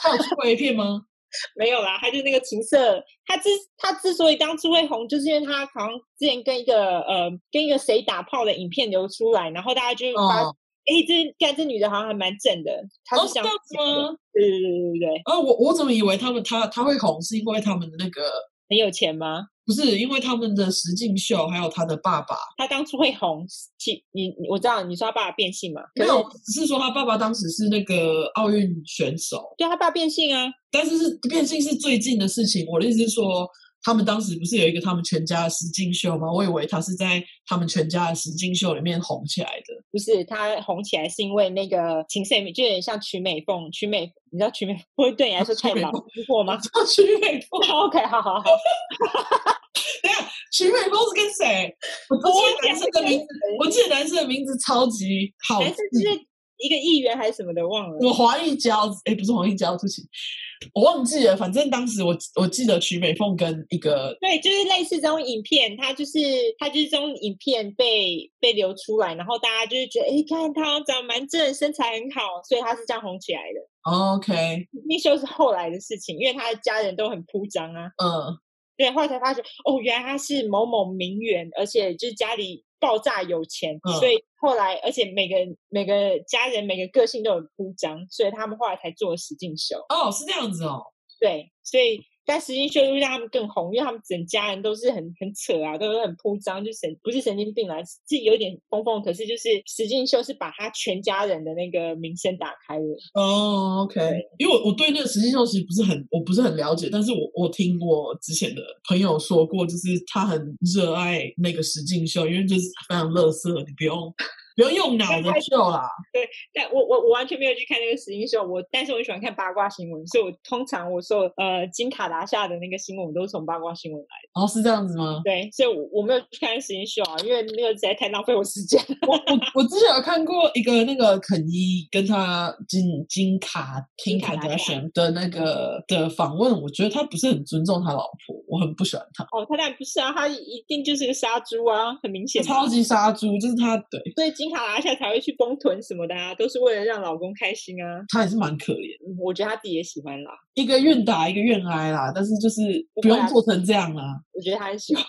[SPEAKER 2] 他有出过 A 片吗？
[SPEAKER 1] 没有啦，他就那个情色，他之他之所以当初会红，就是因为他好像之前跟一个呃跟一个谁打炮的影片流出来，然后大家就发
[SPEAKER 2] 哦，
[SPEAKER 1] 哎、这干这女的好像还蛮正的，她
[SPEAKER 2] 哦
[SPEAKER 1] 是
[SPEAKER 2] 是
[SPEAKER 1] 想、
[SPEAKER 2] 这样子吗？
[SPEAKER 1] 对对对对对，
[SPEAKER 2] 啊，我我怎么以为他们他他会红是因为他们的那个
[SPEAKER 1] 很有钱吗？
[SPEAKER 2] 不是因为他们的实境秀，还有他的爸爸。
[SPEAKER 1] 他当初会红，其你你我知道你说他爸爸变性嘛？
[SPEAKER 2] 没
[SPEAKER 1] 可是
[SPEAKER 2] 有，只是说他爸爸当时是那个奥运选手，
[SPEAKER 1] 对他爸变性啊，
[SPEAKER 2] 但是是变性是最近的事情。我的意思是说，他们当时不是有一个他们全家的实境秀吗？我以为他是在他们全家的实境秀里面红起来的。
[SPEAKER 1] 不是他红起来是因为那个情色美，就有点像曲美凤，曲美，你知道曲美会对你来说
[SPEAKER 2] 曲
[SPEAKER 1] 太
[SPEAKER 2] 美
[SPEAKER 1] 老
[SPEAKER 2] 凤哦
[SPEAKER 1] 过吗
[SPEAKER 2] 徐美凤，
[SPEAKER 1] ？OK，好好好，
[SPEAKER 2] 徐美凤是跟谁？我
[SPEAKER 1] 我
[SPEAKER 2] 记得男生的名字，
[SPEAKER 1] 字，
[SPEAKER 2] 我记得男生的名字超级好
[SPEAKER 1] 男
[SPEAKER 2] 记
[SPEAKER 1] 生哎就是一个议员还是什么的，忘了。
[SPEAKER 2] 我黄义娇，哎，不是黄义娇，对不起，我忘记了。反正当时我我记得曲美凤跟一个
[SPEAKER 1] 对，就是类似这种影片，他就是他就是这种影片被被流出来，然后大家就是觉得，哎，看他好像长得蛮正，身材很好，所以他是这样红起来的。
[SPEAKER 2] OK，
[SPEAKER 1] 那秀是后来的事情，因为他的家人都很铺张啊。
[SPEAKER 2] 嗯，
[SPEAKER 1] 对，后来才发觉，哦，原来他是某某名媛，而且就是家里爆炸有钱，
[SPEAKER 2] 嗯
[SPEAKER 1] 所以后来，而且每个每个家人每个个性都有铺张，所以他们后来才做了实境秀。
[SPEAKER 2] 哦，是这样子哦，
[SPEAKER 1] 对，所以但实境秀又让他们更红，因为他们整家人都是很很扯啊，都是很铺张，就神不是神经病啦，是有点疯疯，可是就是实境秀是把他全家人的那个名声打开了。
[SPEAKER 2] 哦，OK，因为我我对那个实际秀其实不是很我不是很了解，但是我我听我之前的朋友说过，就是他很热爱那个实境秀，因为就是非常乐色，你不用不用用脑的秀啦。
[SPEAKER 1] 但我我我完全没有去看那个实境秀，我但是我很喜欢看八卦新闻，所以我通常我说呃金卡达下的那个新闻，我都是从八卦新闻来
[SPEAKER 2] 哦，是这样子吗
[SPEAKER 1] 的。？对，所以我我没有去看实境秀啊，因为那个实在太浪费我时间了。
[SPEAKER 2] 我我我之前有看过一个那个肯伊跟他金金卡
[SPEAKER 1] 金
[SPEAKER 2] 金
[SPEAKER 1] 卡
[SPEAKER 2] 卡
[SPEAKER 1] 达
[SPEAKER 2] 德神的那个的访问，我觉得他不是很尊重他老婆，我很不喜欢他，
[SPEAKER 1] 哦，他当然不是啊，他一定就是个杀猪啊，很明显嘛。
[SPEAKER 2] 超级杀猪，就是他对
[SPEAKER 1] 所以金卡达下才会去崩臀什么的啊，都是为了让老公开心啊。
[SPEAKER 2] 他也是蛮可怜的，
[SPEAKER 1] 嗯我觉得他自己也喜欢啦，
[SPEAKER 2] 一个愿打一个愿挨啦，但是就是
[SPEAKER 1] 不
[SPEAKER 2] 不
[SPEAKER 1] 会
[SPEAKER 2] 用
[SPEAKER 1] 啊
[SPEAKER 2] 做成这样啦。
[SPEAKER 1] 我觉得他很喜欢。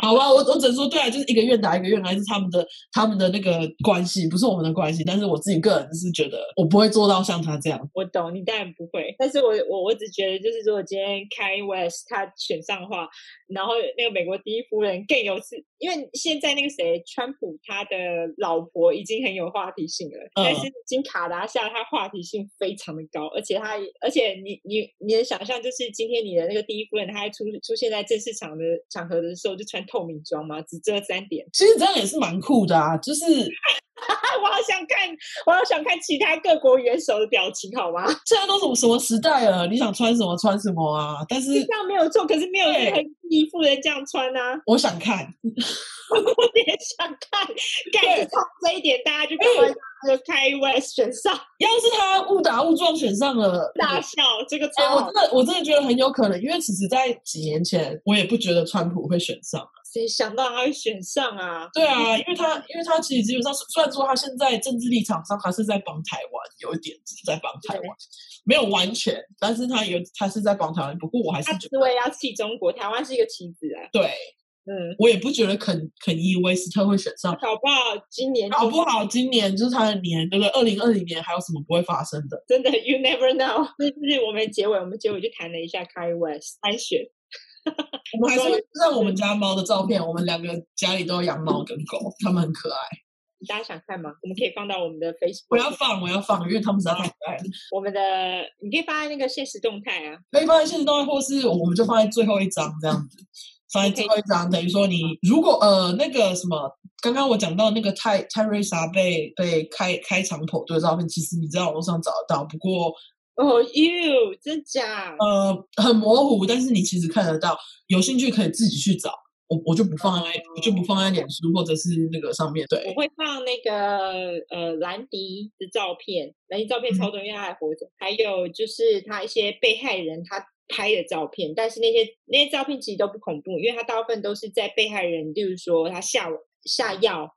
[SPEAKER 2] 好吧，我我只能说，对啊，就是一个愿打一个愿挨是他们的他们的那个关系，不是我们的关系。但是我自己个人是觉得，我不会做到像他这样。
[SPEAKER 1] 我懂，你当然不会，但是我我我只觉得，就是如果今天 Kanye West 他选上的话，然后那个美国第一夫人更有是，因为现在那个谁，川普他的老婆已经很有话题性了，但
[SPEAKER 2] 嗯
[SPEAKER 1] 是金卡达夏她话题性非常的高，而且她也而且你你你的想象就是今天你的那个第一夫人，她还出出现在正式场的场合的时候就穿透明装嘛，只遮三点，
[SPEAKER 2] 其实这样也是蛮酷的啊，就是
[SPEAKER 1] 我好想看，我好想看其他各国元首的表情，好吗？
[SPEAKER 2] 现在都什么什么时代了？你想穿什么穿什么啊？但是
[SPEAKER 1] 这样没有错，可是没有人
[SPEAKER 2] 对
[SPEAKER 1] 很衣服人这样穿啊，
[SPEAKER 2] 我想看，
[SPEAKER 1] 我也想看。感
[SPEAKER 2] 对哎
[SPEAKER 1] 觉从这一点，大家就赶快就开 West 选上
[SPEAKER 2] 要是他误打误撞选上了，
[SPEAKER 1] 大笑，这个
[SPEAKER 2] 哎、
[SPEAKER 1] 超
[SPEAKER 2] 我
[SPEAKER 1] 好
[SPEAKER 2] 真的我真的觉得很有可能，因为其实，在几年前，我也不觉得川普会选上。
[SPEAKER 1] 谁想到他会选上啊？
[SPEAKER 2] 对啊，因为他因为他其实基本上是，虽然说他现在政治立场上他是在帮台湾，有一点是在帮台湾
[SPEAKER 1] 对，
[SPEAKER 2] 没有完全，但是他有他是在帮台湾。不过我还是
[SPEAKER 1] 他
[SPEAKER 2] 觉
[SPEAKER 1] 只
[SPEAKER 2] 得，
[SPEAKER 1] 为要气中国，台湾是一个棋子啊。
[SPEAKER 2] 对
[SPEAKER 1] 嗯，
[SPEAKER 2] 我也不觉得肯肯伊威斯特会选上。
[SPEAKER 1] 搞不好今年
[SPEAKER 2] 搞
[SPEAKER 1] 就
[SPEAKER 2] 不好今年就是他的年，对不对？二零二零年还有什么不会发生的？
[SPEAKER 1] 真的 you never know。这就是我们结尾，我们结尾就谈了一下 Kai West 参选。
[SPEAKER 2] 我们还是会让
[SPEAKER 1] 嗯
[SPEAKER 2] 我们家猫的照片，我们两个家里都有养猫跟狗，它们很可爱。
[SPEAKER 1] 大家想看吗？我们可以放到我们的 Facebook，
[SPEAKER 2] 我要放，我要放，因为它们实在太可爱了。
[SPEAKER 1] 我们的，你可以发在那个现实动态啊。
[SPEAKER 2] 可以放在现动态，或是我们就放在最后一张这样子。放在最后一张，等于说你如果呃那个什么，刚刚我讲到那个泰泰瑞莎被被开开场跑对的照片，其实你在网络上找得到，不过
[SPEAKER 1] 哦、you 真假？
[SPEAKER 2] 呃很模糊，但是你其实看得到。有兴趣可以自己去找，我我就不放在我就不放在脸书或者是那个上面。
[SPEAKER 1] 我
[SPEAKER 2] 对，
[SPEAKER 1] 会放那个呃兰迪的照片，兰迪照片超多，因为他还活着。还有就是他一些被害人他拍的照片，但是那些那些照片其实都不恐怖，因为他大部分都是在被害人，例如说他下下药，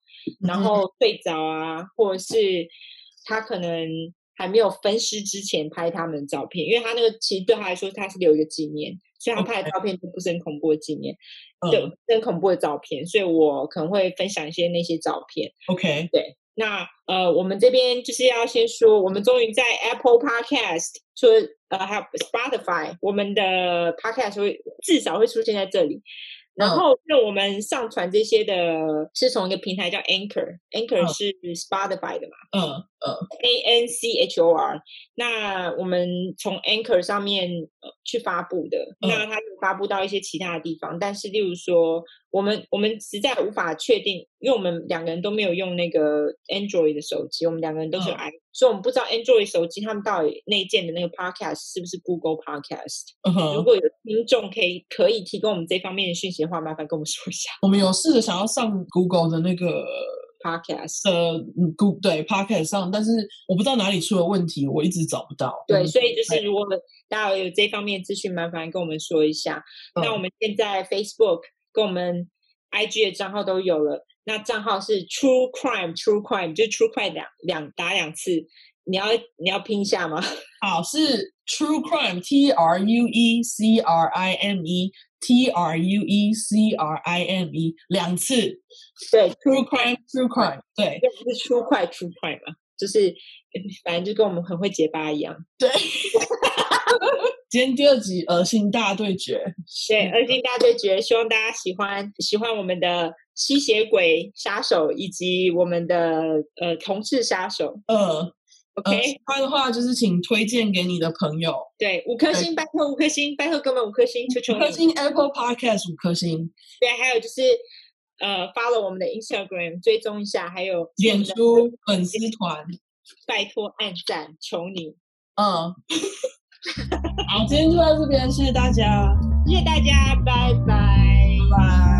[SPEAKER 1] 然后睡着啊，或者是他可能还没有分尸之前拍他们的照片，因为他那个其实对他来说他是留一个纪念，所以他拍的照片都不是很恐怖的纪念。
[SPEAKER 2] 嗯
[SPEAKER 1] 就更恐怖的照片，所以我可能会分享一些那些照片。
[SPEAKER 2] ，OK，
[SPEAKER 1] 那呃，我们这边就是要先说，我们终于在 Apple Podcast 除了呃还有 Spotify，我们的 Podcast 会至少会出现在这里。
[SPEAKER 2] 嗯
[SPEAKER 1] 然后，那我们上传这些的是从一个平台叫 Anchor，Anchor
[SPEAKER 2] 嗯
[SPEAKER 1] 是 Spotify 的嘛
[SPEAKER 2] 嗯嗯，
[SPEAKER 1] ，A N C H O R。那我们从 Anchor 上面呃去发布的，
[SPEAKER 2] 嗯
[SPEAKER 1] 那它有发布到一些其他的地方，但是例如说，我们我们实在无法确定，因为我们两个人都没有用那个 Android 的手机，我们两个人都是有
[SPEAKER 2] 嗯
[SPEAKER 1] i，、所以我们不知道 Android 手机他们到底内建的那个 Podcast 是不是 Google Podcast。
[SPEAKER 2] 嗯
[SPEAKER 1] 如
[SPEAKER 2] 哼，
[SPEAKER 1] 果有听众可以可以提供我们这方面的讯息的话，麻烦跟我们说一下
[SPEAKER 2] 我们有试着想要上 Google 的那个
[SPEAKER 1] Podcast。
[SPEAKER 2] 呃嗯 Google 对 Pocket 上，但是我不知道哪里出了问题，我一直找不到。
[SPEAKER 1] 对，
[SPEAKER 2] 嗯
[SPEAKER 1] 所以就是
[SPEAKER 2] 对
[SPEAKER 1] 如果大家有这方面的资讯，麻烦跟我们说一下。那
[SPEAKER 2] 嗯
[SPEAKER 1] 我们现在 Facebook 跟我们 IG 的账号都有了，那账号是 True Crime True Crime，就是 True Crime 两两打两次，你要你要拼一下吗？
[SPEAKER 2] 好，是 True Crime T R U E C R I M E T R U E C R I M E 两次
[SPEAKER 1] 对
[SPEAKER 2] True Crime True Crime 对
[SPEAKER 1] 这不是 True Crime True Crime 嘛，就是嗯反正就跟我们很会结巴一样。
[SPEAKER 2] 对。今天第二集恶心大对决，
[SPEAKER 1] 对，恶性大对决，希望大家喜欢喜欢我们的吸血鬼杀手以及我们的呃同事杀手。
[SPEAKER 2] 呃呃，
[SPEAKER 1] OK，、
[SPEAKER 2] 喜欢的话就是请推荐给你的朋友，
[SPEAKER 1] 对，五颗
[SPEAKER 2] 对
[SPEAKER 1] 星，拜托五颗星，拜托给我们五颗星，求求
[SPEAKER 2] 五
[SPEAKER 1] 你
[SPEAKER 2] 颗。星 Apple Podcast 五颗星，
[SPEAKER 1] 对，还有就是呃，follow 我们的 Instagram，追踪一下，还有
[SPEAKER 2] 脸
[SPEAKER 1] 我们的
[SPEAKER 2] 书粉丝团，
[SPEAKER 1] 拜托按赞，求你，
[SPEAKER 2] 嗯，好，今天就到这边，谢谢大家，
[SPEAKER 1] 谢谢大家，拜拜。
[SPEAKER 2] 拜拜。